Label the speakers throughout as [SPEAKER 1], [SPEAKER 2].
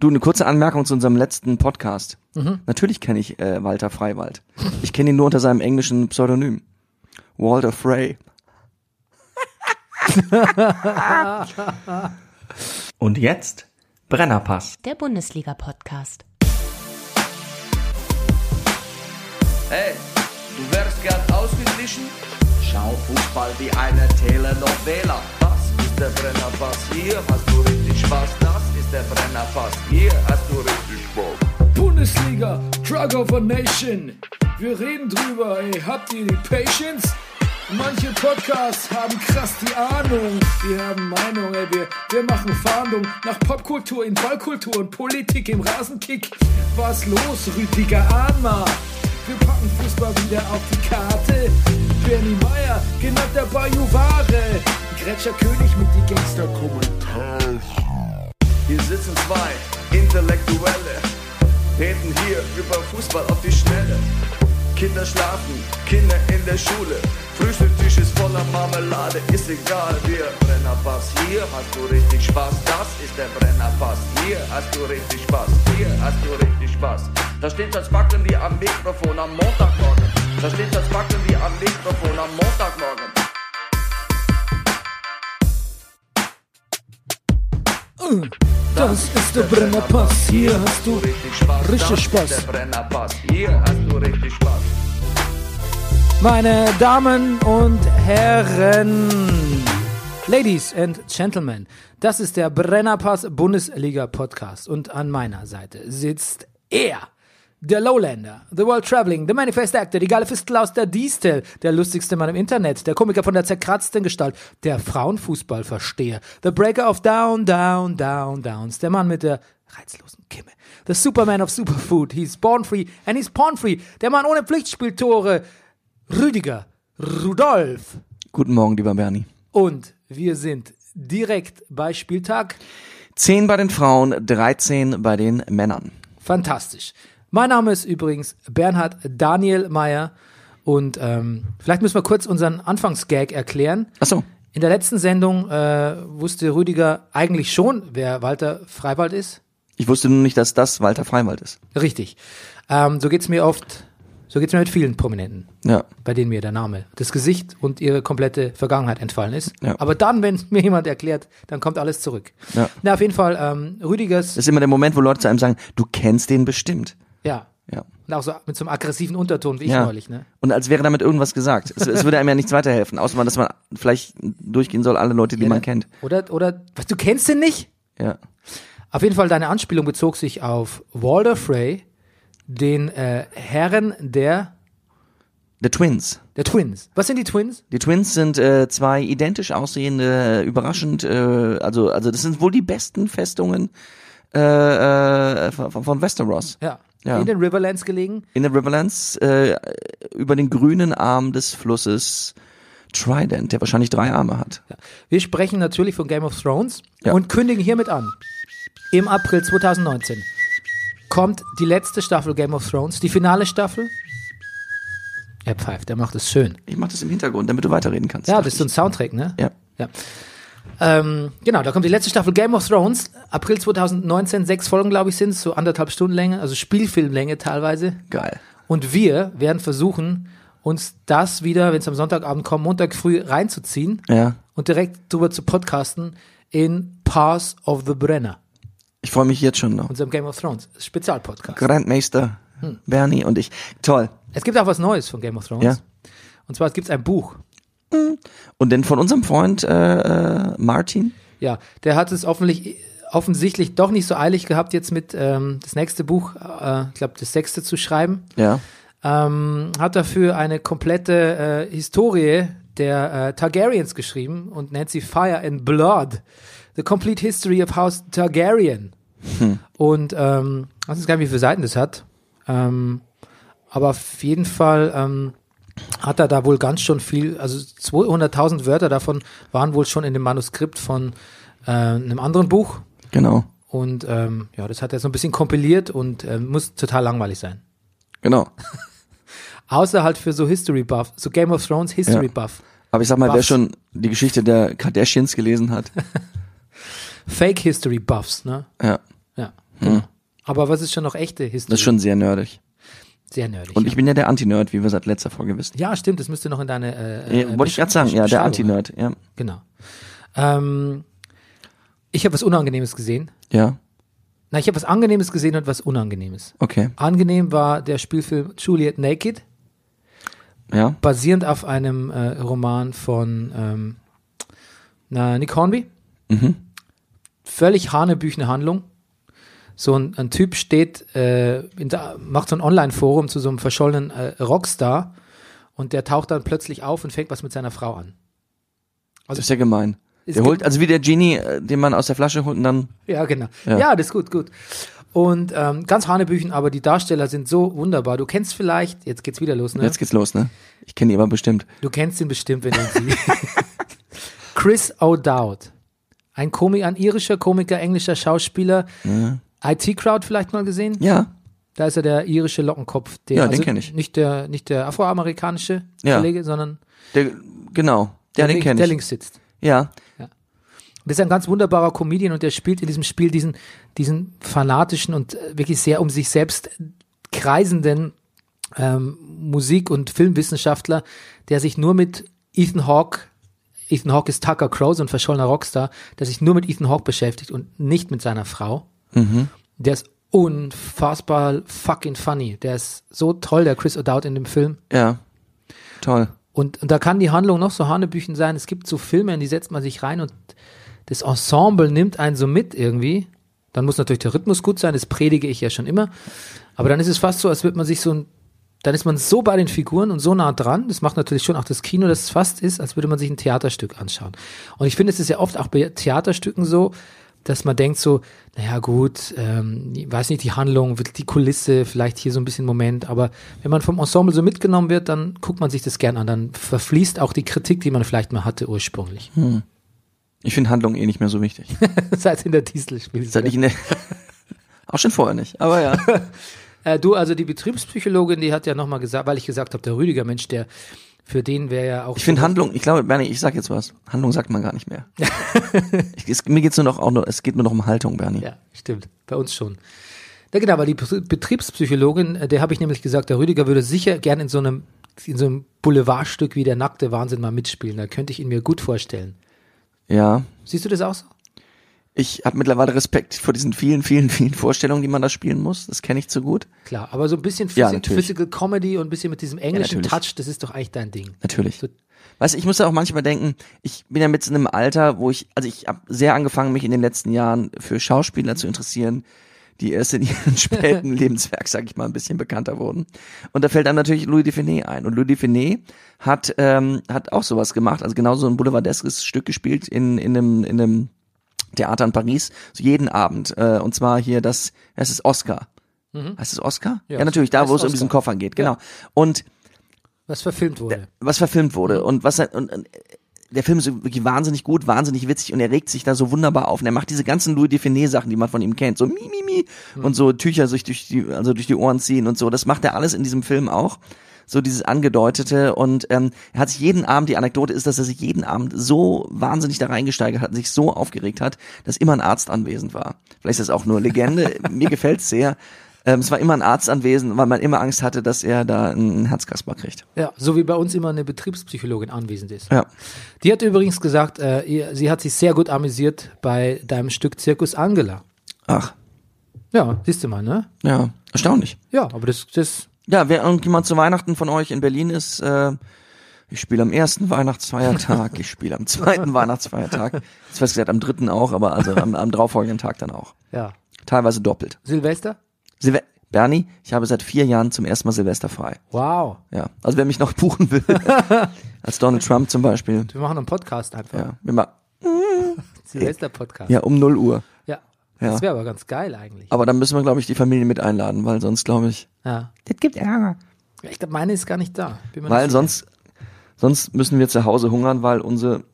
[SPEAKER 1] Du, eine kurze Anmerkung zu unserem letzten Podcast. Natürlich kenne ich äh, Walter Freiwald. Ich kenne ihn nur unter seinem englischen Pseudonym. Walter Frey.
[SPEAKER 2] Und jetzt Brennerpass.
[SPEAKER 3] Der Bundesliga-Podcast.
[SPEAKER 4] Hey, du wärst gern ausgeglichen? Schau Fußball wie eine Telenovela. Das ist der Brennerpass, hier hast du richtig Spaß. Das ist der Brennerpass, hier hast du richtig Spaß.
[SPEAKER 5] Bundesliga, Drug of a Nation. Wir reden drüber, ey. Habt ihr die Patience? Manche Podcasts haben krass die Ahnung. Wir haben Meinung, ey. Wir, wir machen Fahndung nach Popkultur in Ballkultur und Politik im Rasenkick. Was los, Rüdiger Ahnma? Wir packen Fußball wieder auf die Karte. Benny Meyer, genannt der Bayou Ware. Gretscher König mit die Gangster
[SPEAKER 4] Hier sitzen zwei Intellektuelle, reden hier über Fußball auf die Schnelle. Kinder schlafen, Kinder in der Schule. Frühstücktisch ist voller Marmelade, ist egal, wir Brennerpass. Hier hast du richtig Spaß, das ist der Brennerpass. Hier hast du richtig Spaß, hier hast du richtig Spaß. Da steht das Backen wie am Mikrofon am Montagmorgen. Da steht das Backen wie am Mikrofon am Montagmorgen.
[SPEAKER 5] Das ist der Brennerpass, hier hast du
[SPEAKER 4] Richtig Spaß,
[SPEAKER 5] Richtig
[SPEAKER 4] das
[SPEAKER 5] Spaß.
[SPEAKER 4] ist der Brennerpass. Hier hast du richtig Spaß.
[SPEAKER 5] Meine Damen und Herren, Ladies and Gentlemen, das ist der Brennerpass Bundesliga Podcast und an meiner Seite sitzt er, der Lowlander, The World Traveling, The Manifest Actor, die geile Fistel aus der Distel, der lustigste Mann im Internet, der Komiker von der zerkratzten Gestalt, der Frauenfußballversteher, The Breaker of Down, Down, Down, Downs, der Mann mit der reizlosen Kimme. The Superman of Superfood, he's born free and he's porn free, der Mann ohne Pflichtspieltore, Rüdiger, Rudolf
[SPEAKER 1] Guten Morgen, lieber Bernie.
[SPEAKER 5] und wir sind direkt bei Spieltag.
[SPEAKER 1] 10 bei den Frauen, 13 bei den Männern.
[SPEAKER 5] Fantastisch. Mein Name ist übrigens Bernhard Daniel Meyer und ähm, vielleicht müssen wir kurz unseren Anfangsgag erklären.
[SPEAKER 1] Achso,
[SPEAKER 5] In der letzten Sendung äh, wusste Rüdiger eigentlich schon, wer Walter Freiwald ist.
[SPEAKER 1] ich wusste nur nicht, dass das Walter Freiwald ist.
[SPEAKER 5] Richtig. Ähm, so geht's mir oft, so geht's mir mit vielen Prominenten.
[SPEAKER 1] Ja.
[SPEAKER 5] bei denen mir der Name, das Gesicht und ihre komplette Vergangenheit entfallen ist.
[SPEAKER 1] Ja.
[SPEAKER 5] Aber dann, wenn es mir jemand erklärt, dann kommt alles zurück.
[SPEAKER 1] Ja.
[SPEAKER 5] Na, auf jeden Fall, ähm, Rüdigers,
[SPEAKER 1] Das ist immer der Moment, wo Leute zu einem sagen, du kennst den bestimmt.
[SPEAKER 5] ja.
[SPEAKER 1] Ja.
[SPEAKER 5] Und auch so mit so einem aggressiven Unterton wie ich
[SPEAKER 1] ja.
[SPEAKER 5] neulich, ne?
[SPEAKER 1] Und als wäre damit irgendwas gesagt. Es, es würde einem ja nichts weiterhelfen, außer man, dass man vielleicht durchgehen soll, alle Leute, die
[SPEAKER 5] ne?
[SPEAKER 1] man kennt.
[SPEAKER 5] Oder, oder, was, du kennst den nicht?
[SPEAKER 1] Ja.
[SPEAKER 5] Auf jeden Fall, deine Anspielung bezog sich auf Walter Frey, den äh, Herren der,
[SPEAKER 1] The Twins.
[SPEAKER 5] der Twins. Was sind die Twins?
[SPEAKER 1] Die Twins sind äh, zwei identisch aussehende, äh, überraschend, äh, also, also das sind wohl die besten Festungen äh, äh, von, von Westeros.
[SPEAKER 5] Ja.
[SPEAKER 1] Ja.
[SPEAKER 5] In den Riverlands gelegen.
[SPEAKER 1] In der Riverlands äh, über den grünen Arm des Flusses Trident, der wahrscheinlich drei Arme hat.
[SPEAKER 5] Wir sprechen natürlich von Game of Thrones
[SPEAKER 1] Ja.
[SPEAKER 5] und kündigen hiermit an. Im April 2019 kommt die letzte Staffel Game of Thrones, die finale Staffel. Er pfeift, er macht es schön.
[SPEAKER 1] Ich mach das im Hintergrund, damit du weiterreden kannst.
[SPEAKER 5] Ja, das ist so ein Soundtrack, ne?
[SPEAKER 1] ja.
[SPEAKER 5] Ja. Ähm, genau, da kommt die letzte Staffel Game of Thrones, April 2019, sechs Folgen, glaube ich, sind so anderthalb Stunden Länge, also Spielfilmlänge teilweise.
[SPEAKER 1] Geil.
[SPEAKER 5] Und wir werden versuchen, uns das wieder, wenn es am Sonntagabend kommt, Montag früh reinzuziehen
[SPEAKER 1] Ja.
[SPEAKER 5] und direkt drüber zu podcasten in Pass of the Brenner,
[SPEAKER 1] Ich freue mich jetzt schon noch.
[SPEAKER 5] unserem Game of Thrones Spezialpodcast.
[SPEAKER 1] Grandmeister
[SPEAKER 5] Hm.
[SPEAKER 1] Bernie und ich. Toll.
[SPEAKER 5] Es gibt auch was Neues von Game of Thrones.
[SPEAKER 1] Ja.
[SPEAKER 5] Und zwar es gibt ein Buch.
[SPEAKER 1] Und denn von unserem Freund äh, äh, Martin?
[SPEAKER 5] Ja, der hat es offensichtlich, offensichtlich doch nicht so eilig gehabt, jetzt mit ähm, das nächste Buch, äh, ich glaube das sechste zu schreiben.
[SPEAKER 1] Ja.
[SPEAKER 5] Ähm, hat dafür eine komplette äh, Historie der äh, Targaryens geschrieben und nennt sie Fire and Blood. The Complete History of House Targaryen. Und ähm, ich weiß jetzt gar nicht, wie viele Seiten das hat. Ähm, aber auf jeden Fall ähm, hat er da wohl ganz schon viel, also 200.000 Wörter davon waren wohl schon in dem Manuskript von äh, einem anderen Buch.
[SPEAKER 1] Genau.
[SPEAKER 5] Und ähm, ja, das hat er so ein bisschen kompiliert und ähm, muss total langweilig sein.
[SPEAKER 1] Genau.
[SPEAKER 5] Außer halt für so History Buff, so Game of Thrones History
[SPEAKER 1] Ja.
[SPEAKER 5] Buff.
[SPEAKER 1] Aber ich sag mal, wer
[SPEAKER 5] Buffs.
[SPEAKER 1] schon die Geschichte der Kardashians gelesen hat,
[SPEAKER 5] Fake History Buffs, ne?
[SPEAKER 1] ja.
[SPEAKER 5] Ja. Genau. Aber was ist schon noch echte Historie?
[SPEAKER 1] Hm. Das ist schon sehr nerdig.
[SPEAKER 5] sehr nerdig.
[SPEAKER 1] Und
[SPEAKER 5] ja.
[SPEAKER 1] ich bin ja der Anti-Nerd, wie wir seit letzter Folge wissen.
[SPEAKER 5] ja, stimmt, das müsste noch in deine. Äh,
[SPEAKER 1] Ja,
[SPEAKER 5] äh,
[SPEAKER 1] Wollte ich
[SPEAKER 5] Besch-
[SPEAKER 1] gerade sagen, ja, der
[SPEAKER 5] Beschreibung.
[SPEAKER 1] Anti-Nerd, ja.
[SPEAKER 5] Genau. Ähm, ich habe was Unangenehmes gesehen.
[SPEAKER 1] Ja,
[SPEAKER 5] Na, ich habe was Angenehmes gesehen und was Unangenehmes.
[SPEAKER 1] okay,
[SPEAKER 5] Angenehm war der Spielfilm Juliet Naked,
[SPEAKER 1] ja.
[SPEAKER 5] basierend auf einem äh, Roman von ähm, na, Nick Hornby.
[SPEAKER 1] Mhm.
[SPEAKER 5] Völlig hanebüchene Handlung. So ein, ein Typ steht, äh, in der, macht so ein Online-Forum zu so einem verschollenen äh, Rockstar und der taucht dann plötzlich auf und fängt was mit seiner Frau an.
[SPEAKER 1] Das ist ja gemein.
[SPEAKER 5] Es
[SPEAKER 1] Der
[SPEAKER 5] gibt-
[SPEAKER 1] holt, also wie der Genie, äh, den man aus der Flasche holt und dann,
[SPEAKER 5] Ja, genau. Ja,
[SPEAKER 1] Ja.
[SPEAKER 5] das ist gut, gut. Und ähm, ganz Hanebüchen, aber die Darsteller sind so wunderbar. Du kennst vielleicht, jetzt geht's wieder los, ne?
[SPEAKER 1] jetzt geht's los, ne? Ich kenne die aber bestimmt.
[SPEAKER 5] Du kennst ihn bestimmt, wenn du ihn siehst. Chris O'Dowd. Ein, Komi ein irischer Komiker, englischer Schauspieler. IT-Crowd vielleicht mal gesehen?
[SPEAKER 1] Ja,
[SPEAKER 5] Da ist ja der irische Lockenkopf. Der, also
[SPEAKER 1] Ja, den kenn ich.
[SPEAKER 5] Nicht der, nicht der afroamerikanische
[SPEAKER 1] Ja.
[SPEAKER 5] Kollege, sondern
[SPEAKER 1] der, genau, der, den
[SPEAKER 5] links-
[SPEAKER 1] kenne
[SPEAKER 5] der
[SPEAKER 1] ich.
[SPEAKER 5] links sitzt.
[SPEAKER 1] Ja,
[SPEAKER 5] Das ist ein ganz wunderbarer Comedian und der spielt in diesem Spiel diesen, diesen fanatischen und äh, wirklich sehr um sich selbst kreisenden ähm, Musik- und Filmwissenschaftler, der sich nur mit Ethan Hawke, Ethan Hawke ist Tucker Crowe, so ein verschollener Rockstar, der sich nur mit Ethan Hawke beschäftigt und nicht mit seiner Frau. Der ist unfassbar fucking funny. Der ist so toll, der Chris O'Dowd in dem Film.
[SPEAKER 1] ja, toll.
[SPEAKER 5] Und, und da kann die Handlung noch so Hanebüchen sein. Es gibt so Filme, in die setzt man sich rein und das Ensemble nimmt einen so mit irgendwie. Dann muss natürlich der Rhythmus gut sein, das predige ich ja schon immer. Aber dann ist es fast so, als würde man sich so ein, dann ist man so bei den Figuren und so nah dran. Das macht natürlich schon auch das Kino, dass es fast ist, als würde man sich ein Theaterstück anschauen. Und ich finde, es ist ja oft auch bei Theaterstücken so, dass man denkt so, naja gut, ähm, ich weiß nicht, die Handlung, die Kulisse, vielleicht hier so ein bisschen Moment, aber wenn man vom Ensemble so mitgenommen wird, dann guckt man sich das gern an, dann verfließt auch die Kritik, die man vielleicht mal hatte ursprünglich.
[SPEAKER 1] Ich finde Handlung eh nicht mehr so wichtig.
[SPEAKER 5] Seit in der Diesel spielt.
[SPEAKER 1] Seit ich in der, auch schon vorher nicht, aber ja.
[SPEAKER 5] Äh, du, also die Betriebspsychologin, die hat ja nochmal gesagt, weil ich gesagt habe, der Rüdiger Mensch, der für den wäre ja auch.
[SPEAKER 1] Ich finde Handlung, ich glaube, Bernie, ich sag jetzt was. Handlung sagt man gar nicht mehr. ich, es, mir geht's nur noch, auch nur, es geht nur noch um Haltung, Bernie.
[SPEAKER 5] Ja, stimmt. Bei uns schon. Ja, genau, aber die Betrie- Betriebspsychologin, äh, der habe ich nämlich gesagt, der Rüdiger würde sicher gern in so einem, in so einem Boulevardstück wie der nackte Wahnsinn mal mitspielen. Da könnte ich ihn mir gut vorstellen.
[SPEAKER 1] ja.
[SPEAKER 5] Siehst du das auch so?
[SPEAKER 1] Ich habe mittlerweile Respekt vor diesen vielen, vielen, vielen Vorstellungen, die man da spielen muss. Das kenne ich zu gut.
[SPEAKER 5] Klar, aber so ein bisschen
[SPEAKER 1] Ja,
[SPEAKER 5] Physi-
[SPEAKER 1] natürlich.
[SPEAKER 5] Physical Comedy und ein bisschen mit diesem englischen
[SPEAKER 1] natürlich.
[SPEAKER 5] Touch, das ist doch eigentlich dein Ding.
[SPEAKER 1] Natürlich.
[SPEAKER 5] So-
[SPEAKER 1] Weißt du, ich muss ja auch manchmal denken, ich bin ja mit in einem Alter, wo ich, also ich habe sehr angefangen, mich in den letzten Jahren für Schauspieler zu interessieren, die erst in ihren späten Lebenswerk, sag ich mal, ein bisschen bekannter wurden. Und da fällt einem natürlich Louis Define ein. Und Louis Define hat, ähm, hat auch sowas gemacht, also genau so ein boulevardeskes Stück gespielt in, in einem, in einem Theater in Paris, so jeden Abend. Äh, und zwar hier das, es ist Oscar. Heißt es Oscar? Ja, natürlich, da,
[SPEAKER 5] Mhm. heißt
[SPEAKER 1] wo es um
[SPEAKER 5] Oscar.
[SPEAKER 1] diesen Koffer geht, genau. Und
[SPEAKER 5] Was verfilmt wurde.
[SPEAKER 1] was verfilmt wurde und was er- und, und der Film ist wirklich wahnsinnig gut, wahnsinnig witzig und er regt sich da so wunderbar auf. Und er macht diese ganzen Louis Define Sachen, die man von ihm kennt, so mi mi mi und so Tücher sich durch die also durch die Ohren ziehen und so. Das macht er alles in diesem Film auch. So dieses angedeutete und ähm, er hat sich jeden Abend, die Anekdote ist, dass er sich jeden Abend so wahnsinnig da reingesteigert hat, und sich so aufgeregt hat, dass immer ein Arzt anwesend war. Vielleicht ist das auch nur Legende, mir gefällt's sehr. Ähm, es war immer ein Arzt anwesend, weil man immer Angst hatte, dass er da einen Herzkasper kriegt.
[SPEAKER 5] Ja, so wie bei uns immer eine Betriebspsychologin anwesend ist.
[SPEAKER 1] Ja.
[SPEAKER 5] Die hat übrigens gesagt, äh, ihr, sie hat sich sehr gut amüsiert bei deinem Stück Zirkus Angela.
[SPEAKER 1] Ach,
[SPEAKER 5] Ja, siehst du mal, ne?
[SPEAKER 1] ja, erstaunlich.
[SPEAKER 5] Ja, aber das, das
[SPEAKER 1] Ja, wer irgendjemand zu Weihnachten von euch in Berlin ist, äh, ich spiele am ersten Weihnachtsfeiertag, ich spiele am zweiten Weihnachtsfeiertag. Jetzt fast gesagt am dritten auch, aber also am, am darauffolgenden Tag dann auch.
[SPEAKER 5] ja.
[SPEAKER 1] Teilweise doppelt.
[SPEAKER 5] Silvester?
[SPEAKER 1] Silve Bernie, ich habe seit vier Jahren zum ersten Mal Silvester frei.
[SPEAKER 5] Wow.
[SPEAKER 1] Ja, also wer mich noch buchen will, als Donald Trump zum Beispiel.
[SPEAKER 5] Wir machen einen Podcast einfach.
[SPEAKER 1] Ja, wir ma-
[SPEAKER 5] Silvester-Podcast.
[SPEAKER 1] ja um 0 Uhr.
[SPEAKER 5] Ja.
[SPEAKER 1] Ja.
[SPEAKER 5] Das wäre aber ganz geil eigentlich.
[SPEAKER 1] Aber dann müssen wir, glaube ich, die Familie mit einladen, weil sonst, glaube ich,
[SPEAKER 5] Ja.
[SPEAKER 1] das gibt Ärger.
[SPEAKER 5] Ich glaube, meine ist gar nicht da. Bin mir
[SPEAKER 1] Weil
[SPEAKER 5] nicht
[SPEAKER 1] sonst, sonst müssen wir zu Hause hungern, weil unsere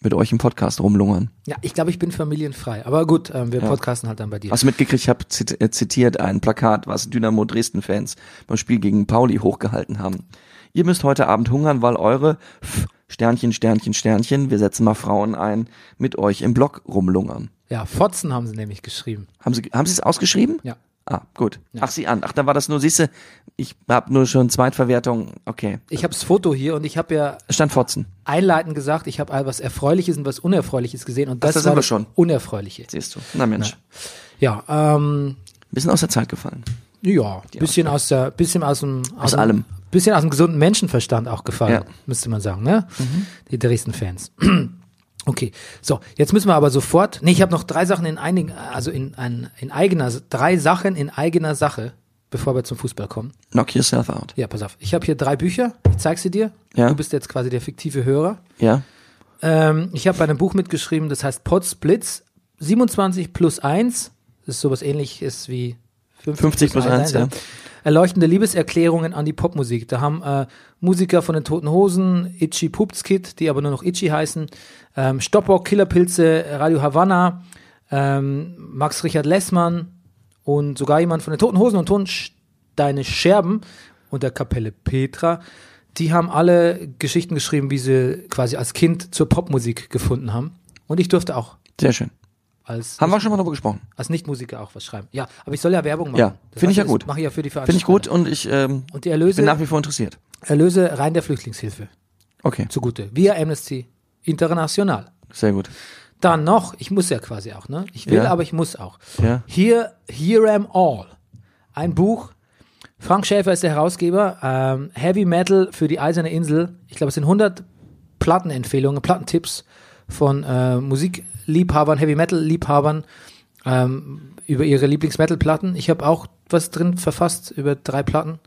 [SPEAKER 1] mit euch im Podcast rumlungern.
[SPEAKER 5] sicher. Ja, ich glaube, ich bin familienfrei. Aber gut, ähm, wir podcasten halt dann bei dir.
[SPEAKER 1] Hast du mitgekriegt, ich habe zit äh, zitiert ein Plakat, was Dynamo Dresden-Fans beim Spiel gegen Pauli hochgehalten haben. Ihr müsst heute Abend hungern, weil eure F Sternchen, Sternchen, Sternchen, wir setzen mal Frauen ein, mit euch im Block rumlungern.
[SPEAKER 5] Ja, Fotzen haben sie nämlich geschrieben.
[SPEAKER 1] Haben Sie haben Sie es ausgeschrieben?
[SPEAKER 5] Ja.
[SPEAKER 1] Ah, gut. Ach, sieh an. Ach, dann war das nur, siehste, ich habe nur schon Zweitverwertung. Okay.
[SPEAKER 5] Ich habe das Foto hier und ich habe ja
[SPEAKER 1] Es Stand Fotzen.
[SPEAKER 5] einleitend gesagt, ich habe all was Erfreuliches und was Unerfreuliches gesehen und das
[SPEAKER 1] da sind wir
[SPEAKER 5] war das
[SPEAKER 1] schon.
[SPEAKER 5] Unerfreuliche.
[SPEAKER 1] Siehst du. Na Mensch.
[SPEAKER 5] Ja, ähm,
[SPEAKER 1] Ein bisschen aus der Zeit gefallen.
[SPEAKER 5] ja, bisschen aus der, bisschen aus dem, aus, dem-
[SPEAKER 1] allem.
[SPEAKER 5] bisschen aus dem gesunden Menschenverstand auch gefallen,
[SPEAKER 1] Ja. Mhm.
[SPEAKER 5] müsste man sagen, ne? Die Dresden-Fans. Okay, so jetzt müssen wir aber sofort. Nee, ich habe noch drei Sachen in einigen, also in, ein, in eigener, drei Sachen in eigener Sache, bevor wir zum Fußball kommen.
[SPEAKER 1] Knock yourself out.
[SPEAKER 5] Ja, pass auf. Ich habe hier drei Bücher. Ich zeig sie dir.
[SPEAKER 1] Ja.
[SPEAKER 5] Du bist jetzt quasi der fiktive Hörer.
[SPEAKER 1] Ja?
[SPEAKER 5] Ähm, ich habe bei einem Buch mitgeschrieben, das heißt Potsblitz 27 plus 1. Das ist sowas ähnliches wie 50,
[SPEAKER 1] 50 plus 1, ja.
[SPEAKER 5] Erleuchtende Liebeserklärungen an die Popmusik. Da haben äh, Musiker von den Toten Hosen, Itchy Pupskit, die aber nur noch Itchy heißen, ähm, Stoppock, Killerpilze, Radio Havanna, ähm, Max Richard Lessmann und sogar jemand von den Toten Hosen und Tonsteine Scherben und der Kapelle Petra. Die haben alle Geschichten geschrieben, wie sie quasi als Kind zur Popmusik gefunden haben. Und ich durfte auch
[SPEAKER 1] Sehr schön.
[SPEAKER 5] als,
[SPEAKER 1] Haben wir schon mal drüber gesprochen.
[SPEAKER 5] als Nichtmusiker auch was schreiben. Ja, aber ich soll ja Werbung machen.
[SPEAKER 1] Ja,
[SPEAKER 5] Das
[SPEAKER 1] finde ich ja
[SPEAKER 5] heißt, das
[SPEAKER 1] gut.
[SPEAKER 5] Mache ich ja für die
[SPEAKER 1] Finde ich
[SPEAKER 5] Veranstaltung.
[SPEAKER 1] gut und ich ähm,
[SPEAKER 5] Und die Erlöse,
[SPEAKER 1] bin nach wie vor interessiert.
[SPEAKER 5] Erlöse rein der Flüchtlingshilfe
[SPEAKER 1] Okay,
[SPEAKER 5] zugute. Via Amnesty International.
[SPEAKER 1] sehr gut.
[SPEAKER 5] Dann noch, ich muss ja quasi auch, ne? Ich will,
[SPEAKER 1] Ja.
[SPEAKER 5] aber ich muss auch.
[SPEAKER 1] Ja.
[SPEAKER 5] Here, Here Am All. Ein Buch. Frank Schäfer ist der Herausgeber. Ähm, Heavy Metal für die Eiserne Insel. Ich glaube, es sind 100 Plattenempfehlungen, Plattentipps von äh, Musikliebhabern, Heavy Metal-Liebhabern ähm, über ihre Lieblings-Metal-Platten. Ich habe auch was drin verfasst über drei Platten.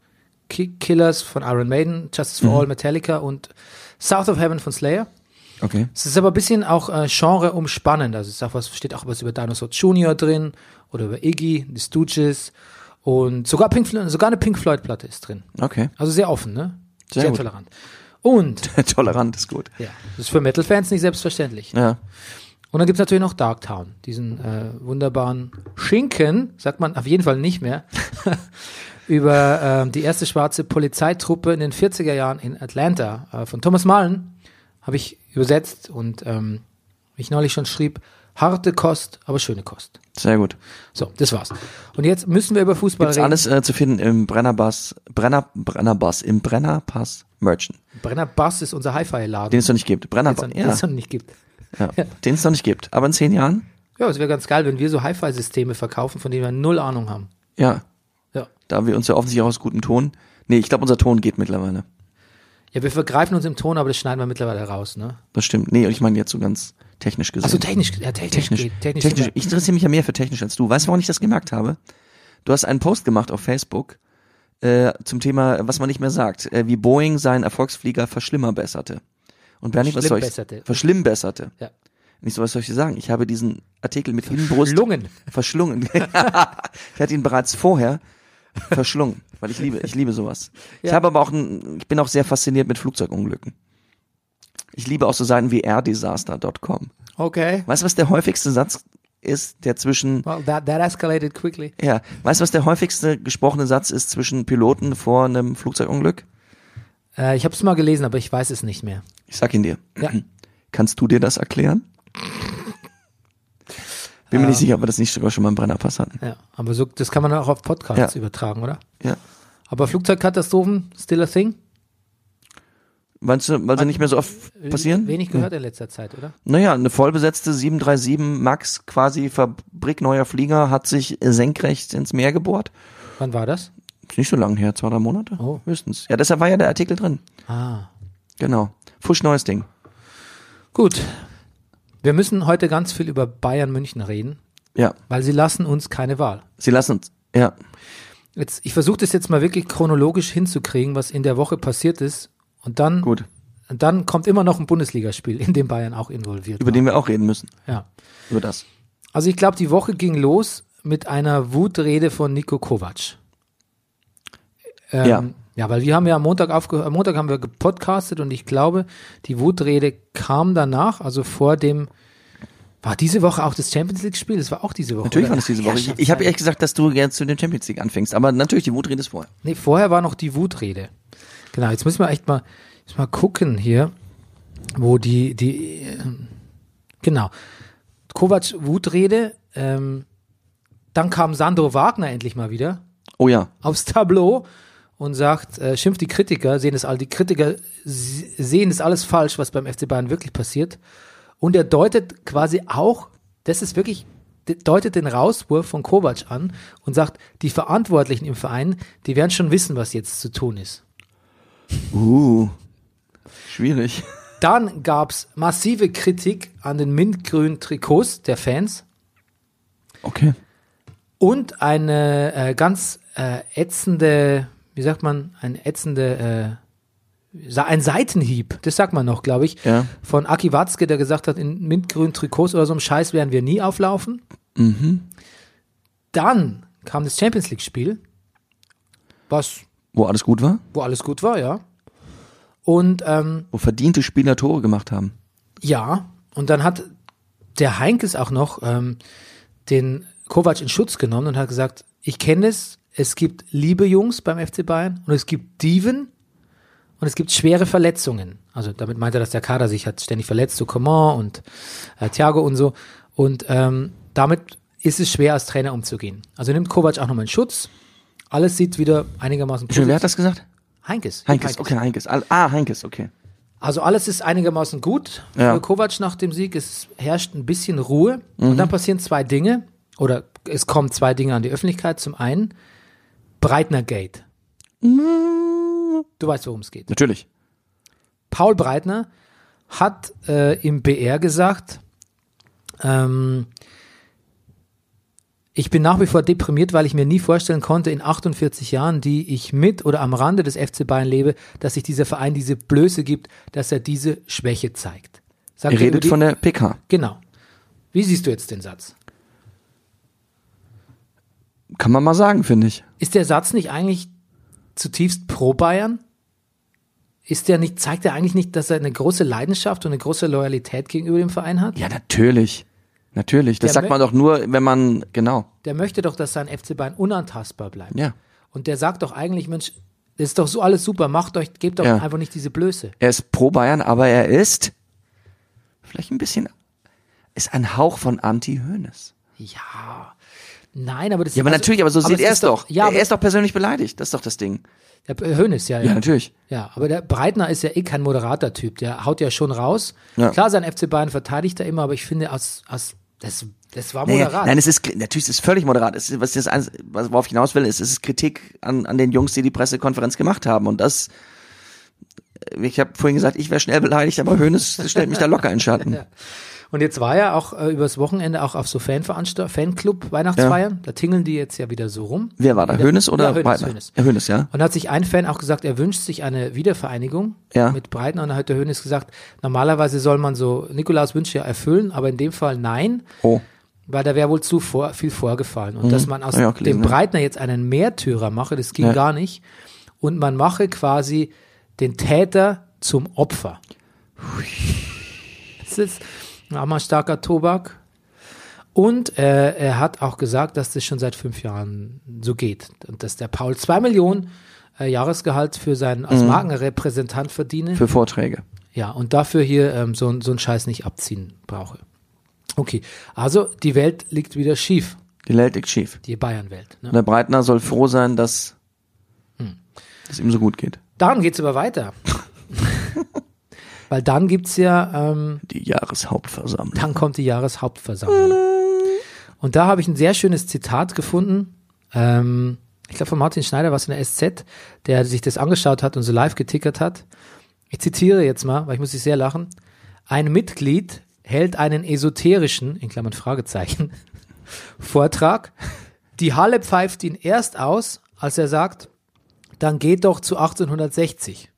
[SPEAKER 5] Ki- Killers von Iron Maiden, Justice
[SPEAKER 1] Mhm.
[SPEAKER 5] for All, Metallica und South of Heaven von Slayer.
[SPEAKER 1] Okay.
[SPEAKER 5] Es ist aber ein bisschen auch äh, Genre umspannend. Also es ist auch was, steht auch was über Dinosaur Junior drin oder über Iggy, die Stooges und sogar, Pink Floyd, sogar eine Pink Floyd Platte ist drin.
[SPEAKER 1] Okay.
[SPEAKER 5] Also sehr offen, ne? Sehr,
[SPEAKER 1] Sehr gut.
[SPEAKER 5] tolerant. Und
[SPEAKER 1] Tolerant ist gut.
[SPEAKER 5] ja, das ist für Metal-Fans nicht selbstverständlich.
[SPEAKER 1] Ja.
[SPEAKER 5] Und dann gibt's natürlich noch Darktown, diesen äh, wunderbaren Schinken, sagt man auf jeden Fall nicht mehr, über ähm, die erste schwarze Polizeitruppe in den 40er Jahren in Atlanta äh, von Thomas Malen habe ich übersetzt und ähm, wie ich neulich schon schrieb, harte Kost, aber schöne Kost.
[SPEAKER 1] Sehr gut.
[SPEAKER 5] So, das war's. Und jetzt müssen wir über Fußball
[SPEAKER 1] Ist
[SPEAKER 5] reden.
[SPEAKER 1] alles äh, zu finden im Brennerbass, Brenner, Brennerbass, im Brennerpass Merchant.
[SPEAKER 5] Brenner Bass ist unser Hi-Fi-Laden,
[SPEAKER 1] Den es noch nicht gibt. Brennerbass,
[SPEAKER 5] den
[SPEAKER 1] ja.
[SPEAKER 5] es noch nicht gibt.
[SPEAKER 1] ja. Den es noch nicht gibt. Aber in zehn Jahren?
[SPEAKER 5] Ja, es wäre ganz geil, wenn wir so Hi-Fi-Systeme verkaufen, von denen wir null Ahnung haben.
[SPEAKER 1] Ja.
[SPEAKER 5] Ja.
[SPEAKER 1] Da wir uns ja offensichtlich auch aus gutem Ton. Nee, ich glaube, unser Ton geht mittlerweile.
[SPEAKER 5] Ja, wir vergreifen uns im Ton, aber das schneiden wir mittlerweile raus, ne?
[SPEAKER 1] Das stimmt. Nee, und ich meine jetzt so ganz technisch gesehen.
[SPEAKER 5] Also technisch, ja, technisch,
[SPEAKER 1] technisch.
[SPEAKER 5] geht,
[SPEAKER 1] technisch.
[SPEAKER 5] technisch, geht.
[SPEAKER 1] Ich interessiere mich ja mehr für technisch als du. Weißt du, warum ich das gemerkt habe? Du hast einen Post gemacht auf Facebook äh, zum Thema, was man nicht mehr sagt, äh, wie Boeing seinen Erfolgsflieger verschlimmerbesserte. Und Bernie, was soll ich
[SPEAKER 5] Verschlimmbesserte.
[SPEAKER 1] verschlimmbesserte?
[SPEAKER 5] Ja.
[SPEAKER 1] Nicht so, was soll ich dir sagen? Ich habe diesen Artikel mit Innenbrust
[SPEAKER 5] Lungen.
[SPEAKER 1] verschlungen. ich hatte ihn bereits vorher verschlungen, weil ich liebe, ich liebe sowas. Ich
[SPEAKER 5] Ja.
[SPEAKER 1] habe aber auch, ein, ich bin auch sehr fasziniert mit Flugzeugunglücken. Ich liebe auch so Seiten wie airdisaster.com.
[SPEAKER 5] Okay.
[SPEAKER 1] Weißt du, was der häufigste Satz ist, der zwischen,
[SPEAKER 5] Well, that, that escalated quickly.
[SPEAKER 1] ja, weißt du, was der häufigste gesprochene Satz ist zwischen Piloten vor einem Flugzeugunglück?
[SPEAKER 5] Äh, ich habe es mal gelesen, aber ich weiß es nicht mehr.
[SPEAKER 1] Ich sag ihn dir.
[SPEAKER 5] Ja.
[SPEAKER 1] Kannst du dir das erklären? Bin
[SPEAKER 5] Ähm.
[SPEAKER 1] mir nicht sicher, ob wir das nicht sogar schon mal im Brennerpass hatten.
[SPEAKER 5] ja. Aber so, das kann man auch auf Podcasts
[SPEAKER 1] Ja.
[SPEAKER 5] übertragen, oder?
[SPEAKER 1] Ja.
[SPEAKER 5] Aber Flugzeugkatastrophen, still a thing?
[SPEAKER 1] Meinst du, weil sie nicht mehr so oft passieren?
[SPEAKER 5] äh, Wenig gehört in letzter Zeit, oder?
[SPEAKER 1] Naja, eine vollbesetzte 737 Max, quasi fabrikneuer Flieger, hat sich senkrecht ins Meer gebohrt.
[SPEAKER 5] Wann war das?
[SPEAKER 1] Ist nicht so lange her, zwei, drei Monate?
[SPEAKER 5] Oh.
[SPEAKER 1] Höchstens. Ja, deshalb war ja der Artikel drin.
[SPEAKER 5] Ah.
[SPEAKER 1] Genau. Fusch neues Ding.
[SPEAKER 5] Gut. Wir müssen heute ganz viel über Bayern München reden,
[SPEAKER 1] Ja.
[SPEAKER 5] weil sie lassen uns keine Wahl.
[SPEAKER 1] Sie lassen uns. Ja.
[SPEAKER 5] Jetzt, ich versuche das jetzt mal wirklich chronologisch hinzukriegen, was in der Woche passiert ist. Und dann
[SPEAKER 1] Gut.
[SPEAKER 5] Und dann kommt immer noch ein Bundesligaspiel, in dem Bayern auch involviert
[SPEAKER 1] Über den wir auch reden müssen.
[SPEAKER 5] war. Ja.
[SPEAKER 1] Über das.
[SPEAKER 5] Also ich glaube, die Woche ging los mit einer Wutrede von Nico Kovac. Ähm,
[SPEAKER 1] Ja.
[SPEAKER 5] Ja, weil wir haben ja am Montag aufgehört, am Montag haben wir gepodcastet und ich glaube, die Wutrede kam danach, also vor dem war diese Woche auch das Champions League Spiel, das war auch diese Woche.
[SPEAKER 1] Natürlich
[SPEAKER 5] oder?
[SPEAKER 1] war das diese
[SPEAKER 5] Ach, ja,
[SPEAKER 1] Woche.
[SPEAKER 5] stimmt.
[SPEAKER 1] ich ich habe ehrlich gesagt, dass du jetzt zu den Champions League anfängst. Aber natürlich, die Wut redet vorher.
[SPEAKER 5] Nee, vorher war noch die Wutrede. Genau, jetzt müssen wir echt mal, jetzt mal gucken hier, wo die, die, ähm, äh, genau. Kovac Wutrede. Ähm, dann kam Sandro Wagner endlich mal wieder
[SPEAKER 1] Oh ja.
[SPEAKER 5] aufs Tableau und sagt, äh, schimpft die Kritiker, sehen es all, die Kritiker s- sehen es alles falsch, was beim FC Bayern wirklich passiert. Und er deutet quasi auch, das ist wirklich, de- deutet den Rauswurf von Kovac an und sagt, die Verantwortlichen im Verein, die werden schon wissen, was jetzt zu tun ist.
[SPEAKER 1] Uh. Schwierig.
[SPEAKER 5] Dann gab's massive Kritik an den mintgrünen Trikots der Fans.
[SPEAKER 1] Okay.
[SPEAKER 5] und eine äh, ganz äh, ätzende, wie sagt man, ein ätzende, äh, sa- ein Seitenhieb, das sagt man noch, glaube ich,
[SPEAKER 1] Ja.
[SPEAKER 5] von Aki Watzke, der gesagt hat, in mintgrünen Trikots oder so einem Scheiß werden wir nie auflaufen. Dann kam das Champions League-Spiel, was,
[SPEAKER 1] Wo alles gut war?
[SPEAKER 5] wo alles gut war, ja. Und ähm,
[SPEAKER 1] Wo verdiente Spieler Tore gemacht haben.
[SPEAKER 5] ja, und dann hat der Heinkes auch noch ähm, den Kovac in Schutz genommen und hat gesagt, ich kenne es, es gibt liebe Jungs beim FC Bayern und es gibt Diven und es gibt schwere Verletzungen. Also damit meint er, dass der Kader sich hat ständig verletzt, so Coman und äh, Thiago und so. Und ähm, damit ist es schwer, als Trainer umzugehen. Also nimmt Kovac auch nochmal in Schutz. Alles sieht wieder einigermaßen
[SPEAKER 1] Schön, wer hat das gesagt?
[SPEAKER 5] Heinkes.
[SPEAKER 1] Heinkes. Okay, Heinkes. Al- Ah, Heinkes, okay.
[SPEAKER 5] Also alles ist einigermaßen gut
[SPEAKER 1] Ja.
[SPEAKER 5] für Kovac nach dem Sieg. Es herrscht ein bisschen Ruhe. Und dann passieren zwei Dinge. Oder es kommen zwei Dinge an die Öffentlichkeit. Zum einen Breitner Gate. Du weißt, worum es geht.
[SPEAKER 1] Natürlich.
[SPEAKER 5] Paul Breitner hat äh, im BR gesagt, ähm, ich bin nach wie vor deprimiert, weil ich mir nie vorstellen konnte, in 48 Jahren, die ich mit oder am Rande des FC Bayern lebe, dass sich dieser Verein diese Blöße gibt, dass er diese Schwäche zeigt. Sagt
[SPEAKER 1] Er
[SPEAKER 5] über
[SPEAKER 1] redet
[SPEAKER 5] die-
[SPEAKER 1] von der PK.
[SPEAKER 5] Genau. Wie siehst du jetzt den Satz?
[SPEAKER 1] Kann man mal sagen, finde ich.
[SPEAKER 5] Ist der Satz nicht eigentlich zutiefst pro Bayern? Ist der nicht, zeigt er eigentlich nicht, dass er eine große Leidenschaft und eine große Loyalität gegenüber dem Verein hat?
[SPEAKER 1] Ja, natürlich. Natürlich. Das
[SPEAKER 5] Ja,
[SPEAKER 1] sagt
[SPEAKER 5] ne?
[SPEAKER 1] man doch nur, wenn man, genau.
[SPEAKER 5] Der möchte doch, dass sein FC Bayern unantastbar bleibt.
[SPEAKER 1] Ja.
[SPEAKER 5] Und der sagt doch eigentlich, Mensch, das ist doch so alles super, macht euch, gebt doch
[SPEAKER 1] Ja.
[SPEAKER 5] einfach nicht diese Blöße.
[SPEAKER 1] Er ist pro Bayern, aber er ist vielleicht ein bisschen, ist ein Hauch von Anti-Hönes.
[SPEAKER 5] Ja. Nein, aber das
[SPEAKER 1] Ja, aber
[SPEAKER 5] also-
[SPEAKER 1] natürlich, aber so sieht
[SPEAKER 5] es
[SPEAKER 1] er
[SPEAKER 5] ist
[SPEAKER 1] es doch.
[SPEAKER 5] Ja,
[SPEAKER 1] er
[SPEAKER 5] aber,
[SPEAKER 1] ist doch persönlich beleidigt. Das ist doch das Ding.
[SPEAKER 5] der Hönes, ja, ja.
[SPEAKER 1] Ja, natürlich.
[SPEAKER 5] Ja, aber der Breitner ist ja eh kein moderater Typ. Der haut ja schon raus.
[SPEAKER 1] Ja.
[SPEAKER 5] Klar, sein FC Bayern verteidigt er immer, aber ich finde, aus, aus, das, das war
[SPEAKER 1] Naja,
[SPEAKER 5] moderat.
[SPEAKER 1] nein, es ist natürlich es ist völlig moderat. Es ist, was das eins- was worauf ich hinaus will, ist, es ist Kritik an, an den Jungs, die die Pressekonferenz gemacht haben. Und das, äh, ich habe vorhin gesagt, ich wäre schnell beleidigt, aber Hönes stellt mich da locker in den Schatten.
[SPEAKER 5] Und jetzt war ja auch äh, übers Wochenende auch auf so Fanveranstalt Fanclub Weihnachtsfeiern. Da tingeln die jetzt ja wieder so rum.
[SPEAKER 1] Wer war da? Hönes oder
[SPEAKER 5] ja, Hoeneß,
[SPEAKER 1] Breitner?
[SPEAKER 5] Hoeneß.
[SPEAKER 1] Ja, Hönes, ja.
[SPEAKER 5] Und hat sich ein Fan auch gesagt, er wünscht sich eine Wiedervereinigung
[SPEAKER 1] Ja.
[SPEAKER 5] mit Breitner. Und dann hat der Hönes gesagt, normalerweise soll man so Nikolaus Wünsche ja erfüllen, aber in dem Fall nein,
[SPEAKER 1] Oh.
[SPEAKER 5] weil da wäre wohl zu vor, viel vorgefallen. Und dass man aus
[SPEAKER 1] Mhm. Hab ich auch gelesen,
[SPEAKER 5] dem
[SPEAKER 1] ja.
[SPEAKER 5] Breitner jetzt einen Märtyrer mache, das ging
[SPEAKER 1] Ja.
[SPEAKER 5] gar nicht. Und man mache quasi den Täter zum Opfer. Das ist ein armer starker Tobak. Und äh, er hat auch gesagt, dass das schon seit fünf Jahren so geht. Und dass der Paul zwei Millionen äh, Jahresgehalt für seinen
[SPEAKER 1] Mhm.
[SPEAKER 5] als Markenrepräsentant verdiene.
[SPEAKER 1] Für Vorträge.
[SPEAKER 5] ja, und dafür hier ähm, so, ein- so einen Scheiß nicht abziehen brauche. Okay, also die Welt liegt wieder schief,
[SPEAKER 1] Die Welt liegt schief.
[SPEAKER 5] die Bayern-Welt. Ne?
[SPEAKER 1] Und der Breitner soll froh sein, dass
[SPEAKER 5] Hm.
[SPEAKER 1] es ihm so gut geht.
[SPEAKER 5] Dann geht's aber weiter. Weil dann gibt's ja, ähm,
[SPEAKER 1] Die Jahreshauptversammlung.
[SPEAKER 5] dann kommt die Jahreshauptversammlung. Und da habe ich ein sehr schönes Zitat gefunden. Ähm, ich glaube, von Martin Schneider war es in der SZ, der sich das angeschaut hat und so live getickert hat. Ich zitiere jetzt mal, weil ich muss ich sehr lachen. Ein Mitglied hält einen esoterischen, in Klammern Fragezeichen, Vortrag. Die Halle pfeift ihn erst aus, als er sagt, dann geht doch zu 1860.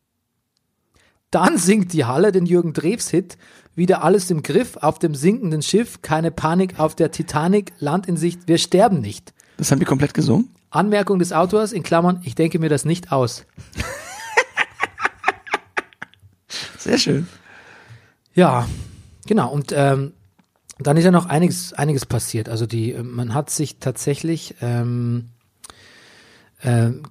[SPEAKER 5] Dann singt die Halle den Jürgen Drews Hit. Wieder alles im Griff auf dem sinkenden Schiff. Keine Panik auf der Titanic. Land in Sicht. Wir sterben nicht.
[SPEAKER 1] Das haben die komplett gesungen?
[SPEAKER 5] Anmerkung des Autors in Klammern. Ich denke mir das nicht aus.
[SPEAKER 1] Sehr schön.
[SPEAKER 5] Ja, genau. Und ähm, dann ist ja noch einiges, einiges passiert. Also die, äh, man hat sich tatsächlich ähm, ähm,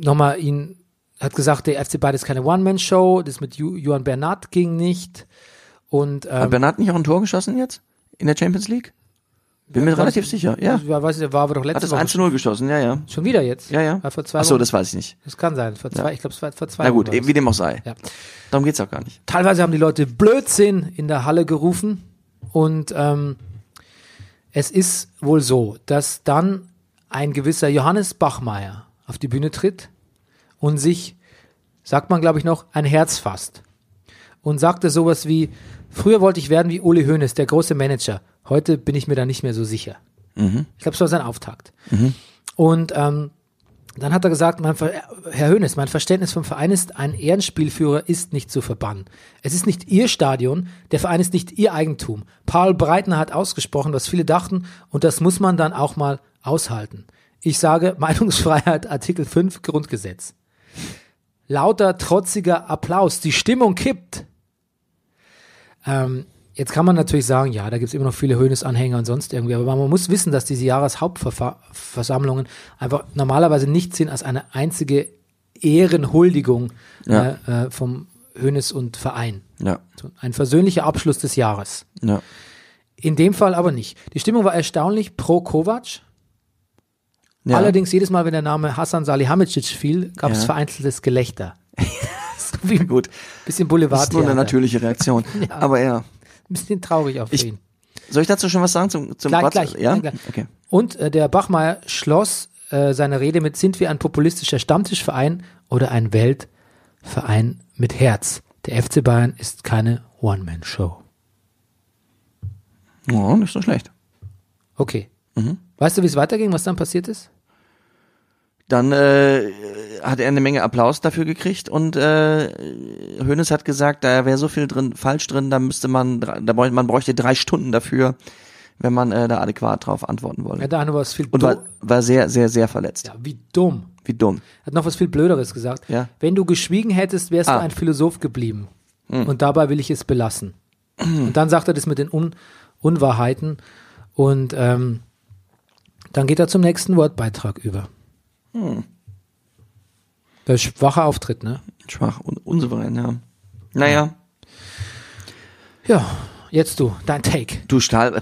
[SPEAKER 5] nochmal ihn hat gesagt, der FC Bayern ist keine One-Man-Show. Das mit Ju Johann Bernat ging nicht. Und ähm,
[SPEAKER 1] Hat Bernat nicht auch ein Tor geschossen jetzt? in der Champions League? Bin mir relativ sicher, ja.
[SPEAKER 5] War, weiß ich, war aber doch
[SPEAKER 1] Hat
[SPEAKER 5] letzte
[SPEAKER 1] das
[SPEAKER 5] Woche.
[SPEAKER 1] 1 zu 0 geschossen, ja, ja.
[SPEAKER 5] Schon wieder jetzt?
[SPEAKER 1] Ja, ja.
[SPEAKER 5] War vor zwei
[SPEAKER 1] Achso,
[SPEAKER 5] Wochen.
[SPEAKER 1] das weiß ich nicht.
[SPEAKER 5] Das kann sein. Vor zwei, ich glaube, es war vor zwei
[SPEAKER 1] Na gut,
[SPEAKER 5] Wochen war
[SPEAKER 1] wie dem auch sei.
[SPEAKER 5] das. Ja.
[SPEAKER 1] Darum geht's auch gar nicht.
[SPEAKER 5] Teilweise haben die Leute Blödsinn in der Halle gerufen und ähm, es ist wohl so, dass dann ein gewisser Johannes Bachmeier auf die Bühne tritt und sich, sagt man glaube ich noch, ein Herz fasst und sagte sowas wie, früher wollte ich werden wie Uli Hoeneß, der große Manager, heute bin ich mir da nicht mehr so sicher.
[SPEAKER 1] Mhm.
[SPEAKER 5] Ich glaube, es war sein Auftakt. Und ähm, dann hat er gesagt, mein Ver Herr Hönes, mein Verständnis vom Verein ist, ein Ehrenspielführer ist nicht zu verbannen. Es ist nicht Ihr Stadion, der Verein ist nicht Ihr Eigentum. Paul Breitner hat ausgesprochen, was viele dachten, und das muss man dann auch mal aushalten. Ich sage Meinungsfreiheit, Artikel 5 Grundgesetz. Lauter, trotziger Applaus, die Stimmung kippt. Ähm, jetzt kann man natürlich sagen, ja, da gibt es immer noch viele Höhnes-Anhänger und sonst irgendwie, aber man muss wissen, dass diese Jahreshauptversammlungen einfach normalerweise nichts sind als eine einzige Ehrenhuldigung
[SPEAKER 1] Ja.
[SPEAKER 5] äh, äh, vom Höhnes und Verein.
[SPEAKER 1] Ja,
[SPEAKER 5] So ein versöhnlicher Abschluss des Jahres.
[SPEAKER 1] ja.
[SPEAKER 5] In dem Fall aber nicht. Die Stimmung war erstaunlich pro Kovac.
[SPEAKER 1] ja.
[SPEAKER 5] Allerdings jedes Mal, wenn der Name Hassan Salihamidzic fiel, gab es
[SPEAKER 1] Ja.
[SPEAKER 5] vereinzeltes Gelächter. so wie ein
[SPEAKER 1] Gut,
[SPEAKER 5] bisschen
[SPEAKER 1] das
[SPEAKER 5] Boulevard.
[SPEAKER 1] ist nur eine natürliche Reaktion. Aber ja.
[SPEAKER 5] Ein bisschen traurig auf
[SPEAKER 1] Ich-
[SPEAKER 5] ihn.
[SPEAKER 1] Soll ich dazu schon was sagen zum, zum
[SPEAKER 5] Gleich,
[SPEAKER 1] Quatsch?
[SPEAKER 5] gleich,
[SPEAKER 1] ja?
[SPEAKER 5] gleich, gleich.
[SPEAKER 1] Okay.
[SPEAKER 5] Und äh, der Bachmeier schloss äh, seine Rede mit, sind wir ein populistischer Stammtischverein oder ein Weltverein mit Herz? Der FC Bayern ist keine One-Man-Show.
[SPEAKER 1] Ja, nicht so schlecht.
[SPEAKER 5] Okay.
[SPEAKER 1] Mhm.
[SPEAKER 5] Weißt du, wie es weiterging, was dann passiert ist?
[SPEAKER 1] Dann äh, hat er eine Menge Applaus dafür gekriegt und äh, Hönes hat gesagt, da wäre so viel drin falsch drin, da müsste man, dr- da bräuchte, man bräuchte drei Stunden dafür, wenn man äh, da adäquat drauf antworten
[SPEAKER 5] Er
[SPEAKER 1] wolle.
[SPEAKER 5] hat da noch was viel
[SPEAKER 1] Und war,
[SPEAKER 5] Also, du-
[SPEAKER 1] war sehr, sehr, sehr verletzt.
[SPEAKER 5] ja, wie dumm.
[SPEAKER 1] Wie dumm.
[SPEAKER 5] Hat noch was viel Blöderes gesagt.
[SPEAKER 1] Ja.
[SPEAKER 5] Wenn du geschwiegen hättest, wärst
[SPEAKER 1] Ah. Hm.
[SPEAKER 5] du ein Philosoph geblieben. Und dabei will ich es belassen. Und dann sagt er das mit den Un Unwahrheiten. Und ähm, dann geht er zum nächsten Wortbeitrag über.
[SPEAKER 1] Hm.
[SPEAKER 5] Der schwache Auftritt, ne?
[SPEAKER 1] Schwach und unsouverän, ja. Naja,
[SPEAKER 5] Ja, jetzt du, dein Take.
[SPEAKER 1] du Stahl.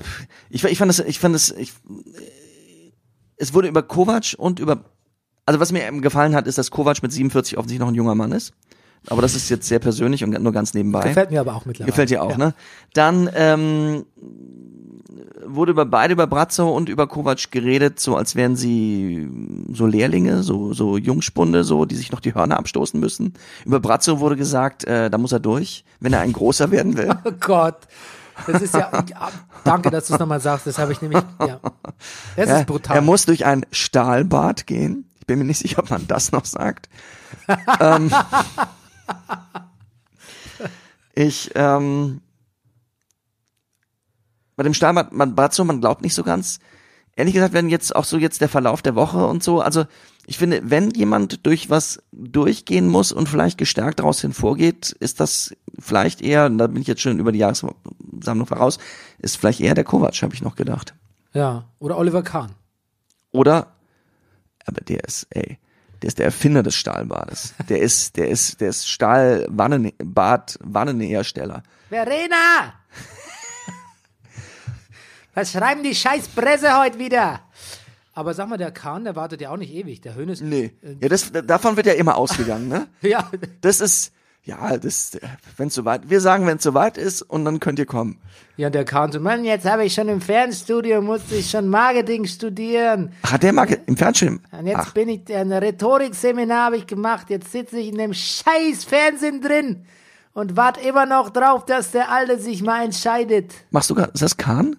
[SPEAKER 1] Ich, ich fand das, ich fand das, ich, äh, es wurde über Kovac und über, also was mir eben gefallen hat, ist, dass Kovac mit 47 offensichtlich noch ein junger Mann ist. Aber das ist jetzt sehr persönlich und nur ganz nebenbei.
[SPEAKER 5] Gefällt mir aber auch mittlerweile.
[SPEAKER 1] Gefällt dir auch, ne? Dann ähm, wurde über beide, über Brazzo und über Kovac geredet, so als wären sie mm, so Lehrlinge, so, so Jungspunde, so, die sich noch die Hörner abstoßen müssen. Über Brazzo wurde gesagt, äh, da muss er durch, wenn er ein großer werden will.
[SPEAKER 5] Oh Gott. Das ist ja, ja danke, dass du es nochmal sagst. Das habe ich nämlich, ja. Das
[SPEAKER 1] Ja,
[SPEAKER 5] ist brutal.
[SPEAKER 1] Er muss durch ein Stahlbad gehen. Ich bin mir nicht sicher, ob man das noch sagt. ähm, ich, ähm, bei dem Stahlbad, man, Brazzo, man glaubt nicht so ganz. Ehrlich gesagt, wenn jetzt auch so jetzt der Verlauf der Woche und so, also ich finde, wenn jemand durch was durchgehen muss und vielleicht gestärkt daraus hinvorgeht, ist das vielleicht eher, und da bin ich jetzt schon über die Jahressammlung voraus, ist vielleicht eher der Kovac, habe ich noch gedacht.
[SPEAKER 5] ja. Oder Oliver Kahn.
[SPEAKER 1] Oder, aber der ist, ey, der ist der Erfinder des Stahlbades. Der ist, der ist, der ist Stahlbad-Wannenhersteller.
[SPEAKER 5] Verena! Was schreiben die scheiß Presse heute wieder? Aber sag mal, der Kahn, der wartet ja auch nicht ewig. Der Hönes.
[SPEAKER 1] Nee. Ja, das, davon wird ja immer ausgegangen, ne?
[SPEAKER 5] Ja,
[SPEAKER 1] Das ist, ja, das, wenn's soweit, wir sagen, wenn's soweit ist und dann könnt ihr kommen.
[SPEAKER 5] ja, der Kahn so, Mann, jetzt habe ich schon im Fernstudio, musste ich schon Marketing studieren.
[SPEAKER 1] Hat der mal ge- im Fernsehen?
[SPEAKER 5] Und jetzt
[SPEAKER 1] Ach,
[SPEAKER 5] bin ich, äh, ein Rhetorikseminar habe ich gemacht. Jetzt sitze ich in dem scheiß Fernsehen drin und warte immer noch drauf, dass der Alte sich mal entscheidet.
[SPEAKER 1] machst du gar, ist das Kahn?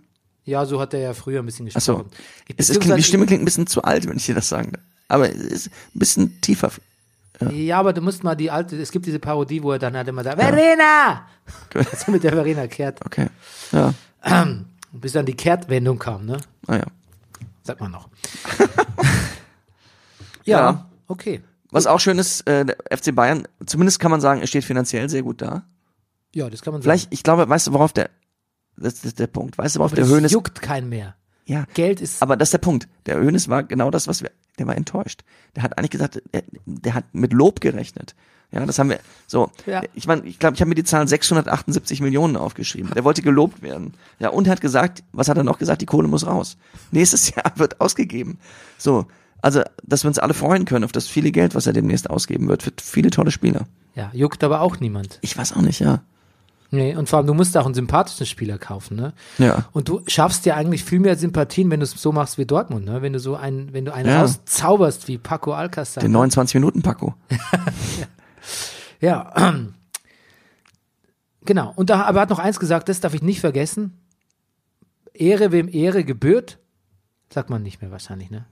[SPEAKER 5] Ja, so hat er ja früher ein bisschen
[SPEAKER 1] Ach so.
[SPEAKER 5] gesprochen. Ich-
[SPEAKER 1] Es ist, klingt, die
[SPEAKER 5] beziehungsweise-
[SPEAKER 1] Stimme klingt ein bisschen zu alt, wenn ich dir das sagen darf. Aber es ist ein bisschen tiefer.
[SPEAKER 5] Ja, aber du musst mal die alte, es gibt diese Parodie, wo er dann halt immer sagt, Verena! Als er mit der Verena kehrt.
[SPEAKER 1] Okay. Ja. ah
[SPEAKER 5] Bis dann die Kehrtwendung kam, ne?
[SPEAKER 1] Naja.
[SPEAKER 5] Sagt man noch. ja,
[SPEAKER 1] Ja.
[SPEAKER 5] okay.
[SPEAKER 1] Was auch schön ist, äh, der FC Bayern, zumindest kann man sagen, er steht finanziell sehr gut da.
[SPEAKER 5] Ja, das kann man
[SPEAKER 1] Vielleicht, ich glaube, weißt du, worauf der, das ist der Punkt, weißt du, worauf
[SPEAKER 5] sagen.
[SPEAKER 1] der
[SPEAKER 5] Aber das
[SPEAKER 1] Hönes,
[SPEAKER 5] juckt kein mehr.
[SPEAKER 1] ja,
[SPEAKER 5] Geld ist,
[SPEAKER 1] aber das ist der Punkt. Der Hönes war genau das, was wir, der war enttäuscht. Der hat eigentlich gesagt, der, der hat mit Lob gerechnet. Ja, das haben wir so.
[SPEAKER 5] Ja.
[SPEAKER 1] Ich meine, ich glaube, ich habe mir die Zahlen 678 Millionen aufgeschrieben. Der wollte gelobt werden. Ja, und hat gesagt, was hat er noch gesagt? Die Kohle muss raus. Nächstes Jahr wird ausgegeben. So, also, dass wir uns alle freuen können auf das viele Geld, was er demnächst ausgeben wird für viele tolle Spieler.
[SPEAKER 5] Ja, juckt aber auch niemand.
[SPEAKER 1] Ich weiß auch nicht, ja.
[SPEAKER 5] Nee, und vor allem, du musst auch einen sympathischen Spieler kaufen, ne?
[SPEAKER 1] Ja.
[SPEAKER 5] Und du schaffst dir eigentlich viel mehr Sympathien, wenn du es so machst wie Dortmund, ne? Wenn du so einen, wenn du einen
[SPEAKER 1] Ja.
[SPEAKER 5] rauszauberst wie Paco Alcázar. ne?
[SPEAKER 1] Den 29 Minuten Paco.
[SPEAKER 5] Ja. Genau. Und da, aber er hat noch eins gesagt, das darf ich nicht vergessen. Ehre, wem Ehre gebührt, sagt man nicht mehr wahrscheinlich, ne?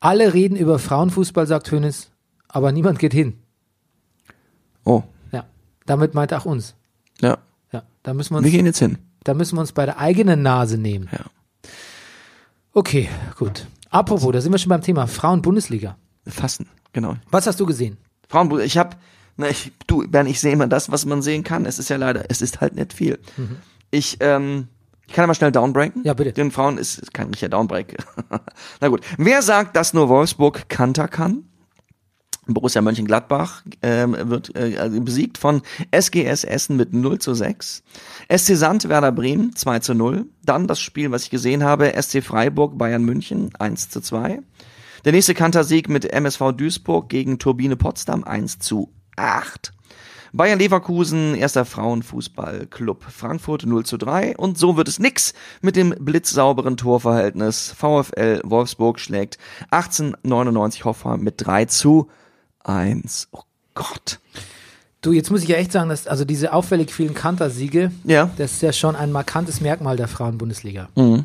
[SPEAKER 5] Alle reden über Frauenfußball, sagt Hönes, aber niemand geht hin.
[SPEAKER 1] Oh,
[SPEAKER 5] Ja. Damit meint er auch uns.
[SPEAKER 1] ja.
[SPEAKER 5] Ja. Da müssen wir
[SPEAKER 1] Wir
[SPEAKER 5] uns,
[SPEAKER 1] gehen jetzt hin.
[SPEAKER 5] da müssen wir uns bei der eigenen Nase nehmen.
[SPEAKER 1] Ja.
[SPEAKER 5] Okay, gut. Apropos, da sind wir schon beim Thema Frauen-Bundesliga.
[SPEAKER 1] Fassen, genau.
[SPEAKER 5] Was hast du gesehen?
[SPEAKER 1] Frauenbund, ich hab, na, ich, du, Bernd, ich sehe immer das, was man sehen kann. Es ist ja leider, es ist halt nicht viel. Ich, ähm, ich kann ja mal schnell downbreaken.
[SPEAKER 5] Mhm. Ja, bitte.
[SPEAKER 1] Den Frauen ist ist kein richtiger Downbreak. na gut. Wer sagt, dass nur Wolfsburg Kanter kann? Borussia Mönchengladbach ähm, wird äh, also besiegt von SGS Essen mit 0 zu 6. SC Sand Werder Bremen 2 zu 0. Dann das Spiel, was ich gesehen habe, SC Freiburg Bayern München 1 zu 2. Der nächste Kantersieg mit MSV Duisburg gegen Turbine Potsdam 1 zu 8. Bayer Leverkusen, erster Frauenfußballclub Frankfurt 0 zu 3. Und so wird es nix mit dem blitzsauberen Torverhältnis. VfL Wolfsburg schlägt 1899 Hoffmann mit 3 zu 1. Oh Gott.
[SPEAKER 5] Du, jetzt muss ich ja echt sagen, dass also diese auffällig vielen Kantersiege,
[SPEAKER 1] Ja.
[SPEAKER 5] das ist ja schon ein markantes Merkmal der Frauen-Bundesliga.
[SPEAKER 1] Mhm.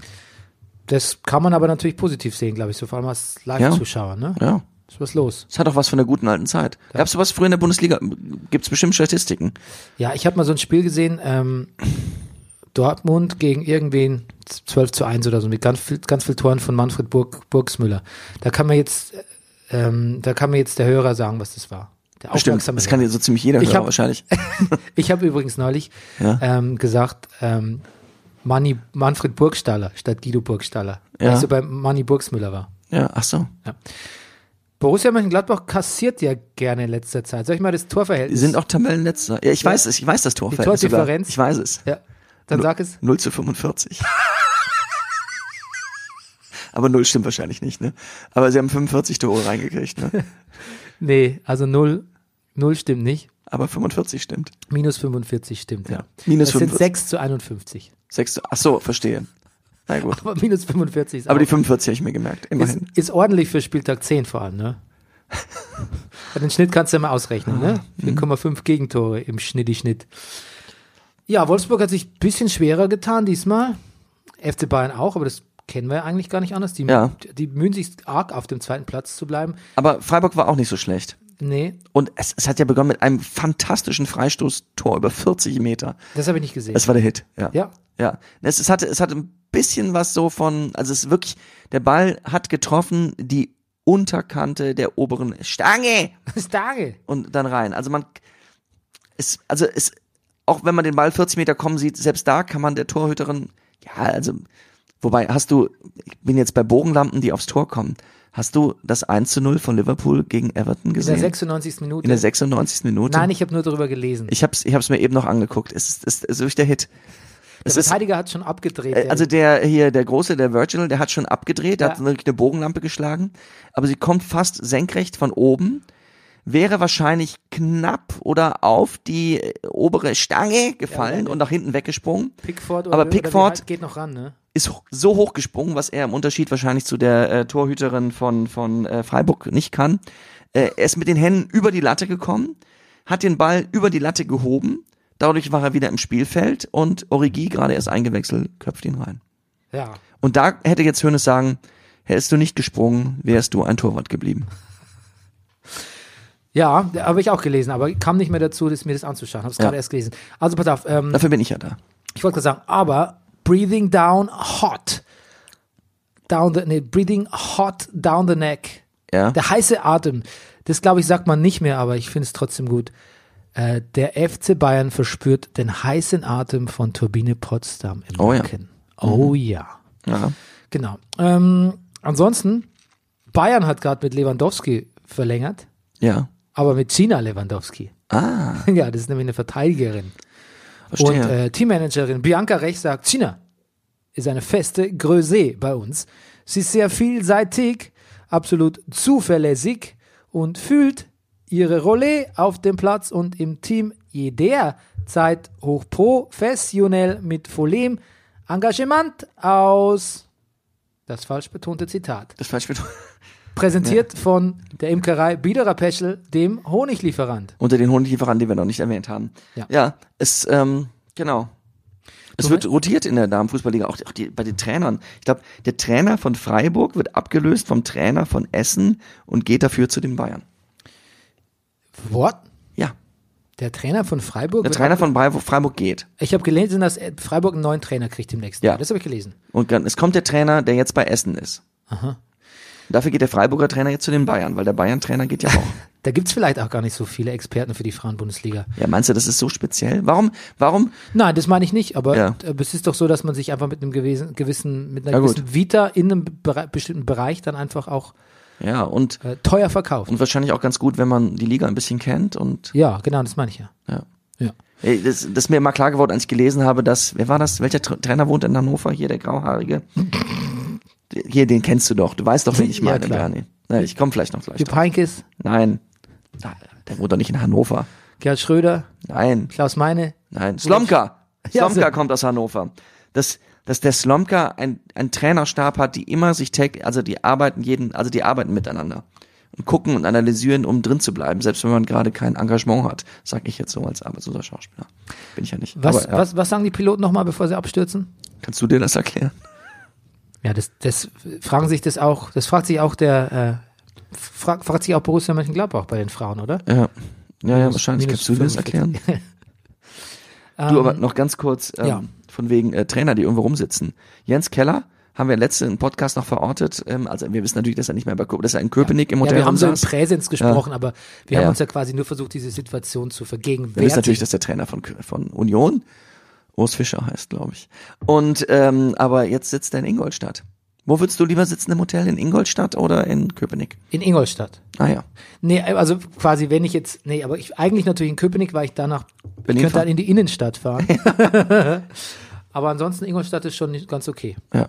[SPEAKER 5] Das kann man aber natürlich positiv sehen, glaube ich, so vor allem als Live-Zuschauer. Ne?
[SPEAKER 1] Ja.
[SPEAKER 5] Ist was los?
[SPEAKER 1] Es hat auch was von der guten alten Zeit. Gab's sowas früher in der Bundesliga? Gibt's bestimmt Statistiken.
[SPEAKER 5] Ja, ich habe mal so ein Spiel gesehen, ähm, Dortmund gegen irgendwen 12 zu 1 oder so, mit ganz viel, ganz viel Toren von Manfred Burg, Burgsmüller. Da kann mir jetzt, äh, ähm, da kann mir jetzt der Hörer sagen, was das war. Der
[SPEAKER 1] Bestimmt.
[SPEAKER 5] aufmerksame
[SPEAKER 1] Das kann dir so ziemlich jeder
[SPEAKER 5] Ich
[SPEAKER 1] Hörer
[SPEAKER 5] hab-
[SPEAKER 1] wahrscheinlich.
[SPEAKER 5] Ich habe übrigens neulich
[SPEAKER 1] Ja.
[SPEAKER 5] ähm, gesagt, ähm, Manni, Manfred Burgstaller statt Guido Burgstaller,
[SPEAKER 1] Ja.
[SPEAKER 5] weil ich so bei Manni Burgsmüller war.
[SPEAKER 1] Ja, ach so.
[SPEAKER 5] Borussia Mönchengladbach kassiert ja gerne in letzter Zeit. Soll ich mal das
[SPEAKER 1] Die
[SPEAKER 5] Torverhältnis?
[SPEAKER 1] sind auch Tabellenletzter. Ja, ich weiß es. Ich weiß das Torverhältnis. sogar.
[SPEAKER 5] Tordifferenz?
[SPEAKER 1] Ich weiß es.
[SPEAKER 5] ja, dann sag es.
[SPEAKER 1] 0 zu 45. Aber 0 stimmt wahrscheinlich nicht, ne? Aber sie haben 45 Tore reingekriegt, ne?
[SPEAKER 5] Nee, also null, null stimmt nicht.
[SPEAKER 1] Aber 45 stimmt.
[SPEAKER 5] Minus 45 stimmt, ja.
[SPEAKER 1] Minus
[SPEAKER 5] es sind
[SPEAKER 1] 45.
[SPEAKER 5] 6 zu 51.
[SPEAKER 1] 6 zu, ach so, verstehe. Na gut.
[SPEAKER 5] Aber minus 45 ist,
[SPEAKER 1] Aber die
[SPEAKER 5] auch,
[SPEAKER 1] 45 habe ich mir gemerkt,
[SPEAKER 5] ist,
[SPEAKER 1] immerhin.
[SPEAKER 5] ist ordentlich für Spieltag 10 vor allem, ne? Den Schnitt kannst du ja mal ausrechnen,
[SPEAKER 1] Ah,
[SPEAKER 5] ne? 4,5 Gegentore im Schnitti-Schnitt. Ja, Wolfsburg hat sich ein bisschen schwerer getan diesmal. FC Bayern auch, aber das kennen wir ja eigentlich gar nicht anders. Die,
[SPEAKER 1] Ja.
[SPEAKER 5] die mühen sich arg, auf dem zweiten Platz zu bleiben.
[SPEAKER 1] Aber Freiburg war auch nicht so schlecht.
[SPEAKER 5] Nee,
[SPEAKER 1] Und es, es hat ja begonnen mit einem fantastischen Freistoßtor über 40 Meter.
[SPEAKER 5] das habe ich nicht gesehen.
[SPEAKER 1] Es war der Hit, ja.
[SPEAKER 5] Ja.
[SPEAKER 1] Ja. Es, es hatte, es hatte ein bisschen was so von, also es ist wirklich, der Ball hat getroffen die Unterkante der oberen Stange.
[SPEAKER 5] Starke.
[SPEAKER 1] und dann rein. Also man es, also es, auch wenn man den Ball 40 Meter kommen sieht, selbst da kann man der Torhüterin, ja, also, wobei hast du, ich bin jetzt bei Bogenlampen, die aufs Tor kommen. Hast du das 1 zu 0 von Liverpool gegen Everton
[SPEAKER 5] In der
[SPEAKER 1] gesehen?
[SPEAKER 5] 96. Minute.
[SPEAKER 1] Mhm. In der 96. Minute?
[SPEAKER 5] Nein, ich habe nur darüber gelesen.
[SPEAKER 1] ich hab's, ich hab's mir eben noch angeguckt. Es ist, es ist wirklich der Hit. Es
[SPEAKER 5] der
[SPEAKER 1] ist,
[SPEAKER 5] Verteidiger hat schon abgedreht.
[SPEAKER 1] äh, also der hier, der Große, der Virgil, der hat schon abgedreht, der
[SPEAKER 5] Ja.
[SPEAKER 1] hat wirklich eine Bogenlampe geschlagen, aber sie kommt fast senkrecht von oben, wäre wahrscheinlich knapp oder auf die äh, obere Stange gefallen und nach hinten weggesprungen,
[SPEAKER 5] Pickford
[SPEAKER 1] aber
[SPEAKER 5] oder, wie-
[SPEAKER 1] Pickford-
[SPEAKER 5] oder wie halt geht noch ran, ne?
[SPEAKER 1] ist ho- so hoch gesprungen, was er im Unterschied wahrscheinlich zu der äh, Torhüterin von, von äh, Freiburg nicht kann. Äh, er ist mit den Händen über die Latte gekommen, hat den Ball über die Latte gehoben, dadurch war er wieder im Spielfeld und Origi, gerade erst eingewechselt, köpft ihn rein.
[SPEAKER 5] Ja.
[SPEAKER 1] Und da hätte jetzt Hönes sagen, hättest du nicht gesprungen, wärst du ein Torwart geblieben.
[SPEAKER 5] Ja, habe ich auch gelesen, aber kam nicht mehr dazu, das, mir das anzuschauen. Habe es gerade erst gelesen. Also pass auf, ähm,
[SPEAKER 1] Dafür bin ich ja da.
[SPEAKER 5] ich wollte gerade sagen, aber breathing down hot. Down the, nee, breathing hot down the neck.
[SPEAKER 1] Ja.
[SPEAKER 5] Der heiße Atem. Das glaube ich sagt man nicht mehr, aber ich finde es trotzdem gut. Äh, der FC Bayern verspürt den heißen Atem von Turbine Potsdam im
[SPEAKER 1] Oh ja.
[SPEAKER 5] Nacken. Oh ja.
[SPEAKER 1] Ja.
[SPEAKER 5] Genau. Ähm, ansonsten Bayern hat gerade mit Lewandowski verlängert,
[SPEAKER 1] Ja.
[SPEAKER 5] aber mit China Lewandowski.
[SPEAKER 1] Ah,
[SPEAKER 5] Ja, das ist nämlich eine Verteidigerin und
[SPEAKER 1] verstehe.
[SPEAKER 5] äh, Teammanagerin Bianca Rech sagt, China ist eine feste Größe bei uns. Sie ist sehr vielseitig, absolut zuverlässig und fühlt ihre Rolle auf dem Platz und im Team jederzeit hochprofessionell mit vollem Engagement aus. Das falsch betonte Zitat.
[SPEAKER 1] das falsch bedeutet.
[SPEAKER 5] Präsentiert von der Imkerei Biederer Peschel, dem Honiglieferant.
[SPEAKER 1] Unter den Honiglieferanten, die wir noch nicht erwähnt haben.
[SPEAKER 5] Ja.
[SPEAKER 1] ja es, ähm, genau. Es
[SPEAKER 5] Du-
[SPEAKER 1] wird rotiert in der Damenfußballliga, auch, auch die, bei den Trainern. Ich glaube, der Trainer von Freiburg wird abgelöst vom Trainer von Essen und geht dafür zu den Bayern.
[SPEAKER 5] What?
[SPEAKER 1] Ja,
[SPEAKER 5] Der Trainer von Freiburg
[SPEAKER 1] der
[SPEAKER 5] wird
[SPEAKER 1] Trainer von Freiburg, Freiburg geht.
[SPEAKER 5] Ich habe gelesen, dass Freiburg einen neuen Trainer kriegt im nächsten
[SPEAKER 1] Ja.
[SPEAKER 5] Jahr. Das habe ich gelesen.
[SPEAKER 1] Und dann, es kommt der Trainer, der jetzt bei Essen ist. Und Dafür geht der Freiburger Trainer jetzt zu den Bayern, weil der Bayern-Trainer geht ja auch.
[SPEAKER 5] Da gibt's vielleicht auch gar nicht so viele Experten für die Frauenbundesliga.
[SPEAKER 1] ja, meinst du, das ist so speziell? Warum, warum,
[SPEAKER 5] Nein, das meine ich nicht, aber
[SPEAKER 1] Ja.
[SPEAKER 5] äh, es ist doch so, dass man sich einfach mit einem gewesen, gewissen, mit einer
[SPEAKER 1] Ja, gut.
[SPEAKER 5] gewissen Vita in einem Bere bestimmten Bereich dann einfach auch
[SPEAKER 1] ja, und,
[SPEAKER 5] äh, teuer verkauft.
[SPEAKER 1] und wahrscheinlich auch ganz gut, wenn man die Liga ein bisschen kennt und,
[SPEAKER 5] ja, genau, das meine ich ja.
[SPEAKER 1] ja.
[SPEAKER 5] Ja.
[SPEAKER 1] Ey, Das, das ist mir mal klar geworden, als ich gelesen habe, dass, wer war das? Welcher Tra Trainer wohnt in Hannover? Hier, der Grauhaarige. Hier, den kennst du doch. Du weißt doch, wen ich
[SPEAKER 5] Ja,
[SPEAKER 1] meine,
[SPEAKER 5] klar.
[SPEAKER 1] Bernie. Na, ich komme vielleicht noch gleich.
[SPEAKER 5] Jupp
[SPEAKER 1] Drauf.
[SPEAKER 5] Heynckes,
[SPEAKER 1] Nein. Na, Der wohnt doch nicht in Hannover.
[SPEAKER 5] Gerhard Schröder,
[SPEAKER 1] Nein.
[SPEAKER 5] Klaus Meine.
[SPEAKER 1] Nein, Slomka.
[SPEAKER 5] Ja,
[SPEAKER 1] Slomka
[SPEAKER 5] so.
[SPEAKER 1] kommt aus Hannover. Das, dass der Slomka ein, ein Trainerstab hat, die immer sich täglich, also die arbeiten jeden, also die arbeiten miteinander und gucken und analysieren, um drin zu bleiben, selbst wenn man gerade kein Engagement hat, sag ich jetzt so als arbeitsloser Schauspieler. Bin ich ja nicht.
[SPEAKER 5] Was,
[SPEAKER 1] Aber, ja.
[SPEAKER 5] was, was sagen die Piloten nochmal, bevor sie abstürzen?
[SPEAKER 1] Kannst du dir das erklären?
[SPEAKER 5] Ja, das, das fragen sich das auch, das fragt sich auch der, äh, fra fragt sich auch Borussia Mönchengladbach bei den Frauen, oder?
[SPEAKER 1] Ja, ja, ja wahrscheinlich.
[SPEAKER 5] minus
[SPEAKER 1] Kannst du dir das
[SPEAKER 5] 45.
[SPEAKER 1] erklären? du aber noch ganz kurz ähm,
[SPEAKER 5] ja.
[SPEAKER 1] von wegen äh, Trainer, die irgendwo rumsitzen. Jens Keller haben wir letzten Podcast noch verortet. Ähm, also wir wissen natürlich, dass er nicht mehr bei Köpenick, dass er in Köpenick im Hotel
[SPEAKER 5] Ja, wir haben so in
[SPEAKER 1] rumsaß.
[SPEAKER 5] Präsens gesprochen, aber wir
[SPEAKER 1] Ja,
[SPEAKER 5] haben
[SPEAKER 1] ja.
[SPEAKER 5] uns ja quasi nur versucht, diese Situation zu
[SPEAKER 1] Wir wissen
[SPEAKER 5] vergegenwärtigen.
[SPEAKER 1] natürlich, dass der Trainer von, Kö- von Union Urs Fischer heißt, glaube ich. Und ähm, aber jetzt sitzt er in Ingolstadt. Wo würdest du lieber sitzen im Hotel? In Ingolstadt oder in Köpenick?
[SPEAKER 5] in Ingolstadt.
[SPEAKER 1] Ah ja.
[SPEAKER 5] Nee, also quasi, wenn ich jetzt, nee, aber ich eigentlich natürlich in Köpenick, weil ich danach, ich könnte
[SPEAKER 1] fahren.
[SPEAKER 5] dann in die Innenstadt fahren. aber ansonsten Ingolstadt ist schon nicht ganz okay.
[SPEAKER 1] Ja.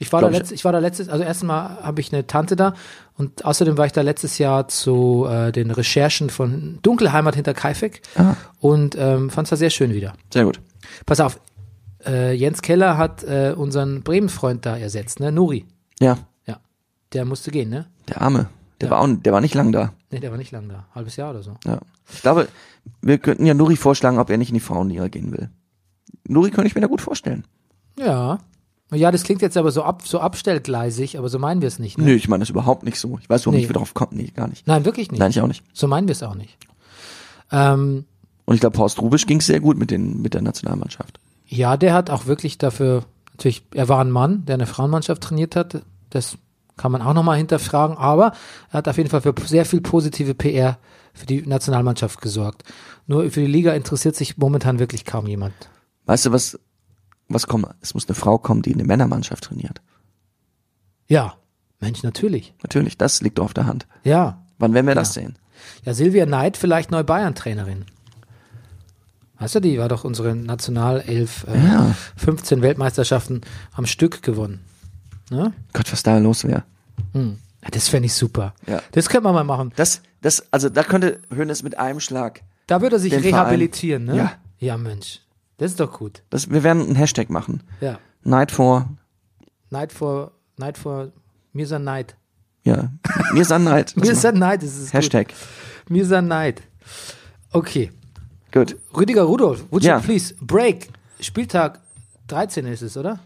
[SPEAKER 5] Ich war, da
[SPEAKER 1] Glaub ich.
[SPEAKER 5] letzt, ich war da letztes, also erstmal habe ich eine Tante da und außerdem war ich da letztes Jahr zu äh, den Recherchen von Dunkelheimat hinter Kaifek
[SPEAKER 1] Ah.
[SPEAKER 5] und ähm, fand es da sehr schön wieder.
[SPEAKER 1] Sehr gut.
[SPEAKER 5] Pass auf, äh, Jens Keller hat äh, unseren Bremen-Freund da ersetzt, ne? Nuri.
[SPEAKER 1] Ja.
[SPEAKER 5] Ja. Der musste gehen, ne?
[SPEAKER 1] Der Arme. Der war auch, der war nicht lang da.
[SPEAKER 5] Ne, der war nicht lang da. Halbes Jahr oder so.
[SPEAKER 1] Ja. Ich glaube, wir könnten ja Nuri vorschlagen, ob er nicht in die Frauenliga gehen will. Nuri könnte ich mir da gut vorstellen.
[SPEAKER 5] Ja. Ja, das klingt jetzt aber so, ab, so abstellgleisig, aber so meinen wir es nicht. Ne?
[SPEAKER 1] Nö, ich meine das überhaupt nicht so. Ich weiß überhaupt nicht,
[SPEAKER 5] Nee.
[SPEAKER 1] wie drauf kommt. Nee, gar nicht.
[SPEAKER 5] Nein, wirklich nicht.
[SPEAKER 1] Nein, ich auch nicht.
[SPEAKER 5] So meinen wir es auch nicht. Ähm,
[SPEAKER 1] Und ich glaube, Horst Rubisch ging es sehr gut mit, den, mit der Nationalmannschaft.
[SPEAKER 5] ja, der hat auch wirklich dafür, natürlich, er war ein Mann, der eine Frauenmannschaft trainiert hat. Das kann man auch nochmal hinterfragen, aber er hat auf jeden Fall für sehr viel positive PR für die Nationalmannschaft gesorgt. Nur für die Liga interessiert sich momentan wirklich kaum jemand.
[SPEAKER 1] Weißt du, was, was kommt? Es muss eine Frau kommen, die eine Männermannschaft trainiert.
[SPEAKER 5] Ja, Mensch, natürlich.
[SPEAKER 1] Natürlich, das liegt doch auf der Hand.
[SPEAKER 5] Ja.
[SPEAKER 1] Wann werden wir das sehen?
[SPEAKER 5] Ja, Silvia Neid vielleicht neu Bayern-Trainerin. Weißt du, die war doch unsere Nationalelf äh,
[SPEAKER 1] Ja.
[SPEAKER 5] 15 Weltmeisterschaften am Stück gewonnen. Ne?
[SPEAKER 1] Gott, was da los wäre.
[SPEAKER 5] Ja, das fände ich super.
[SPEAKER 1] Ja.
[SPEAKER 5] Das könnte man mal machen.
[SPEAKER 1] Das, das, also da könnte Hönes mit einem Schlag.
[SPEAKER 5] Da würde er sich
[SPEAKER 1] Den
[SPEAKER 5] rehabilitieren,
[SPEAKER 1] Verein.
[SPEAKER 5] ne? Ja. ja, Mensch. Das ist doch gut.
[SPEAKER 1] Das, wir werden einen Hashtag machen.
[SPEAKER 5] Ja.
[SPEAKER 1] Night for,
[SPEAKER 5] Neid vor, Neid vor, Mirza Neid.
[SPEAKER 1] ja, mir ist an Night.
[SPEAKER 5] Mirza Neid ist es.
[SPEAKER 1] Hashtag.
[SPEAKER 5] Gut. Mirza Neid. Okay.
[SPEAKER 1] Gut.
[SPEAKER 5] Rüdiger Rudolf, would you
[SPEAKER 1] Ja.
[SPEAKER 5] please break? Spieltag 13 ist es, oder?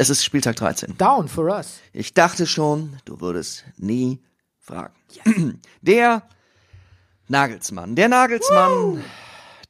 [SPEAKER 1] Es ist Spieltag 13.
[SPEAKER 5] Down for us.
[SPEAKER 1] Ich dachte schon, du würdest nie fragen. Der Nagelsmann. Der Nagelsmann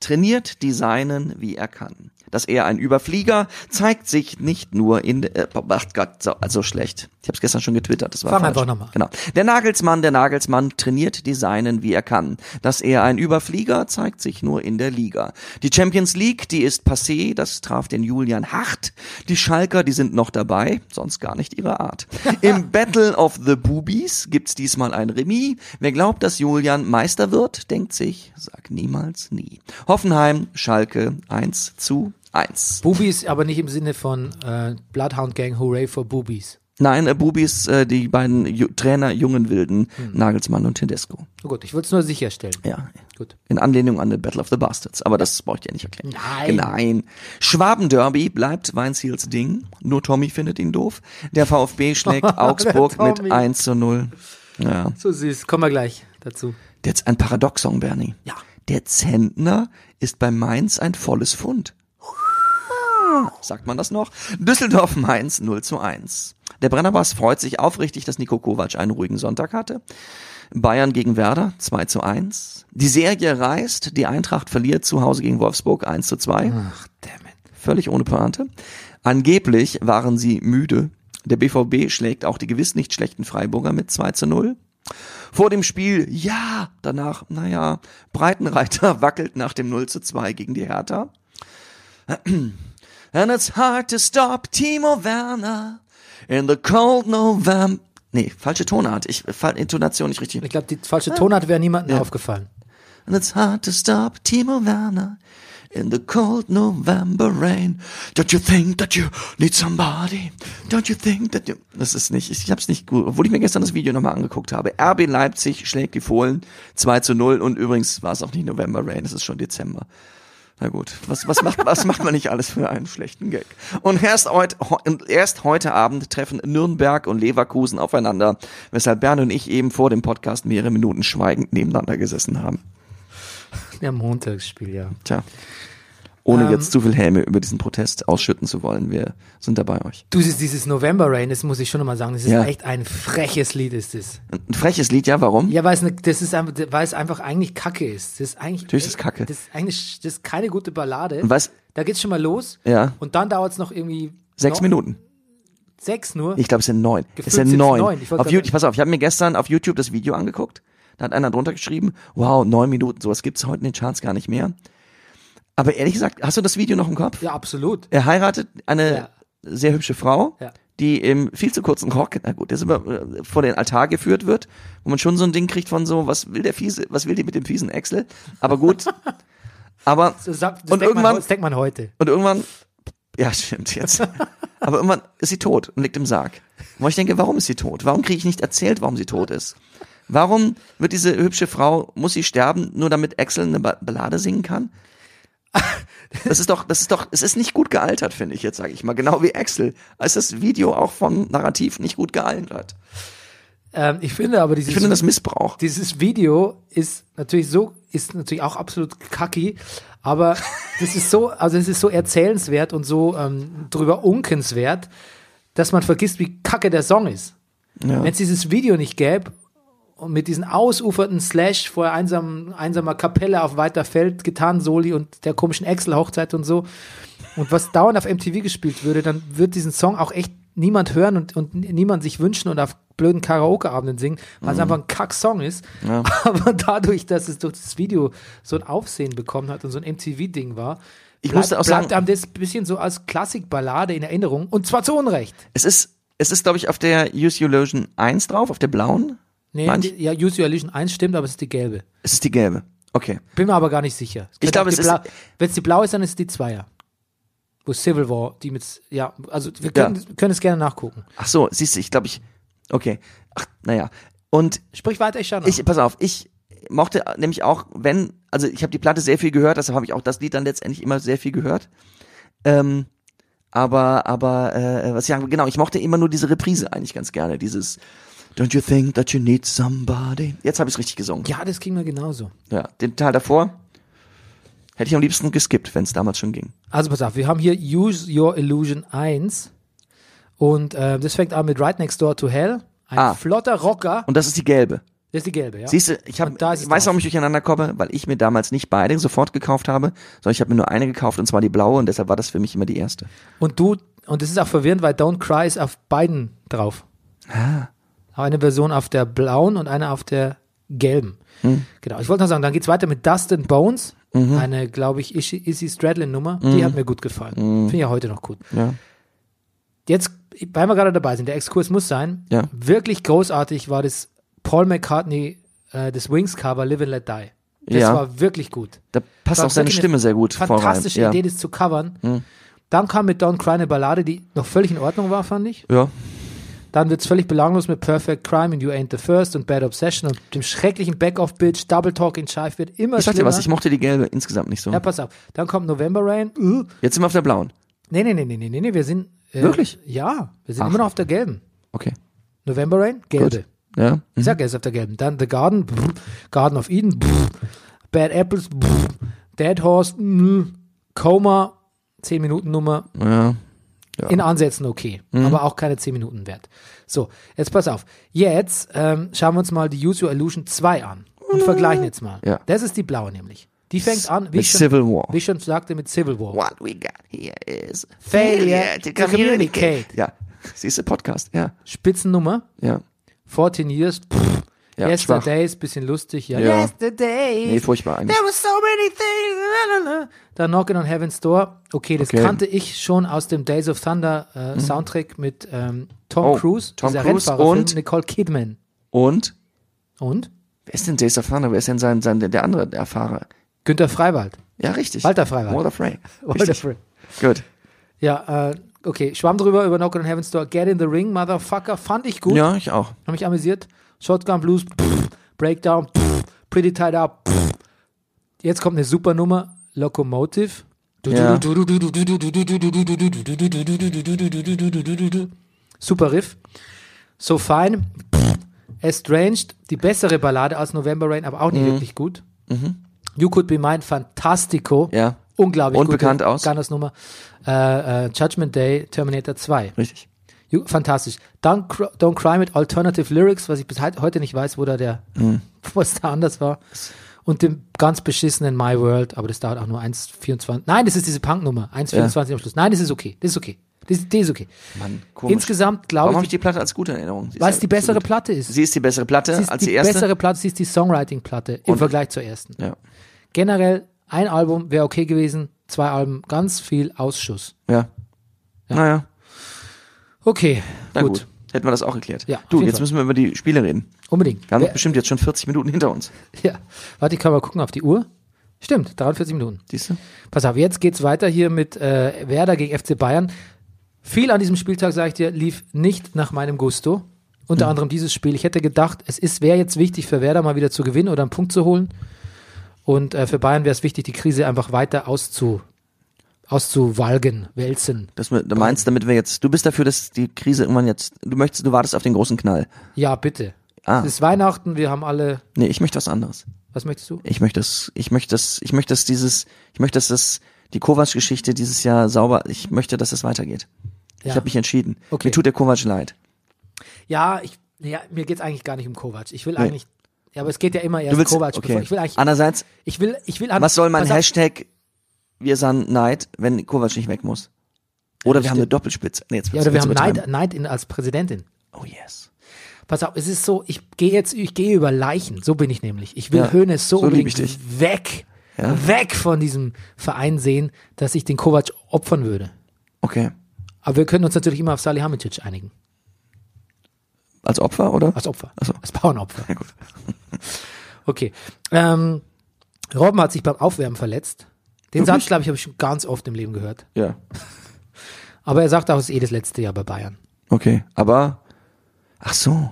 [SPEAKER 1] trainiert die Seinen, wie er kann. dass er ein Überflieger zeigt sich nicht nur in äh, ach Gott, so, also schlecht. Ich habe es gestern schon getwittert, das war
[SPEAKER 5] Fang
[SPEAKER 1] falsch.
[SPEAKER 5] einfach nochmal.
[SPEAKER 1] Genau. Der Nagelsmann, der Nagelsmann trainiert Designen, wie er kann. Dass er ein Überflieger zeigt sich nur in der Liga. Die Champions League, die ist passé, das traf den Julian Hart. Die Schalker, die sind noch dabei, sonst gar nicht ihre Art. Im Battle of the Boobies gibt's diesmal ein Remis. Wer glaubt, dass Julian Meister wird, denkt sich, sag niemals nie. Hoffenheim, Schalke 1 zu 1.
[SPEAKER 5] Boobies, aber nicht im Sinne von äh, Bloodhound Gang, Hooray for Boobies.
[SPEAKER 1] Nein, äh, Bubis, äh, die beiden Ju Trainer Jungen Wilden, Nagelsmann und Tedesco.
[SPEAKER 5] Oh gut, ich wollte es nur sicherstellen.
[SPEAKER 1] Ja.
[SPEAKER 5] Gut.
[SPEAKER 1] In Anlehnung an The Battle of the Bastards. Aber das brauche ich dir nicht erklären.
[SPEAKER 5] Nein.
[SPEAKER 1] Nein. Schwabenderby bleibt Weinziels Ding. Nur Tommy findet ihn doof. Der VfB schlägt Augsburg mit
[SPEAKER 5] Tommy.
[SPEAKER 1] 1 zu 0. Ja.
[SPEAKER 5] So süß, kommen wir gleich dazu.
[SPEAKER 1] Jetzt ein Paradoxon, Bernie.
[SPEAKER 5] Ja.
[SPEAKER 1] Der Zentner ist bei Mainz ein volles Pfund.
[SPEAKER 5] Ah.
[SPEAKER 1] Sagt man das noch? Düsseldorf Mainz 0 zu 1. Der Brennerpass freut sich aufrichtig, dass Niko Kovac einen ruhigen Sonntag hatte. Bayern gegen Werder 2 zu 1. Die Serie reißt, die Eintracht verliert zu Hause gegen Wolfsburg 1 zu 2.
[SPEAKER 5] Ach, damn it.
[SPEAKER 1] Völlig ohne Pointe. Angeblich waren sie müde. Der BVB schlägt auch die gewiss nicht schlechten Freiburger mit 2 zu 0. Vor dem Spiel, ja, danach, naja, Breitenreiter wackelt nach dem 0 zu 2 gegen die Hertha. And it's hard to stop Timo Werner in the cold November. Nee, falsche Tonart. Ich, fa- Intonation nicht richtig.
[SPEAKER 5] Ich glaube, die falsche Tonart wäre niemandem aufgefallen.
[SPEAKER 1] And it's hard to stop Timo Werner in the cold November rain. Don't you think that you need somebody? Don't you think that you... Das ist nicht, ich hab's nicht gut, obwohl ich mir gestern das Video nochmal angeguckt habe. RB Leipzig schlägt die Fohlen 2 zu 0 und übrigens war es auch nicht November Rain, es ist schon Dezember. Na gut, was, was, macht, was macht man nicht alles für einen schlechten Gag? Und erst, heut, heu- und erst heute Abend treffen Nürnberg und Leverkusen aufeinander, weshalb Bernd und ich eben vor dem Podcast mehrere Minuten schweigend nebeneinander gesessen haben.
[SPEAKER 5] Ja, Montagsspiel, ja.
[SPEAKER 1] Tja. Ohne
[SPEAKER 5] Ähm.
[SPEAKER 1] jetzt zu viel Häme über diesen Protest ausschütten zu wollen, wir sind dabei euch.
[SPEAKER 5] Du siehst dieses November Rain, das muss ich schon mal sagen. Das ist
[SPEAKER 1] Ja.
[SPEAKER 5] echt ein freches Lied, ist das.
[SPEAKER 1] Ein freches Lied, ja, warum?
[SPEAKER 5] Ja, weil es, ne, das ist einfach, weil es einfach eigentlich Kacke ist. Das ist eigentlich.
[SPEAKER 1] Natürlich ist es
[SPEAKER 5] echt-
[SPEAKER 1] Kacke.
[SPEAKER 5] Das ist eigentlich, das ist keine gute Ballade.
[SPEAKER 1] Und was?
[SPEAKER 5] Da geht's schon mal los.
[SPEAKER 1] Ja.
[SPEAKER 5] Und dann dauert's noch irgendwie.
[SPEAKER 1] Sechs
[SPEAKER 5] noch-
[SPEAKER 1] Minuten.
[SPEAKER 5] Sechs nur.
[SPEAKER 1] Ich glaube, es sind neun.
[SPEAKER 5] Gefühlt
[SPEAKER 1] Es sind
[SPEAKER 5] sind's
[SPEAKER 1] neun.
[SPEAKER 5] neun. Ich wollte
[SPEAKER 1] Auf
[SPEAKER 5] gerade
[SPEAKER 1] YouTube, pass auf, ich habe mir gestern auf YouTube das Video angeguckt. Da hat einer drunter geschrieben, wow, neun Minuten, sowas gibt's heute in den Charts gar nicht mehr. Aber ehrlich gesagt, hast du das Video noch im Kopf?
[SPEAKER 5] ja, absolut.
[SPEAKER 1] Er heiratet eine
[SPEAKER 5] Ja.
[SPEAKER 1] sehr hübsche Frau,
[SPEAKER 5] Ja.
[SPEAKER 1] die im viel zu kurzen Rock, na gut, der ist immer äh, vor den Altar geführt wird, wo man schon so ein Ding kriegt von so, was will der fiese, was will die mit dem fiesen Excel? Aber gut. aber
[SPEAKER 5] So sagt- Das
[SPEAKER 1] und
[SPEAKER 5] denkt man,
[SPEAKER 1] irgendwann
[SPEAKER 5] das denkt man heute.
[SPEAKER 1] und irgendwann ja, stimmt jetzt. Aber irgendwann ist sie tot und liegt im Sarg. Wo ich denke, warum ist sie tot? Warum kriege ich nicht erzählt, warum sie tot ist? Warum wird diese hübsche Frau, muss sie sterben, nur damit Axel eine Ba- Ballade singen kann? Das ist doch, das ist doch, es ist nicht gut gealtert, finde ich jetzt, sage ich mal. Genau wie Axel. Es ist das Video auch vom Narrativ nicht gut gealtert.
[SPEAKER 5] Ähm, ich finde aber dieses
[SPEAKER 1] Ich finde das Missbrauch.
[SPEAKER 5] dieses Video ist natürlich so, ist natürlich auch absolut kacki, aber das ist so, also es ist so erzählenswert und so ähm, drüber unkenswert, dass man vergisst, wie kacke der Song ist.
[SPEAKER 1] Ja.
[SPEAKER 5] Wenn es dieses Video nicht gäbe und mit diesen ausufernden Slash vor einsam, einsamer Kapelle auf weiter Feld, getan Soli und der komischen Excel-Hochzeit und so und was dauernd auf MTV gespielt würde, dann wird diesen Song auch echt niemand hören und, und niemand sich wünschen und auf blöden Karaoke-Abenden singen, weil
[SPEAKER 1] Mhm.
[SPEAKER 5] es einfach ein Kack-Song ist. Aber dadurch, dass es durch das Video so ein Aufsehen bekommen hat und so ein MTV-Ding war,
[SPEAKER 1] Ich
[SPEAKER 5] bleibt,
[SPEAKER 1] musste auch
[SPEAKER 5] bleibt
[SPEAKER 1] sagen-
[SPEAKER 5] einem das ein bisschen so als Klassikballade in Erinnerung und zwar zu Unrecht.
[SPEAKER 1] Es ist, es ist, glaube ich, auf der Use Your Illusion 1 drauf, auf der blauen.
[SPEAKER 5] Nee,
[SPEAKER 1] Manch-
[SPEAKER 5] die, ja, Use Your Illusion 1 stimmt, aber es ist die gelbe.
[SPEAKER 1] Es ist die gelbe. Okay.
[SPEAKER 5] Bin mir aber gar nicht sicher.
[SPEAKER 1] Ich glaube, es ist-
[SPEAKER 5] Wenn es die blaue ist, dann ist es die Zweier. Wo Civil War, die mit. Ja, also wir können, können es gerne nachgucken.
[SPEAKER 1] Ach so, siehst du, ich glaube, ich, okay. Ach, naja. Und
[SPEAKER 5] Sprich weiter, ich schau nach.
[SPEAKER 1] ich, pass auf, ich mochte nämlich auch, wenn, also ich habe die Platte sehr viel gehört, deshalb habe ich auch das Lied dann letztendlich immer sehr viel gehört. Ähm, aber, aber, äh, was ich sagen, will, genau, ich mochte immer nur diese Reprise eigentlich ganz gerne, dieses Don't you think that you need somebody? Jetzt habe ich es richtig gesungen.
[SPEAKER 5] ja, das ging mir genauso.
[SPEAKER 1] Ja, den Teil davor hätte ich am liebsten geskippt, wenn es damals schon ging.
[SPEAKER 5] Also pass auf, wir haben hier Use Your Illusion 1. Und äh, das fängt an mit Right Next Door to Hell. Ein
[SPEAKER 1] Ah.
[SPEAKER 5] flotter Rocker.
[SPEAKER 1] Und das ist die gelbe.
[SPEAKER 5] Das ist die gelbe, ja.
[SPEAKER 1] Siehst du, ich, hab,
[SPEAKER 5] Und da ist
[SPEAKER 1] ich
[SPEAKER 5] es
[SPEAKER 1] weiß,
[SPEAKER 5] drauf.
[SPEAKER 1] warum ich durcheinander komme, weil ich mir damals nicht beide sofort gekauft habe, sondern ich habe mir nur eine gekauft und zwar die blaue und deshalb war das für mich immer die erste.
[SPEAKER 5] Und du, und es ist auch verwirrend, weil Don't Cry ist auf beiden drauf. Ah. Eine Version auf der blauen und eine auf der gelben.
[SPEAKER 1] Hm.
[SPEAKER 5] Genau. Ich wollte noch sagen, dann geht's weiter mit Dust and Bones.
[SPEAKER 1] Mhm.
[SPEAKER 5] Eine, glaube ich, Ishi- Izzy Stradlin-Nummer. Die hat mir gut gefallen.
[SPEAKER 1] Mhm.
[SPEAKER 5] Finde ich ja heute noch gut.
[SPEAKER 1] Ja.
[SPEAKER 5] Jetzt, weil wir gerade dabei sind, der Exkurs muss sein.
[SPEAKER 1] Ja.
[SPEAKER 5] Wirklich großartig war das Paul McCartney, äh, das Wings-Cover Live and Let Die. Das
[SPEAKER 1] Ja.
[SPEAKER 5] war wirklich gut.
[SPEAKER 1] Da passt
[SPEAKER 5] War
[SPEAKER 1] auch seine
[SPEAKER 5] wirklich
[SPEAKER 1] Stimme
[SPEAKER 5] eine
[SPEAKER 1] sehr gut voran.
[SPEAKER 5] Fantastische
[SPEAKER 1] ja. Mhm.
[SPEAKER 5] Idee, das zu covern. Dann kam mit Don't Cry eine Ballade, die noch völlig in Ordnung war, fand ich.
[SPEAKER 1] Ja.
[SPEAKER 5] Dann wird's völlig belanglos mit Perfect Crime and You Ain't the First und Bad Obsession und dem schrecklichen Back-Off-Bitch, Double Talk in Scheif wird immer
[SPEAKER 1] Ich sag dir
[SPEAKER 5] schlimmer.
[SPEAKER 1] was, ich mochte die gelbe insgesamt nicht so.
[SPEAKER 5] ja, pass auf. Dann kommt November Rain. Uh.
[SPEAKER 1] Jetzt sind wir auf der blauen.
[SPEAKER 5] Nee, nee, nee, nee, nee, nee, nee, wir sind. Äh,
[SPEAKER 1] Wirklich?
[SPEAKER 5] Ja, wir sind
[SPEAKER 1] Ach.
[SPEAKER 5] immer noch auf der gelben.
[SPEAKER 1] Okay.
[SPEAKER 5] November Rain, gelbe.
[SPEAKER 1] Gut. Mhm. Ja.
[SPEAKER 5] Ich sag, er ist auf der gelben. Dann The Garden, brr, Garden of Eden, brr, Bad Apples, brr, Dead Horse, mm, Coma, 10 Minuten Nummer.
[SPEAKER 1] Ja. Ja. Mhm.
[SPEAKER 5] In Ansätzen okay, aber auch keine 10 Minuten wert. So, jetzt pass auf. Jetzt ähm, schauen wir uns mal die Use Your Illusion 2 an und vergleichen jetzt mal.
[SPEAKER 1] Mhm. Ja.
[SPEAKER 5] Das ist die blaue nämlich. Die fängt an, wie
[SPEAKER 1] Mit
[SPEAKER 5] ich, schon,
[SPEAKER 1] Civil War.
[SPEAKER 5] wie ich schon sagte, mit Civil War.
[SPEAKER 1] What we got here is
[SPEAKER 5] Failure to communicate.
[SPEAKER 1] Ja. Siehst du, Podcast. Ja.
[SPEAKER 5] Spitzennummer.
[SPEAKER 1] Ja.
[SPEAKER 5] 14 Years, pff,
[SPEAKER 1] Ja,
[SPEAKER 5] Yesterdays, bisschen lustig, ja.
[SPEAKER 1] Ja.
[SPEAKER 5] Yesterdays.
[SPEAKER 1] Nee, furchtbar eigentlich.
[SPEAKER 5] There were so many things. la, la, la. Dann Knockin' on Heaven's Door. Okay, das
[SPEAKER 1] Okay. Mhm.
[SPEAKER 5] kannte ich schon aus dem Days of Thunder äh, Soundtrack mit ähm, Tom
[SPEAKER 1] Oh,
[SPEAKER 5] Cruise,
[SPEAKER 1] Tom
[SPEAKER 5] dieser
[SPEAKER 1] Cruise
[SPEAKER 5] Rennfahrerfilm,
[SPEAKER 1] und-
[SPEAKER 5] Nicole Kidman.
[SPEAKER 1] Und?
[SPEAKER 5] Und
[SPEAKER 1] Wer ist denn Days of Thunder? Wer ist denn sein, sein, der andere der Fahrer?
[SPEAKER 5] Günter Freiwald.
[SPEAKER 1] Ja, richtig.
[SPEAKER 5] Walter Freiwald.
[SPEAKER 1] Walter Frey.
[SPEAKER 5] Walter
[SPEAKER 1] Richtig.
[SPEAKER 5] Frey.
[SPEAKER 1] Gut.
[SPEAKER 5] Ja, äh, okay, schwamm drüber über Knockin' on Heaven's Door. Get in the Ring, Motherfucker, fand ich gut.
[SPEAKER 1] Ja, ich auch.
[SPEAKER 5] Hab mich amüsiert. Shotgun Blues, pff, Breakdown, pff, Pretty Tied Up. Pff. Jetzt kommt eine super Nummer, Locomotive.
[SPEAKER 1] Ja.
[SPEAKER 5] Super Riff. So Fine, pff, Estranged, die bessere Ballade als November Rain, aber auch nicht wirklich gut. You Could Be Mine, Fantastico.
[SPEAKER 1] Ja.
[SPEAKER 5] Unglaublich
[SPEAKER 1] Unbekannt
[SPEAKER 5] gute
[SPEAKER 1] aus.
[SPEAKER 5] Gunners Nummer. Äh, äh, Judgment Day, Terminator 2.
[SPEAKER 1] Richtig.
[SPEAKER 5] Ju- Fantastisch. Don't, Cr- Don't Cry mit Alternative Lyrics, was ich bis heit- heute nicht weiß, wo da der,
[SPEAKER 1] Hm.
[SPEAKER 5] was da anders war. Und dem ganz beschissenen My World, aber das dauert auch nur 1,24. Nein, das ist diese Punknummer. 1,24 am Schluss. Nein, das ist okay. Das ist okay. Das, das ist okay.
[SPEAKER 1] Mann, komisch.
[SPEAKER 5] Insgesamt
[SPEAKER 1] Warum
[SPEAKER 5] glaube
[SPEAKER 1] habe
[SPEAKER 5] ich,
[SPEAKER 1] ich die Platte als gute Erinnerung? Sie
[SPEAKER 5] weil
[SPEAKER 1] ist
[SPEAKER 5] es die
[SPEAKER 1] absolut-
[SPEAKER 5] bessere Platte ist.
[SPEAKER 1] Sie ist die bessere Platte
[SPEAKER 5] Sie ist
[SPEAKER 1] als
[SPEAKER 5] die
[SPEAKER 1] die erste.
[SPEAKER 5] bessere Platte, sie ist die Songwriting-Platte im
[SPEAKER 1] Und-
[SPEAKER 5] Vergleich zur ersten.
[SPEAKER 1] Ja.
[SPEAKER 5] Generell, ein Album wäre okay gewesen, zwei Alben, ganz viel Ausschuss.
[SPEAKER 1] Ja. Naja,
[SPEAKER 5] Okay,
[SPEAKER 1] na
[SPEAKER 5] gut.
[SPEAKER 1] gut. Hätten wir das auch erklärt.
[SPEAKER 5] Ja, auf
[SPEAKER 1] du,
[SPEAKER 5] jeden
[SPEAKER 1] jetzt
[SPEAKER 5] Fall.
[SPEAKER 1] müssen wir über die Spiele reden.
[SPEAKER 5] Unbedingt.
[SPEAKER 1] Wir haben
[SPEAKER 5] Wer-
[SPEAKER 1] bestimmt jetzt schon 40 Minuten hinter uns.
[SPEAKER 5] Ja, warte, ich kann mal gucken auf die Uhr. Stimmt, 43 Minuten.
[SPEAKER 1] Siehst du?
[SPEAKER 5] Pass auf, jetzt geht's weiter hier mit äh, Werder gegen FC Bayern. Viel an diesem Spieltag, sage ich dir, lief nicht nach meinem Gusto. Unter
[SPEAKER 1] Hm.
[SPEAKER 5] anderem dieses Spiel. Ich hätte gedacht, es ist wäre jetzt wichtig für Werder mal wieder zu gewinnen oder einen Punkt zu holen. Und äh, für Bayern wäre es wichtig, die Krise einfach weiter auszu, auszuwalgen, wälzen.
[SPEAKER 1] Das, du meinst, damit wir jetzt, du bist dafür, dass die Krise irgendwann jetzt, du möchtest, du wartest auf den großen Knall.
[SPEAKER 5] Ja, bitte.
[SPEAKER 1] Ah.
[SPEAKER 5] Es ist Weihnachten, wir haben alle.
[SPEAKER 1] Nee, ich möchte was anderes.
[SPEAKER 5] Was möchtest du?
[SPEAKER 1] Ich möchte das, ich möchte das, ich möchte, dass dieses, ich möchte, dass das, die Kovac-Geschichte dieses Jahr sauber, ich möchte, dass das weitergeht.
[SPEAKER 5] Ja.
[SPEAKER 1] Ich habe mich entschieden.
[SPEAKER 5] Okay.
[SPEAKER 1] Mir tut der Kovac leid.
[SPEAKER 5] Ja, ich, ja mir geht's eigentlich gar nicht um Kovac. Ich will eigentlich. Ja, aber es geht ja immer erst
[SPEAKER 1] Du willst,
[SPEAKER 5] Kovac.
[SPEAKER 1] okay.
[SPEAKER 5] Bevor, ich will eigentlich.
[SPEAKER 1] Andererseits,
[SPEAKER 5] Ich will, ich will
[SPEAKER 1] was soll mein
[SPEAKER 5] pass auf,
[SPEAKER 1] Hashtag wir sind Neid, wenn Kovac nicht weg muss? Oder wir haben eine Doppelspitze. Nee, jetzt
[SPEAKER 5] Ja,
[SPEAKER 1] wird's-
[SPEAKER 5] oder wir
[SPEAKER 1] jetzt
[SPEAKER 5] haben
[SPEAKER 1] übertreiben.
[SPEAKER 5] Neid, Neid in, als Präsidentin.
[SPEAKER 1] Oh yes.
[SPEAKER 5] Pass auf, es ist so, ich gehe jetzt, ich gehe über Leichen. So bin ich nämlich. Ich will
[SPEAKER 1] Ja,
[SPEAKER 5] Hoeneß so,
[SPEAKER 1] so lieb ich
[SPEAKER 5] unbedingt weg, weg von diesem Verein sehen, dass ich den Kovac opfern würde.
[SPEAKER 1] Okay.
[SPEAKER 5] Aber wir können uns natürlich immer auf Salihamidzic einigen.
[SPEAKER 1] Als Opfer, oder?
[SPEAKER 5] Als Opfer.
[SPEAKER 1] Ach so.
[SPEAKER 5] Als Bauernopfer.
[SPEAKER 1] Ja, gut.
[SPEAKER 5] Okay. Ähm, Robben hat sich beim Aufwärmen verletzt. Den Satz, glaube ich, habe ich schon ganz oft im Leben gehört.
[SPEAKER 1] Ja.
[SPEAKER 5] Aber er sagt auch, es ist eh das letzte Jahr bei Bayern.
[SPEAKER 1] Okay. Aber, ach so.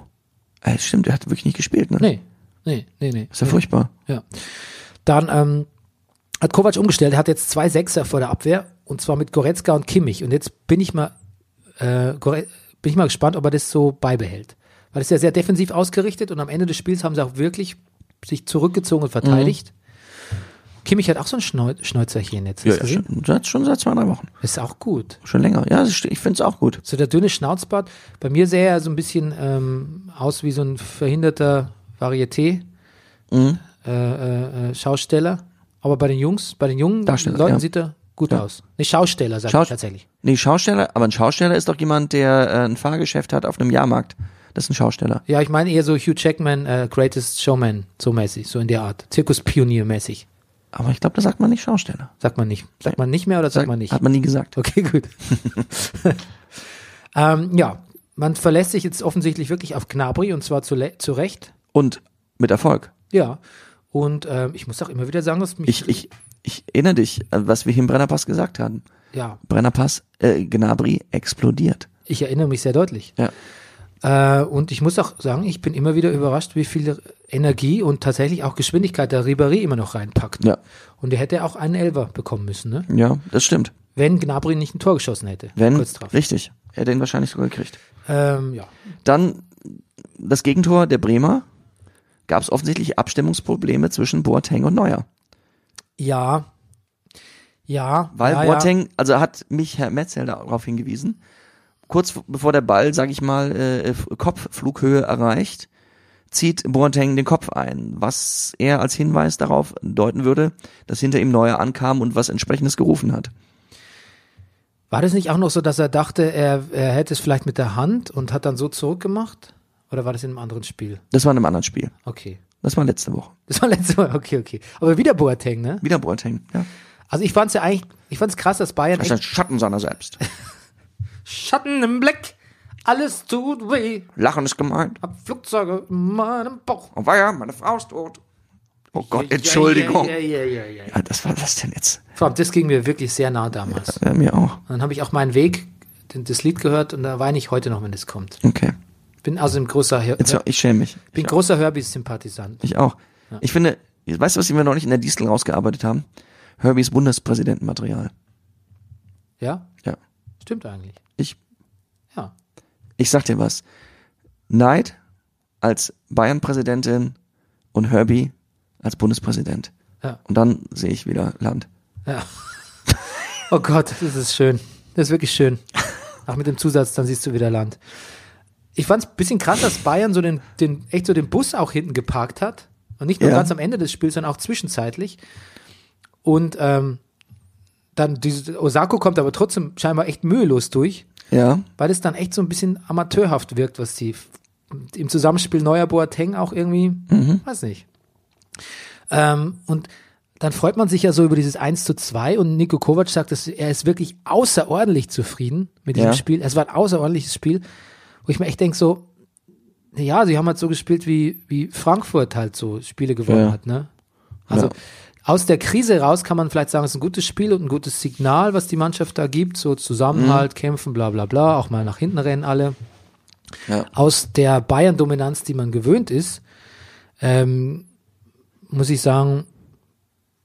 [SPEAKER 1] Ey, stimmt, er hat wirklich nicht gespielt, ne?
[SPEAKER 5] Nee, nee, nee, nee.
[SPEAKER 1] Ist ja furchtbar.
[SPEAKER 5] Ja. Dann ähm, hat Kovac umgestellt, er hat jetzt zwei Sechser vor der Abwehr und zwar mit Goretzka und Kimmich. Und jetzt bin ich mal, äh, Gore bin ich mal gespannt, ob er das so beibehält. Weil das ist ja sehr defensiv ausgerichtet und am Ende des Spiels haben sie auch wirklich sich zurückgezogen und verteidigt. Kimmich hat auch so ein Schneu Schnäuzerchen jetzt. hast du gesehen?
[SPEAKER 1] schon, seit, schon seit zwei, drei Wochen.
[SPEAKER 5] Ist auch gut.
[SPEAKER 1] Schon länger. Ja, das ist- ich finde es auch gut.
[SPEAKER 5] So der dünne Schnauzbart. Bei mir sähe er so ein bisschen ähm, aus wie so ein verhinderter Varieté,
[SPEAKER 1] Mhm.
[SPEAKER 5] äh, äh, äh, Schausteller. Aber bei den Jungs, bei den jungen
[SPEAKER 1] Darsteller,
[SPEAKER 5] Leuten
[SPEAKER 1] ja.
[SPEAKER 5] sieht er gut aus. Nicht Schausteller, sag ich
[SPEAKER 1] Schaus-
[SPEAKER 5] tatsächlich.
[SPEAKER 1] Nee, Schausteller, aber ein Schausteller ist doch jemand, der äh, ein Fahrgeschäft hat auf einem Jahrmarkt. Das ist ein Schausteller.
[SPEAKER 5] Ja, ich meine eher so Hugh Jackman, äh, Greatest Showman, so mäßig, so in der Art. Zirkuspionier-mäßig.
[SPEAKER 1] Aber ich glaube, da sagt man nicht Schausteller.
[SPEAKER 5] Sagt man nicht. Sagt man nicht mehr oder sagt man nicht?
[SPEAKER 1] Hat man nie gesagt.
[SPEAKER 5] Okay, gut. ähm, ja, man verlässt sich jetzt offensichtlich wirklich auf Gnabry und zwar zu, le- zu Recht.
[SPEAKER 1] Und mit Erfolg.
[SPEAKER 5] Ja. Und ähm, ich muss auch immer wieder sagen, dass mich.
[SPEAKER 1] Ich, ich, ich erinnere dich, an was wir hier im Brennerpass gesagt haben.
[SPEAKER 5] ja,
[SPEAKER 1] Brennerpass, äh, Gnabry explodiert.
[SPEAKER 5] ich erinnere mich sehr deutlich.
[SPEAKER 1] Ja.
[SPEAKER 5] Äh, und ich muss auch sagen, ich bin immer wieder überrascht, wie viel Energie und tatsächlich auch Geschwindigkeit der Ribéry immer noch reinpackt.
[SPEAKER 1] Ja.
[SPEAKER 5] Und der hätte auch einen Elfer bekommen müssen, ne?
[SPEAKER 1] Ja, das stimmt.
[SPEAKER 5] Wenn Gnabry nicht ein Tor geschossen hätte.
[SPEAKER 1] Wenn,
[SPEAKER 5] Kurz drauf.
[SPEAKER 1] richtig. Er hätte ihn wahrscheinlich sogar gekriegt.
[SPEAKER 5] Ähm, ja.
[SPEAKER 1] Dann das Gegentor der Bremer. Gab es offensichtlich Abstimmungsprobleme zwischen Boateng und Neuer.
[SPEAKER 5] Ja. Ja.
[SPEAKER 1] Weil
[SPEAKER 5] ja, ja.
[SPEAKER 1] Boateng, also hat mich Herr Metzel darauf hingewiesen, kurz v- bevor der Ball, sag ich mal, äh, F- Kopfflughöhe erreicht, zieht Boateng den Kopf ein, was er als Hinweis darauf deuten würde, dass hinter ihm Neuer ankam und was entsprechendes gerufen hat.
[SPEAKER 5] War das nicht auch noch so, dass er dachte, er, er hätte es vielleicht mit der Hand und hat dann so zurückgemacht? Oder war das in einem anderen Spiel?
[SPEAKER 1] Das war in einem anderen Spiel.
[SPEAKER 5] Okay.
[SPEAKER 1] Das war letzte Woche.
[SPEAKER 5] Das war letztes Mal. Okay, okay. Aber wieder Boateng, ne?
[SPEAKER 1] Wieder Boateng, ja.
[SPEAKER 5] Also ich fand's ja eigentlich, ich fand's krass, dass Bayern
[SPEAKER 1] Das ist ein
[SPEAKER 5] echt
[SPEAKER 1] Schatten seiner selbst.
[SPEAKER 5] Schatten im Blick, alles tut weh,
[SPEAKER 1] Lachen ist gemeint.
[SPEAKER 5] hab Flugzeuge in meinem Bauch.
[SPEAKER 1] Oh weia, meine Frau ist tot. Oh Gott, Entschuldigung.
[SPEAKER 5] Ja, ja, ja, ja, ja.
[SPEAKER 1] Ja, das war das denn jetzt?
[SPEAKER 5] Vor allem, das ging mir wirklich sehr nah damals.
[SPEAKER 1] Ja, mir auch.
[SPEAKER 5] Und dann habe ich auch meinen Weg, den- das Lied gehört und da weine ich heute noch, wenn es kommt.
[SPEAKER 1] Okay.
[SPEAKER 5] Bin also ein großer, Hör
[SPEAKER 1] Jetzt, ich schäme mich.
[SPEAKER 5] bin
[SPEAKER 1] ich
[SPEAKER 5] großer Herbie-Sympathisant.
[SPEAKER 1] Ich auch. Ich finde, weißt du, was wir noch nicht in der Distel rausgearbeitet haben? Herbies Bundespräsidentenmaterial.
[SPEAKER 5] Ja,
[SPEAKER 1] Ja.
[SPEAKER 5] stimmt eigentlich.
[SPEAKER 1] Ich,
[SPEAKER 5] Ja.
[SPEAKER 1] ich sag dir was. Neid als Bayern-Präsidentin und Herbie als Bundespräsident.
[SPEAKER 5] Ja.
[SPEAKER 1] Und dann sehe ich wieder Land.
[SPEAKER 5] Oh Gott, das ist schön. Das ist wirklich schön. Auch mit dem Zusatz, dann siehst du wieder Land. Ich fand es ein bisschen krass, dass Bayern so den, den, echt so den Bus auch hinten geparkt hat. Und nicht nur
[SPEAKER 1] Ja.
[SPEAKER 5] ganz am Ende des Spiels, sondern auch zwischenzeitlich. Und ähm, dann diese, Osako kommt aber trotzdem scheinbar echt mühelos durch,
[SPEAKER 1] Ja.
[SPEAKER 5] weil es dann echt so ein bisschen amateurhaft wirkt, was die f- im Zusammenspiel Neuer Boateng auch irgendwie,
[SPEAKER 1] Mhm.
[SPEAKER 5] weiß nicht. Ähm, und dann freut man sich ja so über dieses 1 zu 2 und Nico Kovac sagt, dass er ist wirklich außerordentlich zufrieden mit diesem
[SPEAKER 1] Ja.
[SPEAKER 5] Spiel. Es war ein außerordentliches Spiel, wo ich mir echt denke so, na ja, sie haben halt so gespielt, wie, wie Frankfurt halt so Spiele gewonnen
[SPEAKER 1] Ja.
[SPEAKER 5] hat, ne? Also
[SPEAKER 1] Ja.
[SPEAKER 5] aus der Krise raus kann man vielleicht sagen, es ist ein gutes Spiel und ein gutes Signal, was die Mannschaft da gibt, so Zusammenhalt,
[SPEAKER 1] Mhm.
[SPEAKER 5] kämpfen, bla bla bla, auch mal nach hinten rennen alle
[SPEAKER 1] Ja.
[SPEAKER 5] aus der Bayern-Dominanz, die man gewöhnt ist, ähm, muss ich sagen,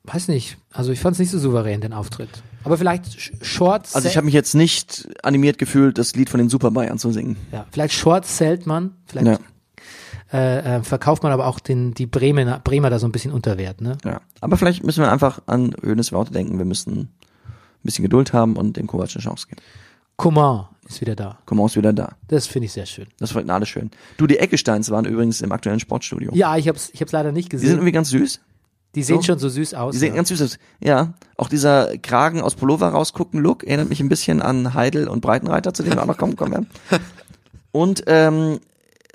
[SPEAKER 5] weiß nicht. Also ich fand es nicht so souverän, den Auftritt. Aber vielleicht sh- short
[SPEAKER 1] Also ich habe mich jetzt nicht animiert gefühlt, das Lied von den Super Bayern zu singen.
[SPEAKER 5] ja, vielleicht short sellt man,
[SPEAKER 1] Ja.
[SPEAKER 5] vielleicht äh, äh, verkauft man aber auch den, die Bremer, Bremer da so ein bisschen unter Wert. Ne?
[SPEAKER 1] Ja. Aber vielleicht müssen wir einfach an Önes Worte denken. Wir müssen ein bisschen Geduld haben und dem Kovac eine Chance geben.
[SPEAKER 5] Coman ist wieder da.
[SPEAKER 1] Komm aus wieder da.
[SPEAKER 5] Das finde ich sehr schön.
[SPEAKER 1] Das war gerade schön. Du, die Eckesteins waren übrigens im aktuellen Sportstudio.
[SPEAKER 5] Ja, ich habe es ich hab's leider nicht
[SPEAKER 1] Die sind
[SPEAKER 5] gesehen.
[SPEAKER 1] irgendwie ganz süß.
[SPEAKER 5] Die sehen schon so süß aus.
[SPEAKER 1] Die sehen
[SPEAKER 5] ja.
[SPEAKER 1] ganz süß aus. Ja, auch dieser Kragen aus Pullover rausgucken Look erinnert mich ein bisschen an Heidel und Breitenreiter, zu denen wir auch noch kommen, kommen werden. Und ähm,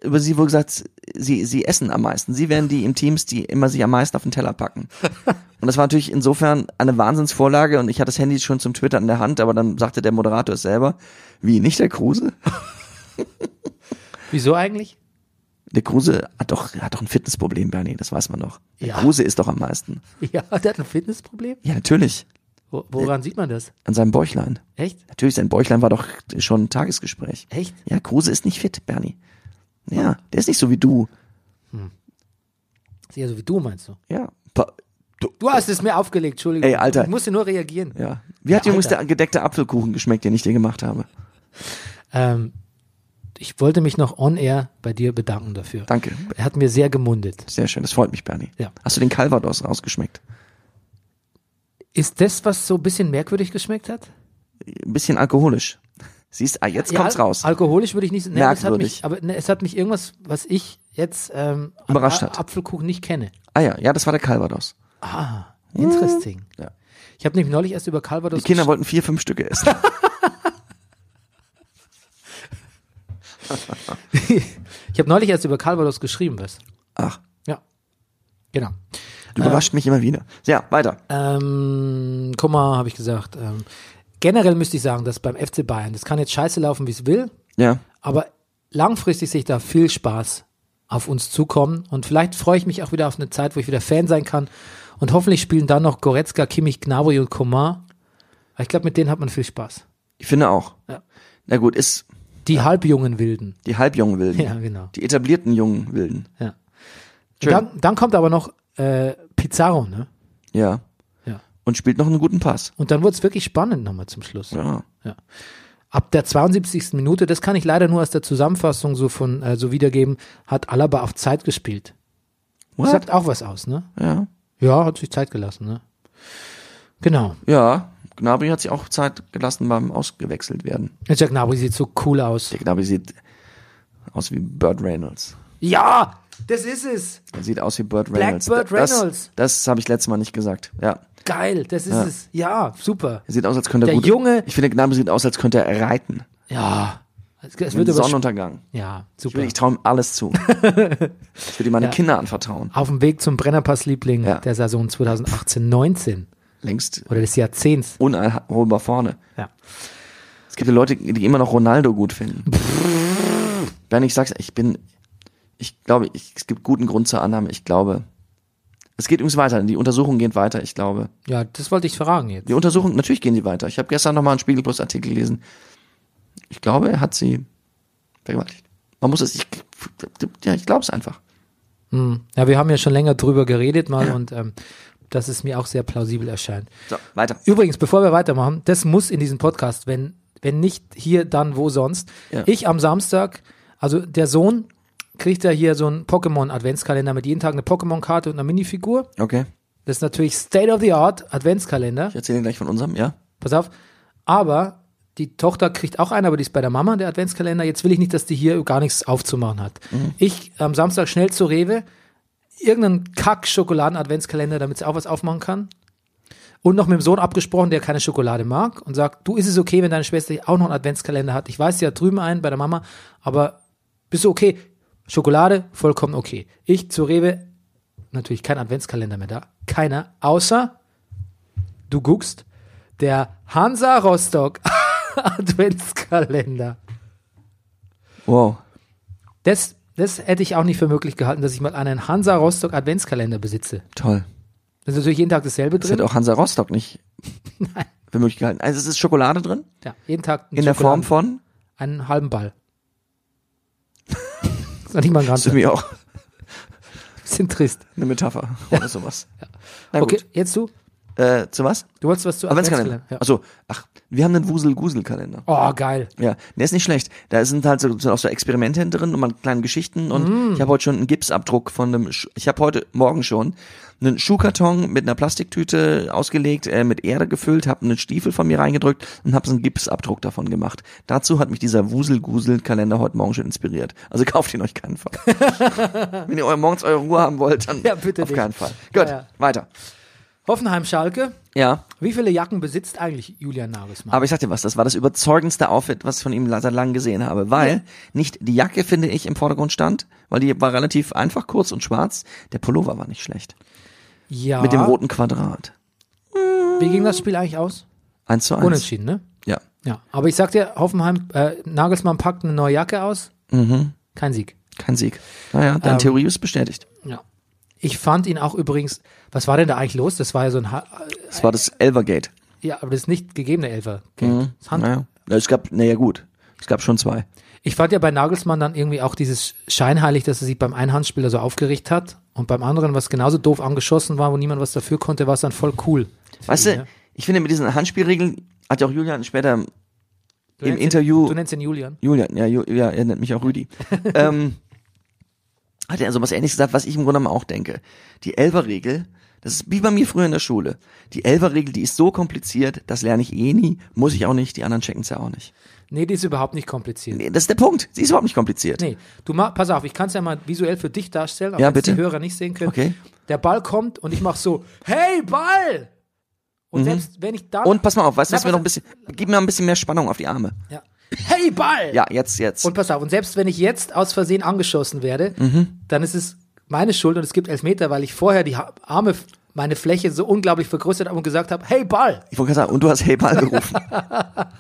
[SPEAKER 1] über sie wurde gesagt, sie, sie essen am meisten. Sie wären die im Teams, die immer sich am meisten auf den Teller packen. Und das war natürlich insofern eine Wahnsinnsvorlage und ich hatte das Handy schon zum Twitter in der Hand, aber dann sagte der Moderator es selber, wie, nicht der Kruse?
[SPEAKER 5] Wieso eigentlich?
[SPEAKER 1] Der Kruse hat doch, hat doch ein Fitnessproblem, Bernie, das weiß man doch. Der
[SPEAKER 5] Ja.
[SPEAKER 1] Kruse ist doch am meisten.
[SPEAKER 5] Ja, der hat ein Fitnessproblem.
[SPEAKER 1] Ja, natürlich.
[SPEAKER 5] Wo, woran sieht man das?
[SPEAKER 1] An seinem Bäuchlein.
[SPEAKER 5] Echt?
[SPEAKER 1] Natürlich, sein Bäuchlein war doch schon ein Tagesgespräch.
[SPEAKER 5] Echt?
[SPEAKER 1] Ja, Kruse ist nicht fit, Bernie.
[SPEAKER 5] Hm.
[SPEAKER 1] Ja, der ist nicht so wie du.
[SPEAKER 5] Ist eher so wie du, meinst du?
[SPEAKER 1] Ja. Pa du.
[SPEAKER 5] Du hast es mir aufgelegt, Entschuldigung.
[SPEAKER 1] Ey, Alter.
[SPEAKER 5] Ich musste nur reagieren.
[SPEAKER 1] Ja. Wie hat dir
[SPEAKER 5] Ja,
[SPEAKER 1] übrigens
[SPEAKER 5] Alter.
[SPEAKER 1] der gedeckte Apfelkuchen geschmeckt, den ich dir gemacht habe?
[SPEAKER 5] Ähm, ich wollte mich noch on air bei dir bedanken dafür.
[SPEAKER 1] Danke.
[SPEAKER 5] Er hat mir sehr gemundet.
[SPEAKER 1] Sehr schön, das freut mich, Bernie.
[SPEAKER 5] Ja.
[SPEAKER 1] Hast du den Calvados rausgeschmeckt?
[SPEAKER 5] Ist das, was so ein bisschen merkwürdig geschmeckt hat?
[SPEAKER 1] Ein bisschen alkoholisch. Siehst, ah, jetzt kommt's
[SPEAKER 5] Ja,
[SPEAKER 1] raus.
[SPEAKER 5] Alkoholisch würde ich nicht sagen. Nee, es hat
[SPEAKER 1] Merkwürdig.
[SPEAKER 5] mich, aber ne, es hat mich irgendwas, was ich, jetzt ähm,
[SPEAKER 1] Überrascht
[SPEAKER 5] Ap-
[SPEAKER 1] hat.
[SPEAKER 5] Apfelkuchen nicht kenne.
[SPEAKER 1] Ah ja, ja, das war der Calvados.
[SPEAKER 5] Interesting.
[SPEAKER 1] Hm. Ja.
[SPEAKER 5] Ich habe nämlich neulich erst über Calvados
[SPEAKER 1] Die Kinder wollten vier, fünf Stücke essen.
[SPEAKER 5] Ich habe neulich erst über Calvados geschrieben, was?
[SPEAKER 1] Ach,
[SPEAKER 5] Ja. Genau.
[SPEAKER 1] du überrascht mich immer wieder. Ja, weiter.
[SPEAKER 5] Ähm, guck mal, habe ich gesagt. Ähm, generell müsste ich sagen, dass beim FC Bayern, das kann jetzt scheiße laufen, wie es will,
[SPEAKER 1] Ja.
[SPEAKER 5] aber langfristig sehe ich da viel Spaß auf uns zukommen und vielleicht freue ich mich auch wieder auf eine Zeit, wo ich wieder Fan sein kann und hoffentlich spielen dann noch Goretzka, Kimmich, Gnabry und Komar. Weil Ich glaube, mit denen hat man viel Spaß.
[SPEAKER 1] Ich finde auch.
[SPEAKER 5] Ja.
[SPEAKER 1] Na gut, ist
[SPEAKER 5] Die halbjungen Wilden.
[SPEAKER 1] die halbjungen Wilden.
[SPEAKER 5] Ja, genau.
[SPEAKER 1] Die etablierten jungen Wilden.
[SPEAKER 5] Ja.
[SPEAKER 1] Schön.
[SPEAKER 5] Dann, dann kommt aber noch äh, Pizarro, ne?
[SPEAKER 1] Ja.
[SPEAKER 5] Ja.
[SPEAKER 1] Und spielt noch einen guten Pass.
[SPEAKER 5] Und dann wurde es wirklich spannend nochmal zum Schluss.
[SPEAKER 1] Ja.
[SPEAKER 5] Ab der 72. Minute, das kann ich leider nur aus der Zusammenfassung so von äh, so wiedergeben, hat Alaba auf Zeit gespielt.
[SPEAKER 1] What?
[SPEAKER 5] Sagt auch was aus, ne?
[SPEAKER 1] Ja.
[SPEAKER 5] Ja, hat sich Zeit gelassen, ne? Genau.
[SPEAKER 1] Ja. Gnabry hat sich auch Zeit gelassen beim Ausgewechselt werden.
[SPEAKER 5] Jetzt sagt Gnabry sieht so cool aus.
[SPEAKER 1] Der Gnabry sieht aus wie Burt Reynolds.
[SPEAKER 5] Ja, das ist es.
[SPEAKER 1] Er sieht aus wie Burt Reynolds.
[SPEAKER 5] Burt
[SPEAKER 1] Das-
[SPEAKER 5] Reynolds.
[SPEAKER 1] Das, das habe ich letztes Mal nicht gesagt. Ja.
[SPEAKER 5] Geil, das ist es. Ja, super.
[SPEAKER 1] Er sieht aus, als könnte er
[SPEAKER 5] Der
[SPEAKER 1] gut.
[SPEAKER 5] Junge-
[SPEAKER 1] Ich finde, Gnabry sieht aus, als könnte er reiten.
[SPEAKER 5] Ja. Es, es
[SPEAKER 1] Mit
[SPEAKER 5] wird aber sp-
[SPEAKER 1] Sonnenuntergang.
[SPEAKER 5] ja,
[SPEAKER 1] Ich, will-
[SPEAKER 5] super.
[SPEAKER 1] ich traue ihm alles zu. ich würde ihm meine Kinder anvertrauen.
[SPEAKER 5] Auf dem Weg zum Brennerpass-Liebling
[SPEAKER 1] Ja.
[SPEAKER 5] der Saison 2018-19
[SPEAKER 1] Längst
[SPEAKER 5] oder des Jahrzehnts.
[SPEAKER 1] uneinholbar vorne.
[SPEAKER 5] Ja.
[SPEAKER 1] Es gibt ja Leute, die immer noch Ronaldo gut finden. Bernd, ich sag's, ich bin, ich glaube, ich, es gibt guten Grund zur Annahme. Ich glaube, es geht übrigens weiter. Die Untersuchungen gehen weiter. Ich glaube,
[SPEAKER 5] ja, das wollte ich fragen jetzt.
[SPEAKER 1] die Untersuchungen, natürlich gehen sie weiter. Ich habe gestern nochmal einen Spiegel Plus Artikel gelesen. Ich glaube, er hat sie vergewaltigt. Man muss es, ich, ja, ich glaube es einfach.
[SPEAKER 5] Hm. Ja, wir haben ja schon länger drüber geredet mal und ähm, das ist mir auch sehr plausibel erscheint.
[SPEAKER 1] So, weiter.
[SPEAKER 5] Übrigens, bevor wir weitermachen, das muss in diesem Podcast, wenn, wenn nicht hier, dann wo sonst.
[SPEAKER 1] Ja.
[SPEAKER 5] Ich am Samstag, also der Sohn kriegt ja hier so einen Pokémon-Adventskalender mit jeden Tag eine Pokémon-Karte und einer Minifigur.
[SPEAKER 1] Okay.
[SPEAKER 5] Das ist natürlich State-of-the-Art Adventskalender.
[SPEAKER 1] Ich erzähle gleich von unserem, ja?
[SPEAKER 5] Pass auf. Aber die Tochter kriegt auch einen, aber die ist bei der Mama, der Adventskalender. Jetzt will ich nicht, dass die hier gar nichts aufzumachen hat. Ich am Samstag schnell zu Rewe, irgendeinen Kack-Schokoladen-Adventskalender, damit sie auch was aufmachen kann. Und noch mit dem Sohn abgesprochen, der keine Schokolade mag und sagt, du ist es okay, wenn deine Schwester auch noch einen Adventskalender hat. Ich weiß, sie hat drüben einen bei der Mama, aber bist du okay? Schokolade, vollkommen okay. Ich zu Rewe, natürlich kein Adventskalender mehr da. Keiner, außer du guckst, der Hansa Rostock Adventskalender.
[SPEAKER 1] Wow.
[SPEAKER 5] Das, das hätte ich auch nicht für möglich gehalten, dass ich mal einen Hansa Rostock Adventskalender besitze.
[SPEAKER 1] Toll.
[SPEAKER 5] Da ist natürlich jeden Tag dasselbe
[SPEAKER 1] Das hätte
[SPEAKER 5] drin.
[SPEAKER 1] auch Hansa Rostock nicht für möglich gehalten. Also es ist Schokolade drin,
[SPEAKER 5] ja, jeden Tag
[SPEAKER 1] in der Form von,
[SPEAKER 5] einen halben Ball. das ist noch nicht mal ein
[SPEAKER 1] das ist
[SPEAKER 5] ganzer.
[SPEAKER 1] mir auch
[SPEAKER 5] Bisschen trist.
[SPEAKER 1] eine Metapher oder sowas. Na
[SPEAKER 5] Okay,
[SPEAKER 1] gut.
[SPEAKER 5] jetzt du.
[SPEAKER 1] Äh, zu was?
[SPEAKER 5] Du wolltest was zu
[SPEAKER 1] Adventskalender.
[SPEAKER 5] Ja.
[SPEAKER 1] Achso, ach, wir haben einen Wusel-Gusel-Kalender.
[SPEAKER 5] Oh, geil.
[SPEAKER 1] Ja, der ist nicht schlecht. Da sind halt so, sind auch so Experimente drin und mal kleine Geschichten
[SPEAKER 5] Mm.
[SPEAKER 1] und ich habe heute schon einen Gipsabdruck von einem, Schuh- ich habe heute morgen schon einen Schuhkarton mit einer Plastiktüte ausgelegt, äh, mit Erde gefüllt, habe einen Stiefel von mir reingedrückt und habe so einen Gipsabdruck davon gemacht. Dazu hat mich dieser Wusel-Gusel-Kalender heute Morgen schon inspiriert. Also kauft ihn euch keinen Fall. Wenn ihr eu- morgens eure Ruhe haben wollt, dann
[SPEAKER 5] Ja, bitte
[SPEAKER 1] auf
[SPEAKER 5] nicht.
[SPEAKER 1] keinen Fall. Gut,
[SPEAKER 5] Ja, ja.
[SPEAKER 1] weiter.
[SPEAKER 5] Hoffenheim Schalke.
[SPEAKER 1] Ja,
[SPEAKER 5] Wie viele Jacken besitzt eigentlich Julian Nagelsmann?
[SPEAKER 1] aber ich sag dir was, das war das überzeugendste Outfit, was ich von ihm seit langem gesehen habe, weil nicht die Jacke, finde ich, im Vordergrund stand, weil die war relativ einfach, kurz und schwarz. Der Pullover war nicht schlecht.
[SPEAKER 5] ja.
[SPEAKER 1] Ah, Mit dem roten Quadrat.
[SPEAKER 5] Wie ging das Spiel eigentlich aus?
[SPEAKER 1] Eins zu eins.
[SPEAKER 5] Unentschieden, ne?
[SPEAKER 1] Ja.
[SPEAKER 5] Ja, aber ich sag dir, Hoffenheim, äh, Nagelsmann packt eine neue Jacke aus.
[SPEAKER 1] Mhm.
[SPEAKER 5] Kein Sieg.
[SPEAKER 1] Kein Sieg. Naja, deine
[SPEAKER 5] Ähm.
[SPEAKER 1] Theorie ist bestätigt.
[SPEAKER 5] Ja. Ich fand ihn auch übrigens, was war denn da eigentlich los? Das war ja so ein, Ha-
[SPEAKER 1] Das war das Elvergate. Hm?
[SPEAKER 5] ja, aber das ist nicht gegebene Elfer.
[SPEAKER 1] Mhm.
[SPEAKER 5] Das Hand-
[SPEAKER 1] Naja. Na, Es gab, naja gut, es gab schon zwei.
[SPEAKER 5] Ich fand ja bei Nagelsmann dann irgendwie auch dieses scheinheilig, dass er sich beim einen Handspieler so aufgeregt hat und beim anderen, was genauso doof angeschossen war, wo niemand was dafür konnte, war es dann voll cool.
[SPEAKER 1] Weißt
[SPEAKER 5] ja.
[SPEAKER 1] du, ich finde mit diesen Handspielregeln hat ja auch Julian später im
[SPEAKER 5] Du nennst ihn-
[SPEAKER 1] Interview
[SPEAKER 5] Du nennst ihn Julian.
[SPEAKER 1] Julian, ja, Ju, ja, er nennt mich auch Rüdi. ähm, hat er sowas ähnliches gesagt, was ich im Grunde genommen auch denke. Die Elferregel, das ist wie bei mir früher in der Schule. Die Elferregel, die ist so kompliziert, das lerne ich eh nie, muss ich auch nicht, die anderen checken es ja auch nicht.
[SPEAKER 5] Nee, die ist überhaupt nicht kompliziert.
[SPEAKER 1] Nee, das ist der Punkt. Sie ist überhaupt nicht kompliziert.
[SPEAKER 5] Nee, du mach, pass auf, ich kann es ja mal visuell für dich darstellen, auch
[SPEAKER 1] Ja,
[SPEAKER 5] wenn es die
[SPEAKER 1] bitte.
[SPEAKER 5] Hörer nicht sehen können.
[SPEAKER 1] Okay.
[SPEAKER 5] Der Ball kommt und ich mache so, hey Ball! Und selbst wenn ich da
[SPEAKER 1] Mhm. Und pass mal auf, weißt du,
[SPEAKER 5] Na,
[SPEAKER 1] was mir
[SPEAKER 5] pass
[SPEAKER 1] noch
[SPEAKER 5] auf.
[SPEAKER 1] ein bisschen, gib mir ein bisschen mehr Spannung auf die Arme.
[SPEAKER 5] ja. hey Ball!
[SPEAKER 1] Ja, jetzt, jetzt.
[SPEAKER 5] Und pass auf, und selbst wenn ich jetzt aus Versehen angeschossen werde,
[SPEAKER 1] Mhm.
[SPEAKER 5] dann ist es meine Schuld und es gibt Elfmeter, weil ich vorher die Ha- Arme, meine Fläche so unglaublich vergrößert habe und gesagt habe, hey Ball!
[SPEAKER 1] ich wollte gerade sagen, und du hast Hey Ball gerufen.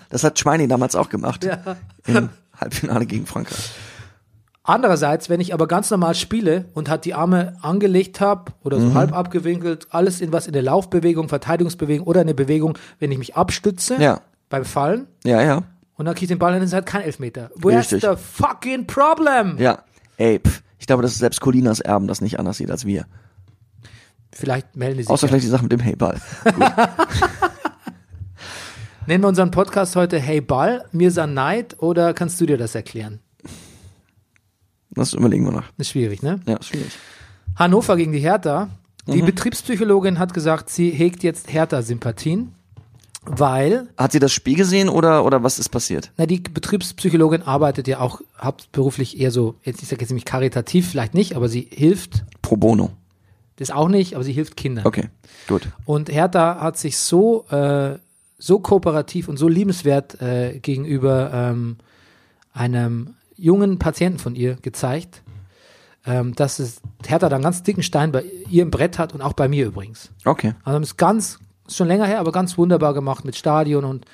[SPEAKER 1] das hat Schweini damals auch gemacht. Im Halbfinale gegen Frankreich.
[SPEAKER 5] Andererseits, wenn ich aber ganz normal spiele und halt die Arme angelegt habe oder
[SPEAKER 1] Mhm.
[SPEAKER 5] so halb abgewinkelt, alles in was in der Laufbewegung, Verteidigungsbewegung oder in der Bewegung, wenn ich mich abstütze
[SPEAKER 1] Ja.
[SPEAKER 5] beim Fallen
[SPEAKER 1] Ja, ja.
[SPEAKER 5] und dann kriege ich den Ball, dann ist es halt kein Elfmeter. Where's
[SPEAKER 1] Richtig.
[SPEAKER 5] the fucking problem?
[SPEAKER 1] Ja. Ey, pff, ich glaube, dass selbst Colinas Erben das nicht anders sieht als wir.
[SPEAKER 5] Vielleicht melden die sich.
[SPEAKER 1] Außer
[SPEAKER 5] ja.
[SPEAKER 1] vielleicht die Sache mit dem Hey Ball.
[SPEAKER 5] Nennen wir unseren Podcast heute Hey Ball, Mirza Neid oder kannst du dir das erklären?
[SPEAKER 1] Das überlegen wir noch.
[SPEAKER 5] Ist schwierig, ne?
[SPEAKER 1] Ja, Mhm. ist schwierig.
[SPEAKER 5] Hannover gegen die Hertha. Die Betriebspsychologin hat gesagt, sie hegt jetzt Hertha-Sympathien, weil
[SPEAKER 1] Hat sie das Spiel gesehen oder, oder was ist passiert?
[SPEAKER 5] Na, die Betriebspsychologin arbeitet ja auch hauptberuflich eher so, jetzt ich sage jetzt nämlich karitativ, vielleicht nicht, aber sie hilft,
[SPEAKER 1] Pro bono.
[SPEAKER 5] das auch nicht, aber sie hilft Kindern.
[SPEAKER 1] Okay, gut.
[SPEAKER 5] Und Hertha hat sich so, äh, so kooperativ und so liebenswert äh, gegenüber ähm, einem jungen Patienten von ihr gezeigt, ähm, dass es Hertha dann ganz dicken Stein bei ihr im Brett hat und auch bei mir übrigens.
[SPEAKER 1] Okay.
[SPEAKER 5] Also haben es ganz, ist schon länger her, aber ganz wunderbar gemacht mit Stadion und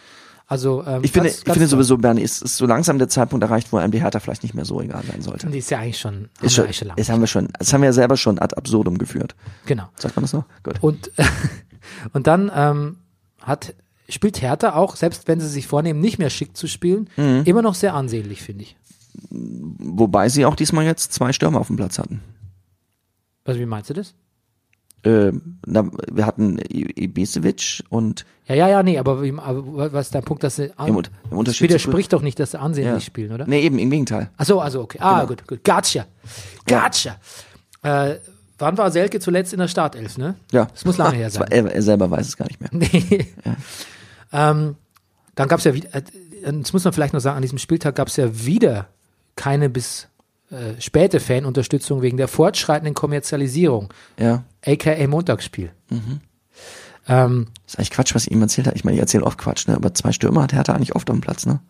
[SPEAKER 5] also ähm,
[SPEAKER 1] Ich finde,
[SPEAKER 5] ganz,
[SPEAKER 1] ich
[SPEAKER 5] ganz
[SPEAKER 1] finde
[SPEAKER 5] toll.
[SPEAKER 1] sowieso, Bernie, ist, ist so langsam der Zeitpunkt erreicht, wo einem die Hertha vielleicht nicht mehr so egal sein sollte.
[SPEAKER 5] Die ist ja eigentlich schon, haben wir
[SPEAKER 1] Ist schon,
[SPEAKER 5] eigentlich schon lange.
[SPEAKER 1] das haben wir schon, das haben wir ja selber schon ad absurdum geführt.
[SPEAKER 5] Genau.
[SPEAKER 1] Sagt man das noch? Gut.
[SPEAKER 5] Und, und dann ähm, hat, spielt Hertha auch, selbst wenn sie sich vornehmen, nicht mehr schick zu spielen,
[SPEAKER 1] Mhm.
[SPEAKER 5] immer noch sehr ansehnlich, finde ich.
[SPEAKER 1] Wobei sie auch diesmal jetzt zwei Stürmer auf dem Platz hatten.
[SPEAKER 5] Also, wie meinst du das?
[SPEAKER 1] Ähm, na, wir hatten I- Ibisevic und
[SPEAKER 5] Ja, ja, ja, nee, aber, wie, aber was ist dein Punkt, dass sie an,
[SPEAKER 1] Im Un- im Unterschied
[SPEAKER 5] Das
[SPEAKER 1] zu-
[SPEAKER 5] widerspricht doch nicht, dass sie ansehnlich
[SPEAKER 1] Ja.
[SPEAKER 5] spielen, oder?
[SPEAKER 1] nee, Genau. eben im Gegenteil.
[SPEAKER 5] Ach so, also okay. Ah, gut, gut. Gotcha. Gotcha. Äh, wann war Selke zuletzt in der Startelf, ne?
[SPEAKER 1] Ja.
[SPEAKER 5] Das muss lange her
[SPEAKER 1] Das
[SPEAKER 5] sein.
[SPEAKER 1] war- Er, er selber weiß es gar nicht mehr.
[SPEAKER 5] Nee. Ähm, dann gab es ja wieder, äh, das muss man vielleicht noch sagen, an diesem Spieltag gab es ja wieder keine bis äh, späte Fanunterstützung wegen der fortschreitenden Kommerzialisierung,
[SPEAKER 1] Ja.
[SPEAKER 5] aka Montagsspiel. Ähm,
[SPEAKER 1] Ist eigentlich Quatsch, was ich ihm erzählt habe. Ich meine, ich erzähle oft Quatsch, ne? Aber zwei Stürmer hat Hertha eigentlich oft am Platz, ne?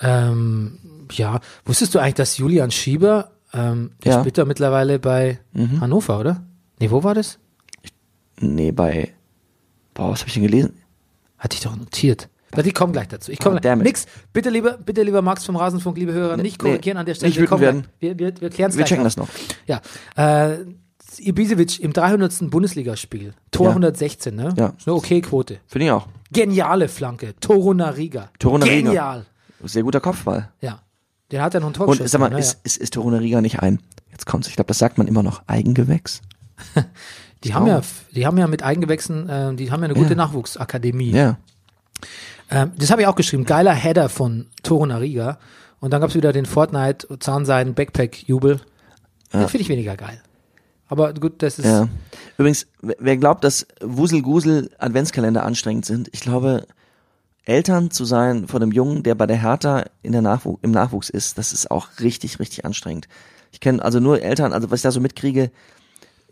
[SPEAKER 5] ähm, ja, wusstest du eigentlich, dass Julian Schieber, ähm, der
[SPEAKER 1] Ja.
[SPEAKER 5] spielt da mittlerweile bei Hannover, oder? Nee, wo war das?
[SPEAKER 1] Nee, bei. Boah, was habe ich denn gelesen?
[SPEAKER 5] Hatte ich doch notiert. Na, die kommen gleich dazu. Ich komme
[SPEAKER 1] Ah, damn
[SPEAKER 5] gleich.
[SPEAKER 1] it.
[SPEAKER 5] Nix. Bitte lieber, bitte lieber Max vom Rasenfunk, liebe Hörer, nicht
[SPEAKER 1] nee.
[SPEAKER 5] korrigieren an der Stelle.
[SPEAKER 1] Nicht
[SPEAKER 5] wir
[SPEAKER 1] wütend
[SPEAKER 5] kommen gleich.
[SPEAKER 1] werden.
[SPEAKER 5] Wir, wir, wir klären es
[SPEAKER 1] Wir
[SPEAKER 5] gleich.
[SPEAKER 1] checken
[SPEAKER 5] ab.
[SPEAKER 1] das noch.
[SPEAKER 5] Ja. Äh, Ibisevic im 300. Bundesligaspiel. Tor
[SPEAKER 1] Ja.
[SPEAKER 5] 116, ne?
[SPEAKER 1] Ja.
[SPEAKER 5] Ist eine okay Quote.
[SPEAKER 1] Finde ich auch.
[SPEAKER 5] Geniale Flanke. Toro Nariga.
[SPEAKER 1] Toro Nariga.
[SPEAKER 5] Genial.
[SPEAKER 1] Sehr guter Kopfball.
[SPEAKER 5] Ja. Der hat ja noch ein Tor
[SPEAKER 1] Und
[SPEAKER 5] geschossen.
[SPEAKER 1] sag mal,
[SPEAKER 5] ne?
[SPEAKER 1] ist, ist, ist Toruna Riga nicht ein? Jetzt kommt's. Ich glaube, das sagt man immer noch. Eigengewächs?
[SPEAKER 5] ja. Die, haben ja, die haben ja mit Eigengewächsen, äh, die haben ja eine gute Nachwuchsakademie.
[SPEAKER 1] Ja.
[SPEAKER 5] Ähm, das habe ich auch geschrieben. Geiler Header von Toro Nariga. Und dann gab es wieder den Fortnite Zahnseiden Backpack Jubel. Den finde ich weniger geil. Aber gut, das ist.
[SPEAKER 1] Ja. Übrigens, wer- wer glaubt, dass Wusel-Gusel Adventskalender anstrengend sind, ich glaube, Eltern zu sein von einem Jungen, der bei der Hertha in der Nachwu im Nachwuchs ist, das ist auch richtig, richtig anstrengend. Ich kenne also nur Eltern, also was ich da so mitkriege,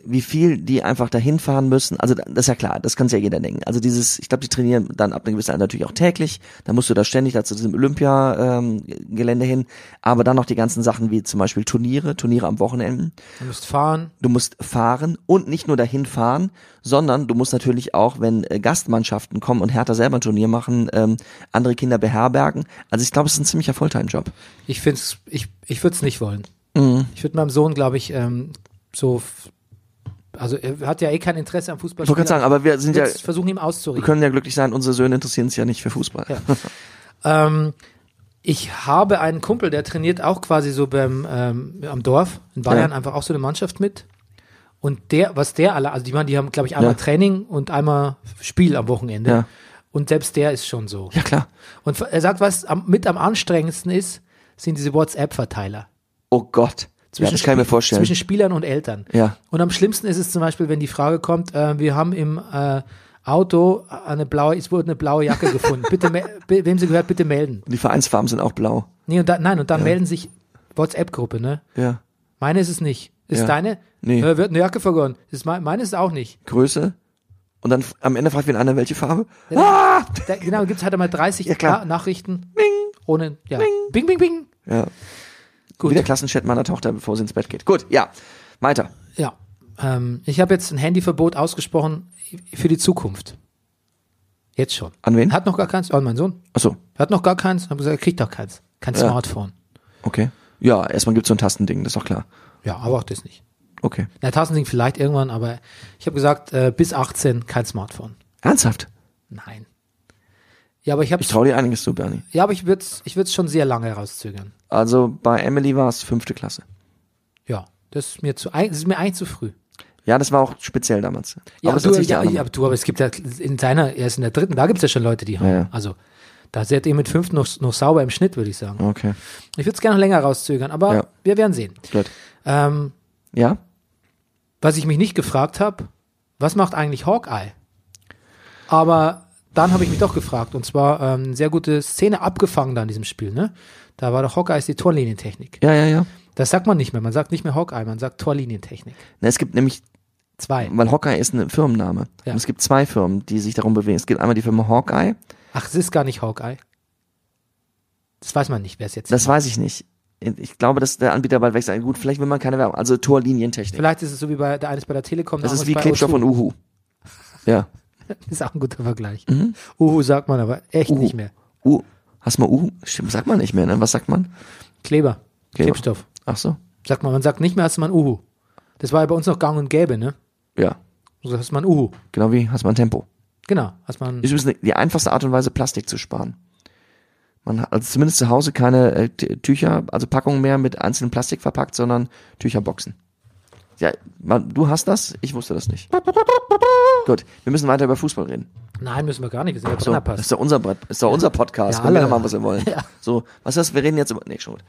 [SPEAKER 1] wie viel die einfach dahin fahren müssen. Also da- das ist ja klar, das kann sich ja jeder denken. Also dieses, ich glaube, die trainieren dann ab einem gewissen Alter natürlich auch täglich. Da musst du da ständig da zu diesem Olympia-Gelände hin. Aber dann noch die ganzen Sachen wie zum Beispiel Turniere, Turniere am Wochenenden
[SPEAKER 5] Du musst fahren.
[SPEAKER 1] du musst fahren und nicht nur dahin fahren, sondern du musst natürlich auch, wenn äh, Gastmannschaften kommen und Hertha selber ein Turnier machen, ähm, andere Kinder beherbergen. Also ich glaube, es ist ein ziemlicher Volltime-Job.
[SPEAKER 5] Ich finde ich, ich würde es nicht wollen.
[SPEAKER 1] Mhm.
[SPEAKER 5] Ich würde meinem Sohn, glaube ich, ähm, so. f- Also er hat ja eh kein Interesse am Fußball.
[SPEAKER 1] Ich wollte gerade sagen, aber wir sind ja,
[SPEAKER 5] Jetzt versuchen ihm
[SPEAKER 1] wir
[SPEAKER 5] auszureden.
[SPEAKER 1] können ja glücklich sein, unsere Söhne interessieren sich ja nicht für Fußball.
[SPEAKER 5] Ja. Ähm, ich habe einen Kumpel, der trainiert auch quasi so beim ähm, am Dorf in Bayern
[SPEAKER 1] Ja.
[SPEAKER 5] einfach auch so eine Mannschaft mit. Und der, was der alle, also die meinen, die haben, glaube ich, einmal
[SPEAKER 1] Ja.
[SPEAKER 5] Training und einmal Spiel am Wochenende.
[SPEAKER 1] Ja.
[SPEAKER 5] Und selbst der ist schon so.
[SPEAKER 1] Ja, klar.
[SPEAKER 5] Und er sagt, was am, mit am anstrengendsten ist, sind diese WhatsApp-Verteiler.
[SPEAKER 1] Oh Gott.
[SPEAKER 5] zwischen,
[SPEAKER 1] das kann ich mir
[SPEAKER 5] Spiel-
[SPEAKER 1] vorstellen.
[SPEAKER 5] zwischen Spielern und Eltern.
[SPEAKER 1] Ja.
[SPEAKER 5] Und am schlimmsten ist es zum Beispiel, wenn die Frage kommt, äh, wir haben im äh, Auto eine blaue, es wurde eine blaue Jacke gefunden. Bitte, me- be- wem sie gehört, bitte melden.
[SPEAKER 1] Und die Vereinsfarben sind auch blau.
[SPEAKER 5] Nee, und da, nein, und dann melden sich WhatsApp-Gruppe, ne?
[SPEAKER 1] Ja.
[SPEAKER 5] Meine ist es nicht. Ist
[SPEAKER 1] Ja.
[SPEAKER 5] deine?
[SPEAKER 1] Nee.
[SPEAKER 5] Äh, wird eine Jacke vergoren. Ist mein, meine ist es auch nicht.
[SPEAKER 1] Größe. Und dann f- am Ende fragt wen einer, welche Farbe? Ah!
[SPEAKER 5] Da, genau, gibt's halt einmal 30
[SPEAKER 1] Ja, klar.
[SPEAKER 5] Na Nachrichten. Bing. Ohne, ja. Bing, bing, bing.
[SPEAKER 1] Ja.
[SPEAKER 5] Gut.
[SPEAKER 1] Wie der Klassenchat meiner Tochter, bevor sie ins Bett geht. Gut, ja. Weiter.
[SPEAKER 5] Ja. Ähm, ich habe jetzt ein Handyverbot ausgesprochen für die Zukunft. Jetzt schon.
[SPEAKER 1] An wen?
[SPEAKER 5] Hat noch gar keins. Oh, mein Sohn.
[SPEAKER 1] Achso,
[SPEAKER 5] Hat noch gar keins. Hab gesagt, er kriegt doch keins. Kein
[SPEAKER 1] Ja.
[SPEAKER 5] Smartphone.
[SPEAKER 1] okay. Ja, erstmal gibt's so ein Tastending, das ist doch klar.
[SPEAKER 5] Ja, aber auch das nicht.
[SPEAKER 1] Okay.
[SPEAKER 5] Na, Tausending vielleicht irgendwann, aber ich habe gesagt, äh, bis 18 kein Smartphone.
[SPEAKER 1] Ernsthaft?
[SPEAKER 5] Nein. Ja, aber ich habe
[SPEAKER 1] Ich traue dir einiges zu, Bernie.
[SPEAKER 5] Ja, aber ich würde es ich würd's schon sehr lange herauszögern.
[SPEAKER 1] Also bei Emily war es fünfte Klasse.
[SPEAKER 5] Ja, das ist mir zu ein- das ist mir eigentlich zu früh.
[SPEAKER 1] Ja, das war auch speziell damals.
[SPEAKER 5] Ja, aber,
[SPEAKER 1] das
[SPEAKER 5] du,
[SPEAKER 1] hat sich
[SPEAKER 5] ja,
[SPEAKER 1] der
[SPEAKER 5] ja,
[SPEAKER 1] andere-
[SPEAKER 5] aber du, aber es gibt ja in seiner, er ist in der dritten, da gibt's ja schon Leute, die haben.
[SPEAKER 1] ja.
[SPEAKER 5] Also, da seid ihr mit fünf noch, noch sauber im Schnitt, würde ich sagen.
[SPEAKER 1] Okay,
[SPEAKER 5] Ich würde es gerne noch länger rauszögern, aber
[SPEAKER 1] Ja.
[SPEAKER 5] wir werden sehen.
[SPEAKER 1] gut.
[SPEAKER 5] Ähm,
[SPEAKER 1] Ja?
[SPEAKER 5] was ich mich nicht gefragt habe, was macht eigentlich Hawkeye? Aber dann habe ich mich doch gefragt, und zwar ähm, sehr gute Szene abgefangen da in diesem Spiel, ne? Da war doch Hawkeye ist die Torlinientechnik.
[SPEAKER 1] Ja, ja, ja.
[SPEAKER 5] Das sagt man nicht mehr. Man sagt nicht mehr Hawkeye, man sagt Torlinientechnik.
[SPEAKER 1] Na, es gibt nämlich,
[SPEAKER 5] Zwei.
[SPEAKER 1] weil Hawkeye ist ein Firmenname.
[SPEAKER 5] Ja.
[SPEAKER 1] Und es gibt zwei Firmen, die sich darum bewegen. Es gibt einmal die Firma Hawkeye.
[SPEAKER 5] Ach, es ist gar nicht Hawkeye. Das weiß man nicht, wer es jetzt ist.
[SPEAKER 1] Das weiß ich nicht. Ich glaube, dass der Anbieter bald wechselt. Gut, vielleicht will man keine Werbung. Also Torlinientechnik.
[SPEAKER 5] Vielleicht ist es so wie bei der eines bei der Telekom. der
[SPEAKER 1] Das ist
[SPEAKER 5] andere
[SPEAKER 1] wie
[SPEAKER 5] bei
[SPEAKER 1] Klebstoff
[SPEAKER 5] O2.
[SPEAKER 1] und Uhu. Ja.
[SPEAKER 5] Ist auch ein guter Vergleich. Uhu sagt man aber echt
[SPEAKER 1] Mhm. Uhu.
[SPEAKER 5] nicht mehr.
[SPEAKER 1] Uh, hast du mal Uhu? Stimmt, sagt man nicht mehr, ne? Was sagt man?
[SPEAKER 5] Kleber.
[SPEAKER 1] Kleber.
[SPEAKER 5] Klebstoff.
[SPEAKER 1] Ach so.
[SPEAKER 5] Sagt man, man sagt nicht mehr, hast du mal ein Uhu. Das war ja bei uns noch gang und gäbe, ne?
[SPEAKER 1] Ja.
[SPEAKER 5] So hast du mal ein Uhu.
[SPEAKER 1] Genau wie hast man Tempo.
[SPEAKER 5] Genau. Hast man.
[SPEAKER 1] Ist übrigens die einfachste Art und Weise, Plastik zu sparen. Man hat also zumindest zu Hause keine äh, T- Tücher, also Packungen mehr mit einzelnen Plastik verpackt, sondern Tücherboxen. Ja, man, du hast das, ich wusste das nicht. Gut, wir müssen weiter über Fußball reden.
[SPEAKER 5] Nein, müssen wir gar nicht. Wir sind ja
[SPEAKER 1] So, das
[SPEAKER 5] Brennerpass.
[SPEAKER 1] ist doch unser, Brett- ist doch unser Podcast.
[SPEAKER 5] Ja,
[SPEAKER 1] Können wir
[SPEAKER 5] alle.
[SPEAKER 1] doch machen, was wir wollen.
[SPEAKER 5] Ja.
[SPEAKER 1] So, was ist das? Wir reden jetzt über. Nee, schon gut.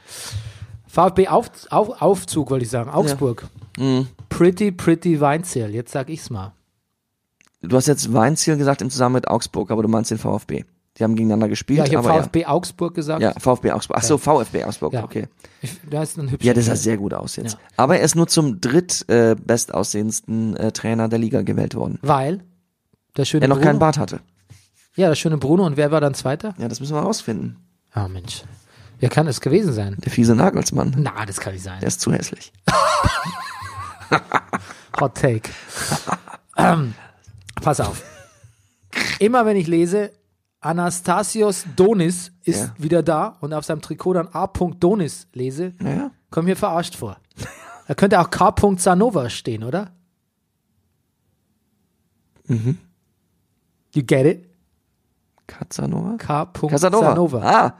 [SPEAKER 5] VfB auf, auf, Aufzug, wollte ich sagen. Augsburg.
[SPEAKER 1] Mhm.
[SPEAKER 5] Pretty, pretty Weinzierl. Jetzt sag ich's mal.
[SPEAKER 1] Du hast jetzt Weinziel gesagt im Zusammenhang mit Augsburg, aber du meinst den VfB. Die haben gegeneinander gespielt,
[SPEAKER 5] Ja, ich habe
[SPEAKER 1] aber
[SPEAKER 5] VfB Augsburg gesagt.
[SPEAKER 1] ja. ja, VfB Augsburg. Ach so, VfB Augsburg,
[SPEAKER 5] Ja.
[SPEAKER 1] okay.
[SPEAKER 5] Ich, da ist ein hübscher.
[SPEAKER 1] Ja, das sah sehr gut aus jetzt. Aber er ist nur zum dritt äh, bestaussehendsten äh, Trainer der Liga gewählt worden.
[SPEAKER 5] Weil der schöne
[SPEAKER 1] Er noch
[SPEAKER 5] Bruno,
[SPEAKER 1] keinen Bart hatte.
[SPEAKER 5] Ja, der schöne Bruno und wer war dann Zweiter?
[SPEAKER 1] Ja, das müssen wir rausfinden.
[SPEAKER 5] Ah, Mensch. Wer kann es gewesen sein?
[SPEAKER 1] Der fiese Nagelsmann.
[SPEAKER 5] Na, das kann nicht sein.
[SPEAKER 1] Der ist zu hässlich.
[SPEAKER 5] Hot Take. ähm, pass auf. Immer wenn ich lese, Anastasios Donis ist
[SPEAKER 1] Ja.
[SPEAKER 5] wieder da und auf seinem Trikot dann A. Donis lese,
[SPEAKER 1] Naja.
[SPEAKER 5] komm mir verarscht vor. Da könnte auch K. Zanova stehen, oder? Mhm.
[SPEAKER 1] Mhm.
[SPEAKER 5] You get it?
[SPEAKER 1] Casanova?
[SPEAKER 5] K.
[SPEAKER 1] Casanova.
[SPEAKER 5] Zanova.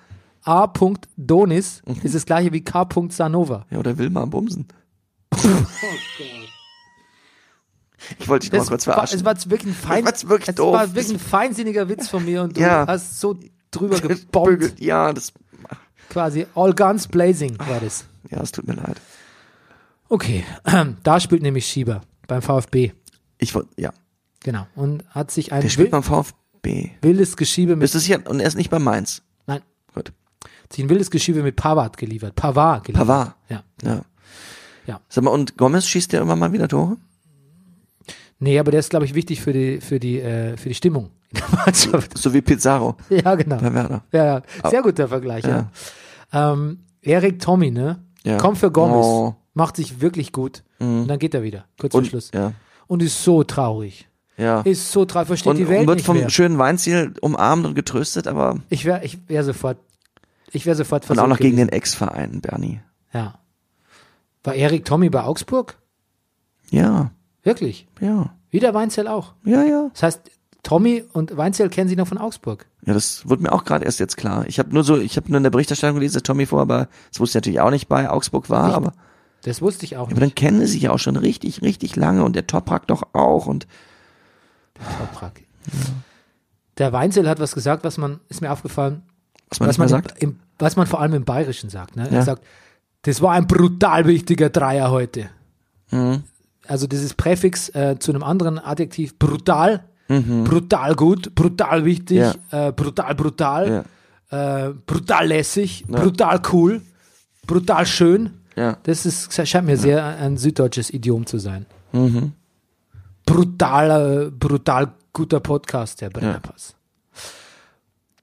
[SPEAKER 1] Ah,
[SPEAKER 5] A. Donis ist das gleiche wie K. Zanova.
[SPEAKER 1] ja, oder Wilma Bumsen. ich wollte dich noch mal kurz
[SPEAKER 5] Das war, es
[SPEAKER 1] verarschen.
[SPEAKER 5] war jetzt wirklich ein, fein,
[SPEAKER 1] Das war wirklich
[SPEAKER 5] es
[SPEAKER 1] doof.
[SPEAKER 5] war wirklich ein feinsinniger Witz von mir und du
[SPEAKER 1] Ja.
[SPEAKER 5] hast so drüber gebombt.
[SPEAKER 1] ja, das,
[SPEAKER 5] Quasi all guns blazing war das.
[SPEAKER 1] ja, es tut mir leid.
[SPEAKER 5] Okay, da spielt nämlich Schieber beim VfB.
[SPEAKER 1] Ich wollte, ja.
[SPEAKER 5] Genau. Und hat sich ein
[SPEAKER 1] Der spielt beim
[SPEAKER 5] wild-
[SPEAKER 1] VfB.
[SPEAKER 5] wildes Geschiebe mit,
[SPEAKER 1] Ist das hier? Und er ist nicht bei Mainz.
[SPEAKER 5] nein,
[SPEAKER 1] Gut.
[SPEAKER 5] hat sich ein wildes Geschiebe mit Pavard geliefert. Pavard geliefert.
[SPEAKER 1] Pavard.
[SPEAKER 5] Ja.
[SPEAKER 1] Ja.
[SPEAKER 5] Ja.
[SPEAKER 1] Sag mal, und Gomez schießt ja immer mal wieder Tore?
[SPEAKER 5] Nee, aber der ist, glaube ich, wichtig für die, für die, äh, für die Stimmung in der Mannschaft.
[SPEAKER 1] So wie Pizarro
[SPEAKER 5] Ja, genau.
[SPEAKER 1] bei Werder.
[SPEAKER 5] Ja,
[SPEAKER 1] Ah.
[SPEAKER 5] ja. sehr guter Vergleich, ja. Ähm, Erik Tommy, ne?
[SPEAKER 1] Ja.
[SPEAKER 5] Kommt für Gomez.
[SPEAKER 1] Oh. Mhm.
[SPEAKER 5] Macht sich wirklich gut. Und dann geht er wieder. Kurz vor
[SPEAKER 1] Und,
[SPEAKER 5] Schluss.
[SPEAKER 1] ja.
[SPEAKER 5] Und ist so traurig.
[SPEAKER 1] Ja.
[SPEAKER 5] Ist so traurig. Versteht
[SPEAKER 1] und,
[SPEAKER 5] die Welt
[SPEAKER 1] und wird
[SPEAKER 5] nicht
[SPEAKER 1] vom
[SPEAKER 5] mehr.
[SPEAKER 1] schönen Weinziel umarmt und getröstet, aber
[SPEAKER 5] Ich wäre ich wär sofort, ich wäre sofort
[SPEAKER 1] und
[SPEAKER 5] versucht
[SPEAKER 1] auch noch gegen
[SPEAKER 5] gewesen.
[SPEAKER 1] den Ex-Verein, Bernie.
[SPEAKER 5] Ja. War Erik Tommy bei Augsburg?
[SPEAKER 1] Ja,
[SPEAKER 5] Wirklich.
[SPEAKER 1] ja,
[SPEAKER 5] Wie der Weinzell auch.
[SPEAKER 1] ja, ja.
[SPEAKER 5] Das heißt, Tommy und Weinzell kennen sich noch von Augsburg.
[SPEAKER 1] Ja, das wurde mir auch gerade erst jetzt klar. Ich habe nur so, ich habe nur in der Berichterstattung gelesen, dass Tommy vor, aber das wusste ich natürlich auch nicht bei Augsburg war, aber,
[SPEAKER 5] Das wusste ich auch
[SPEAKER 1] aber
[SPEAKER 5] nicht.
[SPEAKER 1] dann kennen sie sich ja auch schon richtig, richtig lange und der Toprak doch auch und
[SPEAKER 5] Toprak. Der Weinzel hat was gesagt, was man, ist mir aufgefallen,
[SPEAKER 1] was man
[SPEAKER 5] was
[SPEAKER 1] nicht mehr
[SPEAKER 5] man,
[SPEAKER 1] sagt.
[SPEAKER 5] Im, im, was man vor allem im Bayerischen sagt. Ne?
[SPEAKER 1] Ja.
[SPEAKER 5] Er sagt, Das war ein brutal wichtiger Dreier heute.
[SPEAKER 1] Mhm.
[SPEAKER 5] Also dieses Präfix äh, zu einem anderen Adjektiv brutal,
[SPEAKER 1] Mhm.
[SPEAKER 5] brutal gut, brutal wichtig, äh, brutal brutal, äh, brutal lässig, brutal cool, brutal schön.
[SPEAKER 1] Ja. Mhm.
[SPEAKER 5] Das ist, das scheint mir sehr ein süddeutsches Idiom zu sein. Brutaler, brutal guter Podcast, der Brennerpass.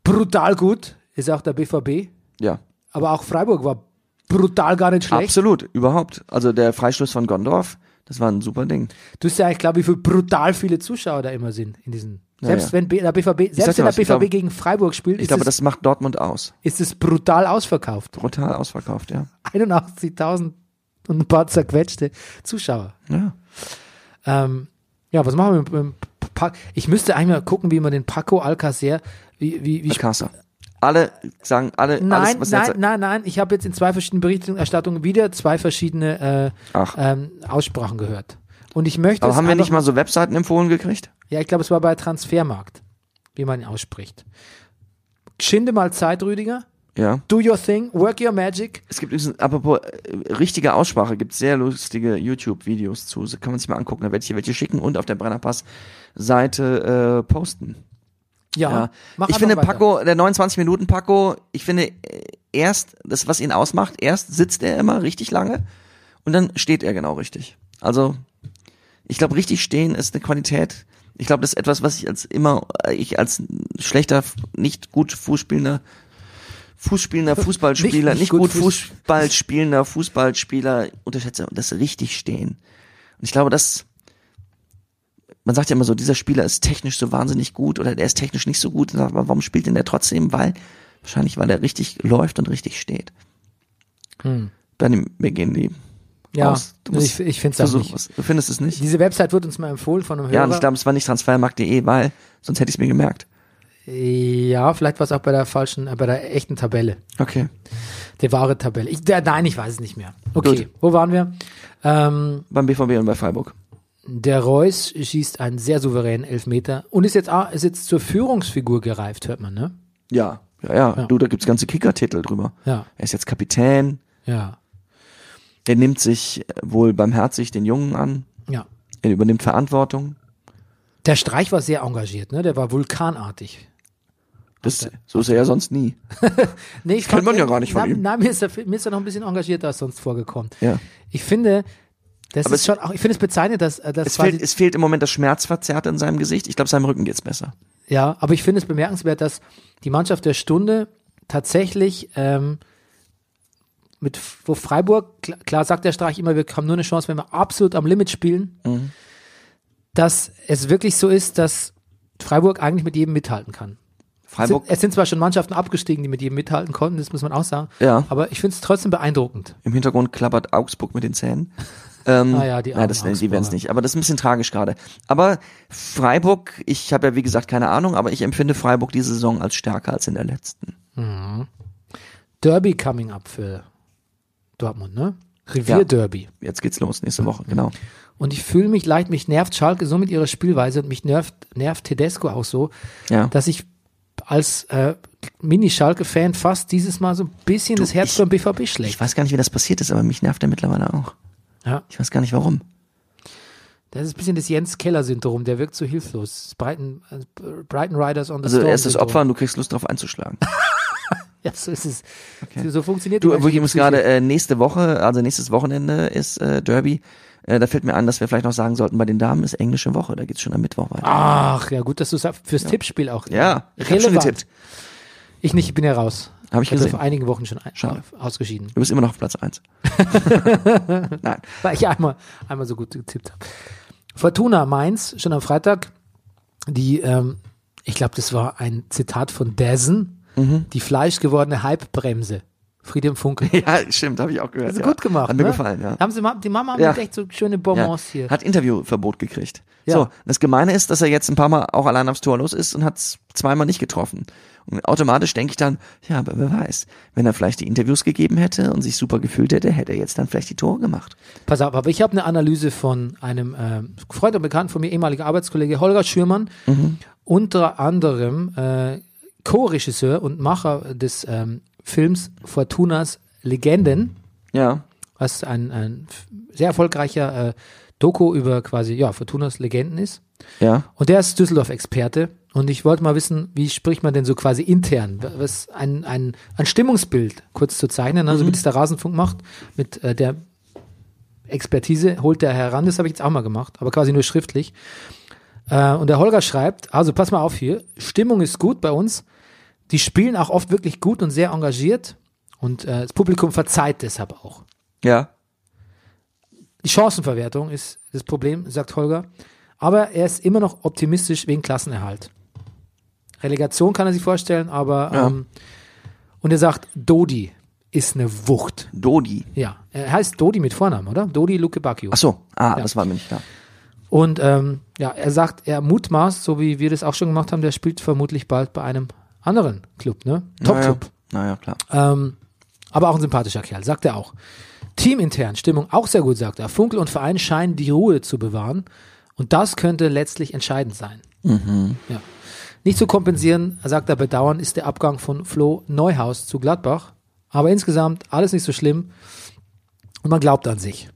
[SPEAKER 5] Brutal gut ist auch der BVB,
[SPEAKER 1] Ja.
[SPEAKER 5] aber auch Freiburg war brutal gar nicht schlecht.
[SPEAKER 1] Absolut, überhaupt. Also der Freistoß von Gondorf, das war ein super Ding.
[SPEAKER 5] Du hast ja eigentlich glaube wie viel brutal viele Zuschauer da immer sind in diesen. Selbst
[SPEAKER 1] ja.
[SPEAKER 5] wenn B, der BVB,
[SPEAKER 1] sag
[SPEAKER 5] selbst
[SPEAKER 1] dir
[SPEAKER 5] wenn der
[SPEAKER 1] was, ich
[SPEAKER 5] BVB
[SPEAKER 1] glaube-
[SPEAKER 5] gegen Freiburg spielt,
[SPEAKER 1] Ich
[SPEAKER 5] ist,
[SPEAKER 1] glaube,
[SPEAKER 5] es,
[SPEAKER 1] das macht Dortmund aus.
[SPEAKER 5] ist es brutal ausverkauft.
[SPEAKER 1] Brutal ausverkauft, ja.
[SPEAKER 5] 81.000 und ein paar zerquetschte Zuschauer.
[SPEAKER 1] Ja.
[SPEAKER 5] Ähm, ja, was machen wir mit, dem Paco? Ich müsste eigentlich mal gucken, wie man den Paco Alcacer, wie, wie, wie sp-
[SPEAKER 1] Picasso. Alle sagen, alle,
[SPEAKER 5] Nein,
[SPEAKER 1] alles, was
[SPEAKER 5] nein,
[SPEAKER 1] jetzt,
[SPEAKER 5] nein, nein. Ich habe jetzt in zwei verschiedenen Berichterstattungen wieder zwei verschiedene äh,
[SPEAKER 1] Ach.
[SPEAKER 5] ähm, Aussprachen gehört. Und ich möchte
[SPEAKER 1] Aber
[SPEAKER 5] es
[SPEAKER 1] haben wir
[SPEAKER 5] einfach-
[SPEAKER 1] nicht mal so Webseiten empfohlen gekriegt?
[SPEAKER 5] Ja, ich glaube, es war bei Transfermarkt, wie man ihn ausspricht. Schinde mal Zeit, Rüdiger.
[SPEAKER 1] Ja.
[SPEAKER 5] Do your thing, work your magic.
[SPEAKER 1] Es gibt übrigens, apropos äh, richtige Aussprache, gibt sehr lustige YouTube-Videos zu. So Kann man sich mal angucken. Da werde ich dir welche schicken und auf der Brennerpass-Seite äh, posten.
[SPEAKER 5] Ja,
[SPEAKER 1] Ja.
[SPEAKER 5] mach
[SPEAKER 1] ich
[SPEAKER 5] einfach
[SPEAKER 1] finde
[SPEAKER 5] weiter.
[SPEAKER 1] Paco, der 29 Minuten Paco, ich finde äh, erst, das was ihn ausmacht, erst sitzt er immer richtig lange und dann steht er genau richtig. Also ich glaube, richtig stehen ist eine Qualität. Ich glaube, das ist etwas, was ich als immer, äh, ich als schlechter, nicht gut Fußspielender, Fußspielender, Fußballspieler,
[SPEAKER 5] nicht
[SPEAKER 1] nicht,
[SPEAKER 5] gut
[SPEAKER 1] gut
[SPEAKER 5] Fuß-
[SPEAKER 1] Fußballspielender, Fußballspieler unterschätze. Und das richtig stehen. Und ich glaube, das, man sagt ja immer so, dieser Spieler ist technisch so wahnsinnig gut oder der ist technisch nicht so gut. Dann sagt man, warum spielt denn der trotzdem? Weil, wahrscheinlich, weil der richtig läuft und richtig steht. Dann mir gehen die
[SPEAKER 5] Hm. Ja,
[SPEAKER 1] aus. Du musst
[SPEAKER 5] ich, ich finde es auch
[SPEAKER 1] versuchen.
[SPEAKER 5] nicht.
[SPEAKER 1] Du findest es nicht?
[SPEAKER 5] Diese Website wird uns mal empfohlen von einem Hörer.
[SPEAKER 1] Ja, und ich glaube, es war nicht transfermarkt.de, weil sonst hätte ich es mir gemerkt.
[SPEAKER 5] ja vielleicht war es auch bei der falschen, äh, bei der echten Tabelle.
[SPEAKER 1] Okay.
[SPEAKER 5] Die wahre Tabelle. Ich, der, nein, ich weiß es nicht mehr. Okay,
[SPEAKER 1] Gut.
[SPEAKER 5] wo waren wir? Ähm,
[SPEAKER 1] Beim BVB und bei Freiburg.
[SPEAKER 5] der Reus schießt einen sehr souveränen Elfmeter und ist jetzt, auch- ist jetzt zur Führungsfigur gereift, hört man, ne?
[SPEAKER 1] Ja. Ja, ja.
[SPEAKER 5] Ja.
[SPEAKER 1] Du, da gibt's ganze Kickertitel drüber.
[SPEAKER 5] Ja,
[SPEAKER 1] Er ist jetzt Kapitän.
[SPEAKER 5] ja,
[SPEAKER 1] Er nimmt sich äh, wohl barmherzig den Jungen an.
[SPEAKER 5] ja.
[SPEAKER 1] Er übernimmt Verantwortung.
[SPEAKER 5] Der Streich war sehr engagiert, ne? Der war vulkanartig.
[SPEAKER 1] Das, so ist er ja sonst nie.
[SPEAKER 5] Nee, ich
[SPEAKER 1] Kennt
[SPEAKER 5] fand
[SPEAKER 1] man ja
[SPEAKER 5] ihn-
[SPEAKER 1] gar nicht von
[SPEAKER 5] na,
[SPEAKER 1] ihm.
[SPEAKER 5] Nein, mir ist, er, mir ist er noch ein bisschen engagierter als sonst vorgekommen.
[SPEAKER 1] Ja.
[SPEAKER 5] Ich finde, das
[SPEAKER 1] Aber
[SPEAKER 5] ist
[SPEAKER 1] es-
[SPEAKER 5] schon auch, ich finde es bezeichnet, dass, äh, dass
[SPEAKER 1] Es
[SPEAKER 5] quasi-
[SPEAKER 1] fehlt, es fehlt im Moment das Schmerzverzerrte in seinem Gesicht. Ich glaube, seinem Rücken geht's besser.
[SPEAKER 5] ja, aber ich finde es bemerkenswert, dass die Mannschaft der Stunde tatsächlich ähm, mit wo Freiburg, klar, klar sagt der Streich immer, wir haben nur eine Chance, wenn wir absolut am Limit spielen,
[SPEAKER 1] Mhm.
[SPEAKER 5] dass es wirklich so ist, dass Freiburg eigentlich mit jedem mithalten kann.
[SPEAKER 1] Freiburg
[SPEAKER 5] Es sind, es sind zwar schon Mannschaften abgestiegen, die mit jedem mithalten konnten, das muss man auch sagen.
[SPEAKER 1] Ja.
[SPEAKER 5] Aber ich finde es trotzdem beeindruckend.
[SPEAKER 1] Im Hintergrund klappert Augsburg mit den Zähnen. Ähm,
[SPEAKER 5] Ah ja, die
[SPEAKER 1] nein, das,
[SPEAKER 5] armen
[SPEAKER 1] die werden
[SPEAKER 5] Augsburger.
[SPEAKER 1] es nicht. Aber das ist ein bisschen tragisch gerade. Aber Freiburg, ich habe ja wie gesagt keine Ahnung, aber ich empfinde Freiburg diese Saison als stärker als in der letzten.
[SPEAKER 5] Derby coming up für Dortmund, ne? Revierderby.
[SPEAKER 1] Jetzt geht's los
[SPEAKER 5] Mhm.
[SPEAKER 1] nächste Woche, genau.
[SPEAKER 5] Und ich fühle mich leicht, mich nervt Schalke so mit ihrer Spielweise und mich nervt, nervt Tedesco auch so,
[SPEAKER 1] Ja.
[SPEAKER 5] dass ich als äh, Mini-Schalke-Fan fast dieses Mal so ein bisschen das Herz
[SPEAKER 1] ich-
[SPEAKER 5] beim BVB schlägt.
[SPEAKER 1] Ich weiß gar nicht, wie das passiert ist, aber mich nervt er mittlerweile auch.
[SPEAKER 5] Ja,
[SPEAKER 1] Ich weiß gar nicht warum.
[SPEAKER 5] das ist ein bisschen das Jens-Keller-Syndrom, der wirkt so hilflos. Das Brighton, äh, Brighton Riders on the
[SPEAKER 1] Also
[SPEAKER 5] Storm
[SPEAKER 1] er ist das
[SPEAKER 5] Syndrom.
[SPEAKER 1] Opfer und du kriegst Lust drauf einzuschlagen.
[SPEAKER 5] Ja, so ist es. So funktioniert
[SPEAKER 1] Du,
[SPEAKER 5] die
[SPEAKER 1] wo ich übrigens
[SPEAKER 5] menschliche
[SPEAKER 1] gerade äh, nächste Woche, also nächstes Wochenende ist äh, Derby. Äh, da fällt mir an, dass wir vielleicht noch sagen sollten, bei den Damen ist englische Woche, da geht's schon am Mittwoch weiter.
[SPEAKER 5] Ah, Ach, ja gut, dass du es fürs Tippspiel auch
[SPEAKER 1] Ja, ich hab schon
[SPEAKER 5] relevant.
[SPEAKER 1] getippt.
[SPEAKER 5] Ich nicht, ich bin ja raus.
[SPEAKER 1] Habe ich
[SPEAKER 5] Ich bin
[SPEAKER 1] gesehen.
[SPEAKER 5] vor einigen Wochen schon ein,
[SPEAKER 1] Schade.
[SPEAKER 5] ausgeschieden,
[SPEAKER 1] Du bist immer noch auf Platz eins. Nein.
[SPEAKER 5] weil ich einmal, einmal so gut getippt habe. Fortuna Mainz, schon am Freitag, die, ähm, ich glaube, das war ein Zitat von Dessen,
[SPEAKER 1] Mhm.
[SPEAKER 5] die fleischgewordene Hypebremse. Friedem Funke.
[SPEAKER 1] Ja, Ah, stimmt, habe ich auch gehört.
[SPEAKER 5] Das ist
[SPEAKER 1] ja.
[SPEAKER 5] gut gemacht.
[SPEAKER 1] Hat mir
[SPEAKER 5] ne?
[SPEAKER 1] gefallen, ja.
[SPEAKER 5] Haben sie ma die Mama
[SPEAKER 1] Ja.
[SPEAKER 5] mit echt so schöne Bonbons hier.
[SPEAKER 1] Hat Interviewverbot gekriegt.
[SPEAKER 5] Ja.
[SPEAKER 1] So, das Gemeine ist, dass er jetzt ein paar Mal auch allein aufs Tor los ist und hat zweimal nicht getroffen. Und automatisch denke ich dann, ja, aber wer weiß, wenn er vielleicht die Interviews gegeben hätte und sich super gefühlt hätte, hätte er jetzt dann vielleicht die Tore gemacht.
[SPEAKER 5] Pass auf, aber ich habe eine Analyse von einem äh, Freund und Bekannten von mir, ehemaliger Arbeitskollege Holger Schürmann,
[SPEAKER 1] Mhm.
[SPEAKER 5] unter anderem äh, Co-Regisseur und Macher des ähm, Films Fortunas Legenden.
[SPEAKER 1] Ja.
[SPEAKER 5] was ein, ein f- sehr erfolgreicher äh, Doku über quasi, ja, Fortunas Legenden ist.
[SPEAKER 1] Ja.
[SPEAKER 5] Und der ist Düsseldorf-Experte. Und ich wollte mal wissen, wie spricht man denn so quasi intern? Was ein, ein, ein Stimmungsbild kurz zu zeichnen, also wie das der Rasenfunk macht, mit äh, der Expertise holt er heran. Das habe ich jetzt auch mal gemacht, aber quasi nur schriftlich. Äh, und der Holger schreibt, also pass mal auf hier, Stimmung ist gut bei uns. Die spielen auch oft wirklich gut und sehr engagiert. Und äh, das Publikum verzeiht deshalb auch.
[SPEAKER 1] Ja.
[SPEAKER 5] Die Chancenverwertung ist das Problem, sagt Holger. Aber er ist immer noch optimistisch wegen Klassenerhalt. Relegation kann er sich vorstellen, aber
[SPEAKER 1] Ja.
[SPEAKER 5] ähm, und er sagt, Dodi ist eine Wucht.
[SPEAKER 1] Dodi.
[SPEAKER 5] Ja, er heißt Dodi mit Vornamen, oder? Dodi Luke Bacchio.
[SPEAKER 1] Ach so. Ah,
[SPEAKER 5] Ja.
[SPEAKER 1] das war mir nicht klar.
[SPEAKER 5] Und ähm, ja, er sagt, er mutmaßt, so wie wir das auch schon gemacht haben, der spielt vermutlich bald bei einem anderen Club, ne? Top-Club.
[SPEAKER 1] Naja. naja, klar.
[SPEAKER 5] Ähm, aber auch ein sympathischer Kerl, sagt er auch. Teamintern, Stimmung auch sehr gut, sagt er. Funkel und Verein scheinen die Ruhe zu bewahren. Und das könnte letztlich entscheidend sein.
[SPEAKER 1] Mhm.
[SPEAKER 5] Ja. Nicht zu kompensieren, sagt er, bedauern ist der Abgang von Flo Neuhaus zu Gladbach. Aber insgesamt alles nicht so schlimm. Und man glaubt an sich.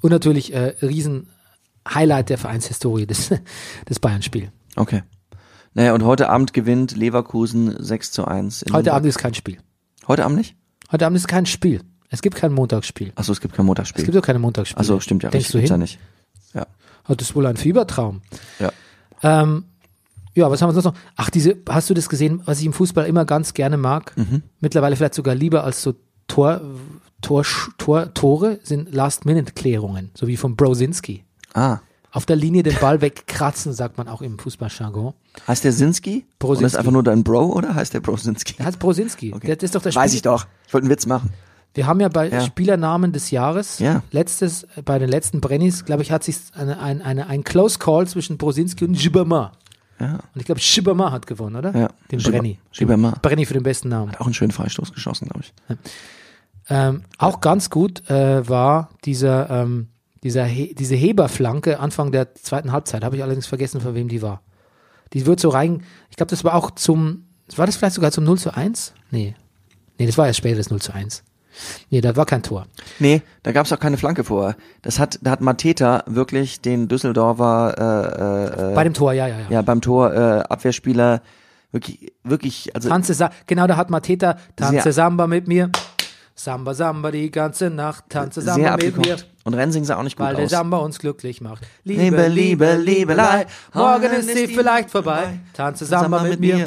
[SPEAKER 5] Und natürlich äh, riesen Highlight der Vereinshistorie, des, des Bayern-Spiel.
[SPEAKER 1] Okay. Naja, und heute Abend gewinnt Leverkusen 6 zu 1. in
[SPEAKER 5] Heute
[SPEAKER 1] Nürnberg.
[SPEAKER 5] Abend ist kein Spiel.
[SPEAKER 1] Heute Abend nicht?
[SPEAKER 5] Heute Abend ist kein Spiel. Es gibt kein Montagsspiel.
[SPEAKER 1] Ach so, es gibt kein
[SPEAKER 5] Es
[SPEAKER 1] Montagsspiel.
[SPEAKER 5] gibt doch keine Montagsspiele.
[SPEAKER 1] Ach so, Also stimmt ja.
[SPEAKER 5] Denkst
[SPEAKER 1] richtig,
[SPEAKER 5] du
[SPEAKER 1] gibt's
[SPEAKER 5] hin?
[SPEAKER 1] ja nicht. Ja.
[SPEAKER 5] Hat es wohl ein Fiebertraum?
[SPEAKER 1] Ja.
[SPEAKER 5] Ähm, ja, was haben wir sonst noch? Ach, diese, hast du das gesehen, was ich im Fußball immer ganz gerne mag?
[SPEAKER 1] Mhm.
[SPEAKER 5] Mittlerweile vielleicht sogar lieber als so Tor, Tor, Tor, Tore sind Last-Minute-Klärungen, so wie von Brozinski.
[SPEAKER 1] Ah.
[SPEAKER 5] Auf der Linie den Ball wegkratzen, sagt man auch im Fußballjargon.
[SPEAKER 1] Heißt der Sinski?
[SPEAKER 5] Brosinski.
[SPEAKER 1] Oder ist einfach nur dein Bro oder heißt der Brosinski?
[SPEAKER 5] Der heißt Brozinski.
[SPEAKER 1] Okay.
[SPEAKER 5] Der, das ist doch der
[SPEAKER 1] Weiß
[SPEAKER 5] Spiel-
[SPEAKER 1] ich doch. Ich wollte einen Witz machen.
[SPEAKER 5] Wir haben ja bei
[SPEAKER 1] Ja.
[SPEAKER 5] Spielernamen des Jahres,
[SPEAKER 1] Ja.
[SPEAKER 5] letztes, bei den letzten Brennies, glaube ich, hat sich eine, ein, eine, ein Close Call zwischen Brosinski und Gibberma.
[SPEAKER 1] Ja.
[SPEAKER 5] Und ich glaube, Schibberma hat gewonnen, oder?
[SPEAKER 1] Ja.
[SPEAKER 5] Den
[SPEAKER 1] Schibber-
[SPEAKER 5] Brenny.
[SPEAKER 1] Schibberma.
[SPEAKER 5] Brenny für den besten Namen.
[SPEAKER 1] Hat auch einen schönen Freistoß geschossen, glaube ich.
[SPEAKER 5] Ähm, auch ganz gut äh, war dieser, ähm, dieser He diese Heberflanke Anfang der zweiten Halbzeit. Habe ich allerdings vergessen, von wem die war. Die wird so rein. Ich glaube, das war auch zum. War das vielleicht sogar zum 0 zu 1? Nee. Nee, das war ja später das 0 zu 1. Nee, da war kein Tor.
[SPEAKER 1] Nee, da gab's auch keine Flanke vor. Das hat, da hat Mateta wirklich den Düsseldorfer, äh, äh, äh,
[SPEAKER 5] Bei dem Tor, ja, ja, ja.
[SPEAKER 1] ja, beim Tor, äh, Abwehrspieler wirklich, wirklich, also,
[SPEAKER 5] Tanze, Sa- genau, da hat Mateta, tanze
[SPEAKER 1] Sehr-
[SPEAKER 5] Samba mit mir. Samba, Samba die ganze Nacht, tanze
[SPEAKER 1] sehr
[SPEAKER 5] Samba mit mir.
[SPEAKER 1] abgekocht. Und Rensing sah auch nicht gut
[SPEAKER 5] Weil der
[SPEAKER 1] aus.
[SPEAKER 5] Samba uns glücklich macht.
[SPEAKER 1] Liebe, Liebe, Liebelei,
[SPEAKER 5] morgen ist sie vielleicht vorbei. Tanze Samba mit mir.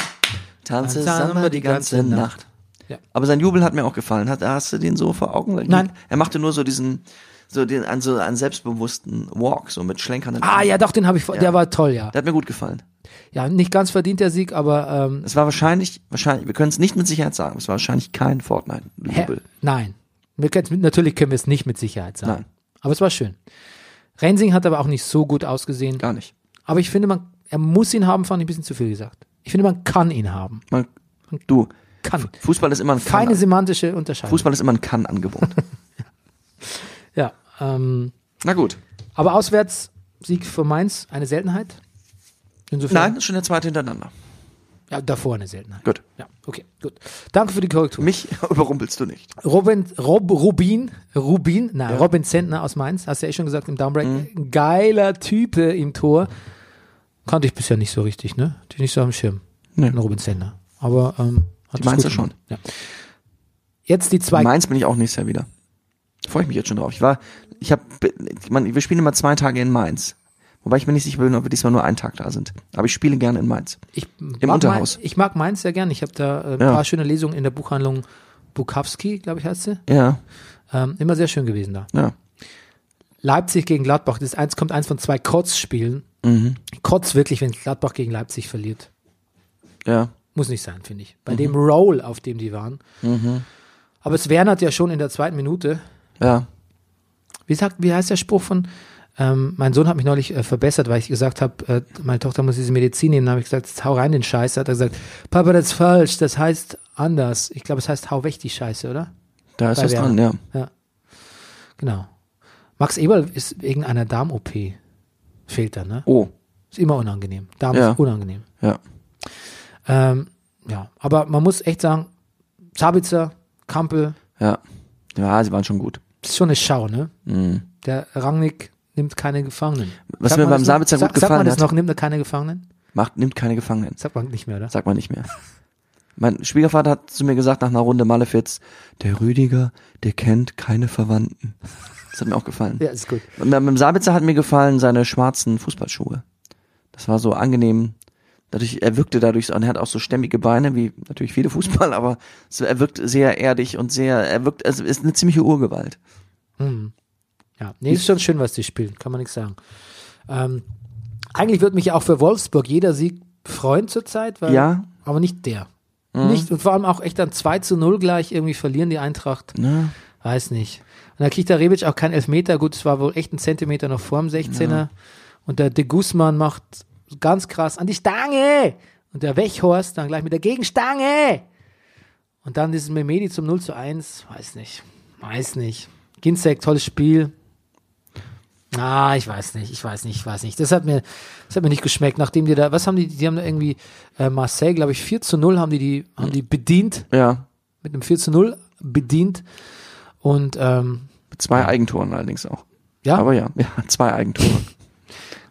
[SPEAKER 1] Tanze Samba die ganze Nacht.
[SPEAKER 5] Ja.
[SPEAKER 1] Aber sein Jubel hat mir auch gefallen. Hat, hast du den so vor Augen?
[SPEAKER 5] Nein.
[SPEAKER 1] Er machte nur so diesen, so den, an so einen selbstbewussten Walk, so mit schlenkernden
[SPEAKER 5] Ah
[SPEAKER 1] Armen.
[SPEAKER 5] ja, doch, den habe ich, vor- der war toll, ja.
[SPEAKER 1] Der hat mir gut gefallen.
[SPEAKER 5] Ja, nicht ganz verdient der Sieg, aber ähm,
[SPEAKER 1] Es war wahrscheinlich, wahrscheinlich, wir können es nicht mit Sicherheit sagen, es war wahrscheinlich kein
[SPEAKER 5] hä?
[SPEAKER 1] Fortnite-Jubel.
[SPEAKER 5] nein. Wir können's mit- natürlich können wir es nicht mit Sicherheit sagen.
[SPEAKER 1] Nein.
[SPEAKER 5] Aber es war schön. Rensing hat aber auch nicht so gut ausgesehen.
[SPEAKER 1] Gar nicht.
[SPEAKER 5] Aber ich finde, man, er muss ihn haben, fand ich ein bisschen zu viel gesagt. Ich finde, man kann ihn haben.
[SPEAKER 1] Man, du,
[SPEAKER 5] Kann.
[SPEAKER 1] Fußball ist immer ein Kann.
[SPEAKER 5] Keine semantische Unterscheidung.
[SPEAKER 1] Fußball ist immer ein Kann-Angebot.
[SPEAKER 5] Ja. Ähm,
[SPEAKER 1] Na gut.
[SPEAKER 5] aber auswärts Sieg für Mainz eine Seltenheit. Insofern.
[SPEAKER 1] Nein, das ist schon der zweite hintereinander.
[SPEAKER 5] Ja, davor eine Seltenheit.
[SPEAKER 1] Gut.
[SPEAKER 5] Ja, okay, gut. Danke für die Korrektur.
[SPEAKER 1] Mich überrumpelst du nicht.
[SPEAKER 5] Robin, Rob, Rubin, Rubin, nein, Robin Zentner aus Mainz, hast du ja eh schon gesagt im Downbreak.
[SPEAKER 1] Mhm.
[SPEAKER 5] Geiler Type im Tor. Kannte ich bisher nicht so richtig, ne? Hatte ich nicht so am Schirm.
[SPEAKER 1] Nee.
[SPEAKER 5] Den Robin Zentner. Aber ähm, hat
[SPEAKER 1] Die
[SPEAKER 5] es
[SPEAKER 1] Mainzer
[SPEAKER 5] gut
[SPEAKER 1] schon.
[SPEAKER 5] gemacht. Ja. Jetzt die zwei.
[SPEAKER 1] Mainz bin ich auch nächstes Jahr wieder. Freue ich mich jetzt schon drauf. Ich war, ich habe, man, wir spielen immer zwei Tage in Mainz. Wobei ich mir nicht sicher bin, ob wir diesmal nur einen Tag da sind. Aber ich spiele gerne in Mainz.
[SPEAKER 5] ich, mag
[SPEAKER 1] Unterhaus.
[SPEAKER 5] Mainz, ich mag Mainz sehr gern. Ich habe da äh, ein
[SPEAKER 1] Ja.
[SPEAKER 5] paar schöne Lesungen in der Buchhandlung Bukowski, glaube ich, heißt sie.
[SPEAKER 1] Ja,
[SPEAKER 5] Ähm, immer sehr schön gewesen da.
[SPEAKER 1] ja.
[SPEAKER 5] Leipzig gegen Gladbach, das ist eins, kommt eins von zwei Kotzspielen. Kotz wirklich, wenn Gladbach gegen Leipzig verliert.
[SPEAKER 1] Ja.
[SPEAKER 5] Muss nicht sein, finde ich. Bei dem Roll, auf dem die waren. Aber es Werner hat ja schon in der zweiten Minute.
[SPEAKER 1] Ja.
[SPEAKER 5] Wie, sagt, wie heißt der Spruch von? Ähm, mein Sohn hat mich neulich äh, verbessert, weil ich gesagt habe, äh, meine Tochter muss diese Medizin nehmen. Da habe ich gesagt, jetzt hau rein den Scheiß. Da hat er gesagt, Papa, das ist falsch, das heißt anders. Ich glaube, es heißt hau weg die Scheiße, oder?
[SPEAKER 1] Da ist
[SPEAKER 5] Bei
[SPEAKER 1] was
[SPEAKER 5] Werner.
[SPEAKER 1] dran, ja.
[SPEAKER 5] Ja. Genau. Max Eberl ist wegen einer Darm-OP. Fehlt da, ne?
[SPEAKER 1] Oh,
[SPEAKER 5] Ist immer unangenehm. Darm
[SPEAKER 1] Ja.
[SPEAKER 5] ist unangenehm.
[SPEAKER 1] ja.
[SPEAKER 5] Ähm, ja, aber man muss echt sagen, Sabitzer, Kampel,
[SPEAKER 1] Ja. Ja, sie waren schon gut. Hm.
[SPEAKER 5] Das ist schon eine Schau, ne? Der Rangnick nimmt keine Gefangenen.
[SPEAKER 1] Was
[SPEAKER 5] Sagt
[SPEAKER 1] mir
[SPEAKER 5] man
[SPEAKER 1] beim
[SPEAKER 5] das
[SPEAKER 1] Sabitzer
[SPEAKER 5] noch?
[SPEAKER 1] gut
[SPEAKER 5] Sagt- Sagt man
[SPEAKER 1] gefallen
[SPEAKER 5] das
[SPEAKER 1] hat-
[SPEAKER 5] noch, nimmt er keine Gefangenen?
[SPEAKER 1] Macht, nimmt keine Gefangenen.
[SPEAKER 5] Sagt man nicht mehr, oder?
[SPEAKER 1] Sagt man nicht mehr. Mein Schwiegervater hat zu mir gesagt nach einer Runde Malefiz, der Rüdiger, der kennt keine Verwandten. Das hat mir auch gefallen.
[SPEAKER 5] Ja, ist gut.
[SPEAKER 1] Und dann mit dem Sabitzer hat mir gefallen seine schwarzen Fußballschuhe. Das war so angenehm. Dadurch, er wirkte dadurch, so- und er hat auch so stämmige Beine, wie natürlich viele Fußballer, aber so, er wirkt sehr erdig und sehr, er wirkt, also ist eine ziemliche Urgewalt.
[SPEAKER 5] Ja, nee, ist schon schön, was die spielen, kann man nichts sagen. Ähm, eigentlich würde mich ja auch für Wolfsburg jeder Sieg freuen zurzeit, weil,
[SPEAKER 1] Ja. Mhm.
[SPEAKER 5] aber nicht der. Nicht, und vor allem auch echt dann 2 zu 0 gleich irgendwie verlieren die Eintracht.
[SPEAKER 1] Ja.
[SPEAKER 5] Weiß nicht. Und dann kriegt der Rebic auch keinen Elfmeter. Gut, es war wohl echt ein Zentimeter noch vorm 16er. Und der De Guzman macht ganz krass an die Stange. Und der Wechhorst dann gleich mit der Gegenstange. Und dann dieses Memedi zum 0 zu 1. Weiß nicht. Weiß nicht. Ginzek, tolles Spiel. Ah, ich weiß nicht, ich weiß nicht, ich weiß nicht. Das hat mir, das hat mir nicht geschmeckt. Nachdem die da, was haben die, die haben da irgendwie äh, Marseille, glaube ich, 4 zu 0 haben die, die,
[SPEAKER 1] Hm.
[SPEAKER 5] haben die bedient,
[SPEAKER 1] Ja.
[SPEAKER 5] mit einem 4 zu 0 bedient. Und ähm,
[SPEAKER 1] Mit zwei Eigentoren allerdings auch.
[SPEAKER 5] Ja,
[SPEAKER 1] Aber ja, ja, zwei Eigentore.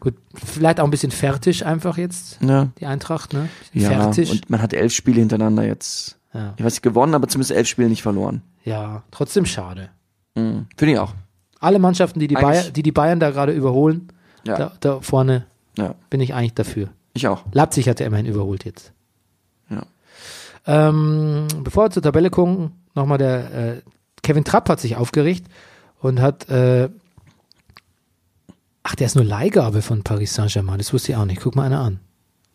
[SPEAKER 5] gut. Vielleicht auch ein bisschen fertig einfach jetzt,
[SPEAKER 1] ja.
[SPEAKER 5] die Eintracht, ne?
[SPEAKER 1] Ja,
[SPEAKER 5] fertig.
[SPEAKER 1] und man hat elf Spiele hintereinander jetzt.
[SPEAKER 5] ja.
[SPEAKER 1] Ich weiß nicht, gewonnen, aber zumindest elf Spiele nicht verloren.
[SPEAKER 5] ja, trotzdem schade.
[SPEAKER 1] Mhm. Finde ich auch.
[SPEAKER 5] Alle Mannschaften, die die,
[SPEAKER 1] Eigentlich-
[SPEAKER 5] Bayern, die, die Bayern da gerade überholen,
[SPEAKER 1] Ja.
[SPEAKER 5] da, da vorne
[SPEAKER 1] Ja,
[SPEAKER 5] bin ich eigentlich dafür.
[SPEAKER 1] ich auch.
[SPEAKER 5] Leipzig hat er immerhin überholt jetzt.
[SPEAKER 1] Ja.
[SPEAKER 5] Ähm, bevor wir zur Tabelle gucken, nochmal der äh, Kevin Trapp hat sich aufgeregt und hat äh, ach, der ist nur Leihgabe von Paris Saint-Germain, das wusste ich auch nicht. Guck mal einer an.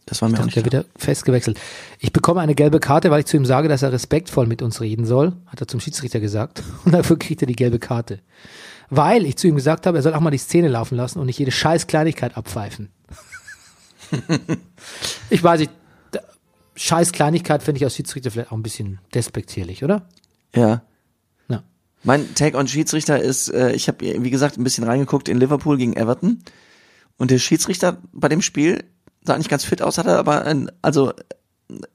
[SPEAKER 1] Das war mir auch
[SPEAKER 5] Dann
[SPEAKER 1] nicht
[SPEAKER 5] hat er wieder fest gewechselt. Ich bekomme eine gelbe Karte, weil ich zu ihm sage, dass er respektvoll mit uns reden soll, hat er zum Schiedsrichter gesagt. Und dafür kriegt er die gelbe Karte. Weil ich zu ihm gesagt habe, er soll auch mal die Szene laufen lassen und nicht jede scheiß Kleinigkeit abpfeifen. ich weiß nicht, da- scheiß Kleinigkeit finde ich als Schiedsrichter vielleicht auch ein bisschen despektierlich, oder?
[SPEAKER 1] Ja.
[SPEAKER 5] Ja.
[SPEAKER 1] Mein Take on Schiedsrichter ist, äh, ich habe, wie gesagt, ein bisschen reingeguckt in Liverpool gegen Everton. Und der Schiedsrichter bei dem Spiel sah nicht ganz fit aus, hatte aber ein, also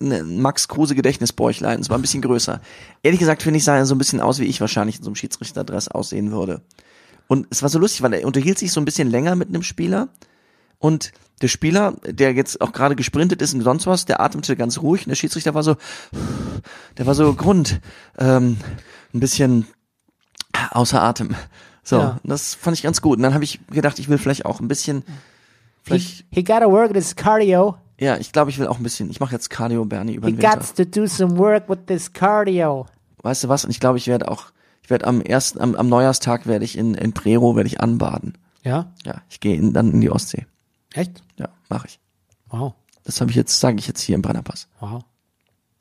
[SPEAKER 1] ein Max Kruse Gedächtnisbäuchlein. Es war ein bisschen größer. Ehrlich gesagt finde ich, sah er so ein bisschen aus, wie ich wahrscheinlich in so einem Schiedsrichterdress aussehen würde. Und es war so lustig, weil er unterhielt sich so ein bisschen länger mit einem Spieler. Und der Spieler, der jetzt auch gerade gesprintet ist und sonst was, der atmete ganz ruhig. Und der Schiedsrichter war so, der war so Grund, ähm, ein bisschen außer Atem. So,
[SPEAKER 5] Ja.
[SPEAKER 1] und das fand ich ganz gut. Und dann habe ich gedacht, ich will vielleicht auch ein bisschen,
[SPEAKER 5] He,
[SPEAKER 1] vielleicht,
[SPEAKER 5] he gotta work this cardio.
[SPEAKER 1] ja, ich glaube, ich will auch ein bisschen, ich mache jetzt Cardio Bernie über
[SPEAKER 5] He
[SPEAKER 1] den Winter.
[SPEAKER 5] gots to do some work with this cardio.
[SPEAKER 1] Weißt du was? Und ich glaube, ich werde auch, ich werde am ersten, am, am Neujahrstag werde ich in, in Prero, werde ich anbaden.
[SPEAKER 5] Ja,
[SPEAKER 1] Ja, ich gehe in, dann in die Ostsee.
[SPEAKER 5] echt?
[SPEAKER 1] Ja, mache ich.
[SPEAKER 5] Wow,
[SPEAKER 1] Das habe ich jetzt, sage ich jetzt hier im Brennerpass.
[SPEAKER 5] wow.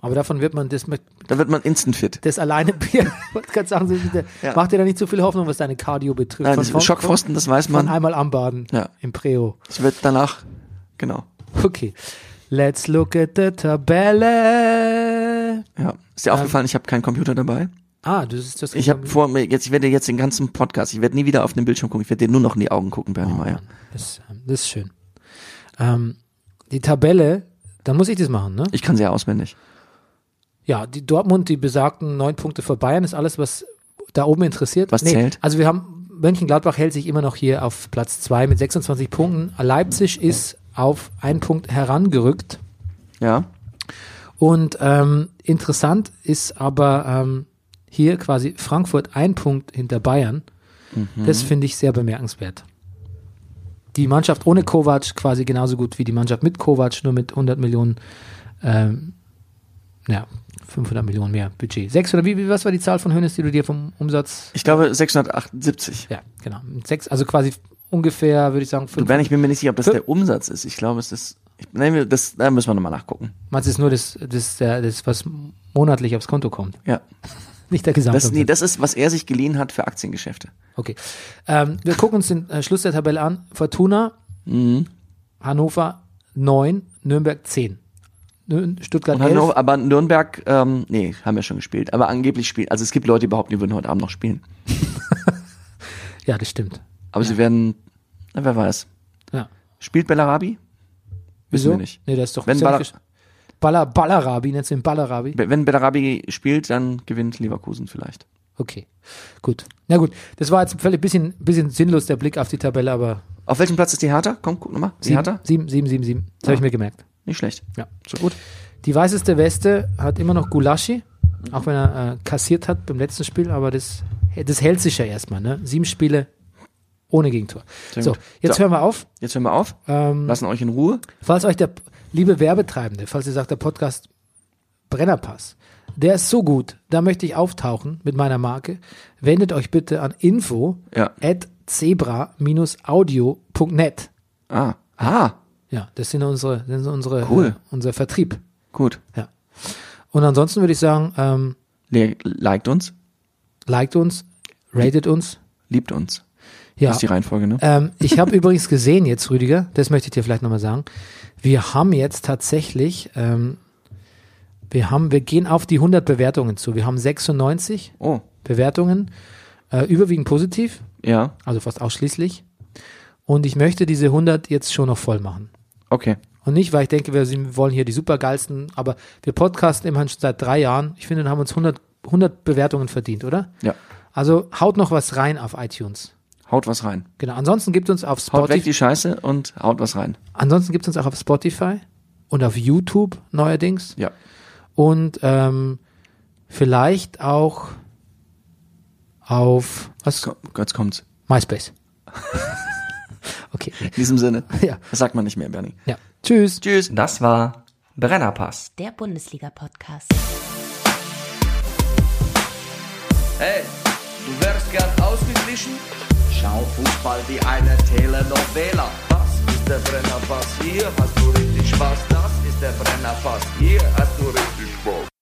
[SPEAKER 5] Aber davon wird man das mit,
[SPEAKER 1] Da wird man instant fit.
[SPEAKER 5] das alleine Bier. wollte gerade sagen, so, der-
[SPEAKER 1] Ja.
[SPEAKER 5] macht dir da nicht so viel Hoffnung, was deine Cardio betrifft.
[SPEAKER 1] Nein, das Schockfrosten, das weiß
[SPEAKER 5] von
[SPEAKER 1] man.
[SPEAKER 5] einmal anbaden
[SPEAKER 1] Ja.
[SPEAKER 5] im Preo.
[SPEAKER 1] Es wird danach, genau.
[SPEAKER 5] Okay. Let's look at the Tabelle.
[SPEAKER 1] Ja. Ist dir aufgefallen, ich habe keinen Computer dabei?
[SPEAKER 5] Ah, das ist das.
[SPEAKER 1] Ich habe vor mir jetzt, ich werde jetzt den ganzen Podcast, ich werde nie wieder auf den Bildschirm gucken, ich werde dir nur noch in die Augen gucken, Bernie Meyer.
[SPEAKER 5] Das, ähm, das ist schön. Ähm, die Tabelle, dann muss ich das machen, ne?
[SPEAKER 1] Ich kann sie ja auswendig.
[SPEAKER 5] Ja, die Dortmund, die besagten neun Punkte vor Bayern, ist alles, was da oben interessiert.
[SPEAKER 1] Was zählt?
[SPEAKER 5] Also wir haben, Mönchengladbach hält sich immer noch hier auf Platz zwei mit 26 Punkten. Leipzig ist auf einen Punkt herangerückt.
[SPEAKER 1] Ja.
[SPEAKER 5] Und ähm, interessant ist aber ähm, hier quasi Frankfurt ein Punkt hinter Bayern.
[SPEAKER 1] Mhm.
[SPEAKER 5] Das finde ich sehr bemerkenswert. Die Mannschaft ohne Kovac quasi genauso gut wie die Mannschaft mit Kovac, nur mit 100 Millionen, ähm, ja, 500 Millionen mehr Budget. 600, wie, wie, was war die Zahl von Hönes, die du dir vom Umsatz?
[SPEAKER 1] Ich glaube 678.
[SPEAKER 5] Ja, genau. Mit Sechs, also quasi ungefähr, würde ich sagen,
[SPEAKER 1] Du
[SPEAKER 5] fünf.
[SPEAKER 1] Bernie, ich bin mir nicht sicher, ob das
[SPEAKER 5] Fünf-
[SPEAKER 1] der Umsatz ist. Ich glaube, es ist, ich, nein, wir- das, da müssen wir nochmal nachgucken.
[SPEAKER 5] Meinst du, es ist nur das, das, der- das, was monatlich aufs Konto kommt?
[SPEAKER 1] Ja.
[SPEAKER 5] Nicht der Gesamtumsatz.
[SPEAKER 1] Das, nee, das ist, was er sich geliehen hat für Aktiengeschäfte.
[SPEAKER 5] Okay. Ähm, wir gucken uns den äh, Schluss der Tabelle an. Fortuna,
[SPEAKER 1] Mhm.
[SPEAKER 5] Hannover 9, Nürnberg 10. Nürn- Stuttgart
[SPEAKER 1] Und
[SPEAKER 5] 11.
[SPEAKER 1] Hannover, aber Nürnberg, ähm, nee, haben wir schon gespielt. Aber angeblich spielt, also es gibt Leute, die behaupten, die würden heute Abend noch spielen.
[SPEAKER 5] Ja, das stimmt.
[SPEAKER 1] Aber sie werden, na, wer weiß.
[SPEAKER 5] Ja.
[SPEAKER 1] Spielt Bellarabi? Wissen wir nicht.
[SPEAKER 5] Nee, das ist doch
[SPEAKER 1] Wenn
[SPEAKER 5] ist ja
[SPEAKER 1] Baller-
[SPEAKER 5] nicht gesch- Baller, Ballarabi, nennst du ihn Ballarabi?
[SPEAKER 1] Be- Wenn Bellarabi spielt, dann gewinnt Leverkusen vielleicht.
[SPEAKER 5] Okay, gut. Na gut, das war jetzt völlig ein bisschen, bisschen sinnlos, der Blick auf die Tabelle, aber
[SPEAKER 1] Auf welchem Platz ist die Hertha? Komm, guck nochmal. Die Hertha?
[SPEAKER 5] sieben, sieben, sieben, sieben. Das
[SPEAKER 1] Ah.
[SPEAKER 5] habe ich mir gemerkt.
[SPEAKER 1] Nicht schlecht.
[SPEAKER 5] Ja.
[SPEAKER 1] So gut.
[SPEAKER 5] Die weißeste Weste hat immer noch Gulaschi, auch wenn er äh, kassiert hat beim letzten Spiel, aber das, das hält sich ja erstmal. Ne? Sieben Spiele ohne Gegentor.
[SPEAKER 1] Sehr
[SPEAKER 5] so,
[SPEAKER 1] gut.
[SPEAKER 5] jetzt
[SPEAKER 1] So.
[SPEAKER 5] hören wir auf.
[SPEAKER 1] Jetzt hören wir auf.
[SPEAKER 5] Ähm,
[SPEAKER 1] Lassen euch in Ruhe.
[SPEAKER 5] Falls euch der, liebe Werbetreibende, falls ihr sagt, der Podcast Brennerpass, der ist so gut, da möchte ich auftauchen mit meiner Marke, wendet euch bitte an info
[SPEAKER 1] Ja.
[SPEAKER 5] at zebra-audio.net.
[SPEAKER 1] Ah. Ah.
[SPEAKER 5] Ja, das sind unsere, das sind unsere,
[SPEAKER 1] Cool.
[SPEAKER 5] äh, unser Vertrieb.
[SPEAKER 1] Gut.
[SPEAKER 5] Ja. Und ansonsten würde ich sagen, ähm,
[SPEAKER 1] Le liked uns.
[SPEAKER 5] liked uns, ratet uns.
[SPEAKER 1] Liebt uns.
[SPEAKER 5] Ja.
[SPEAKER 1] Ist die Reihenfolge, ne?
[SPEAKER 5] Ähm, ich habe übrigens gesehen jetzt, Rüdiger, das möchte ich dir vielleicht nochmal sagen. Wir haben jetzt tatsächlich, ähm, wir haben, wir gehen auf die 100 Bewertungen zu. Wir haben 96
[SPEAKER 1] Oh.
[SPEAKER 5] Bewertungen, äh, überwiegend positiv,
[SPEAKER 1] Ja.
[SPEAKER 5] also fast ausschließlich. Und ich möchte diese 100 jetzt schon noch voll machen.
[SPEAKER 1] Okay.
[SPEAKER 5] Und nicht, weil ich denke, wir sind, wollen hier die supergeilsten, aber wir podcasten immerhin schon seit drei Jahren. Ich finde, dann haben uns 100, 100 Bewertungen verdient, oder?
[SPEAKER 1] Ja.
[SPEAKER 5] Also haut noch was rein auf iTunes.
[SPEAKER 1] Haut was rein.
[SPEAKER 5] Genau. Ansonsten gibt uns auf
[SPEAKER 1] Haut weg
[SPEAKER 5] Spotify.
[SPEAKER 1] die Scheiße und haut was rein.
[SPEAKER 5] Ansonsten gibt es uns auch auf Spotify und auf YouTube neuerdings.
[SPEAKER 1] Ja.
[SPEAKER 5] Und ähm, vielleicht auch auf was?
[SPEAKER 1] Ko- Jetzt kommt's.
[SPEAKER 5] MySpace. okay.
[SPEAKER 1] In diesem Sinne.
[SPEAKER 5] Ja.
[SPEAKER 1] Das sagt man nicht mehr, Bernie.
[SPEAKER 5] ja. Tschüss.
[SPEAKER 1] Tschüss.
[SPEAKER 2] Das war Brennerpass.
[SPEAKER 3] Der Bundesliga-Podcast.
[SPEAKER 4] Hey, du wärst gern ausgeglichen? Schau Fußball wie eine Telenovela. Das ist der Brennerpass, hier hast du richtig Spaß. Das ist der Brennerpass, hier hast du richtig Spaß.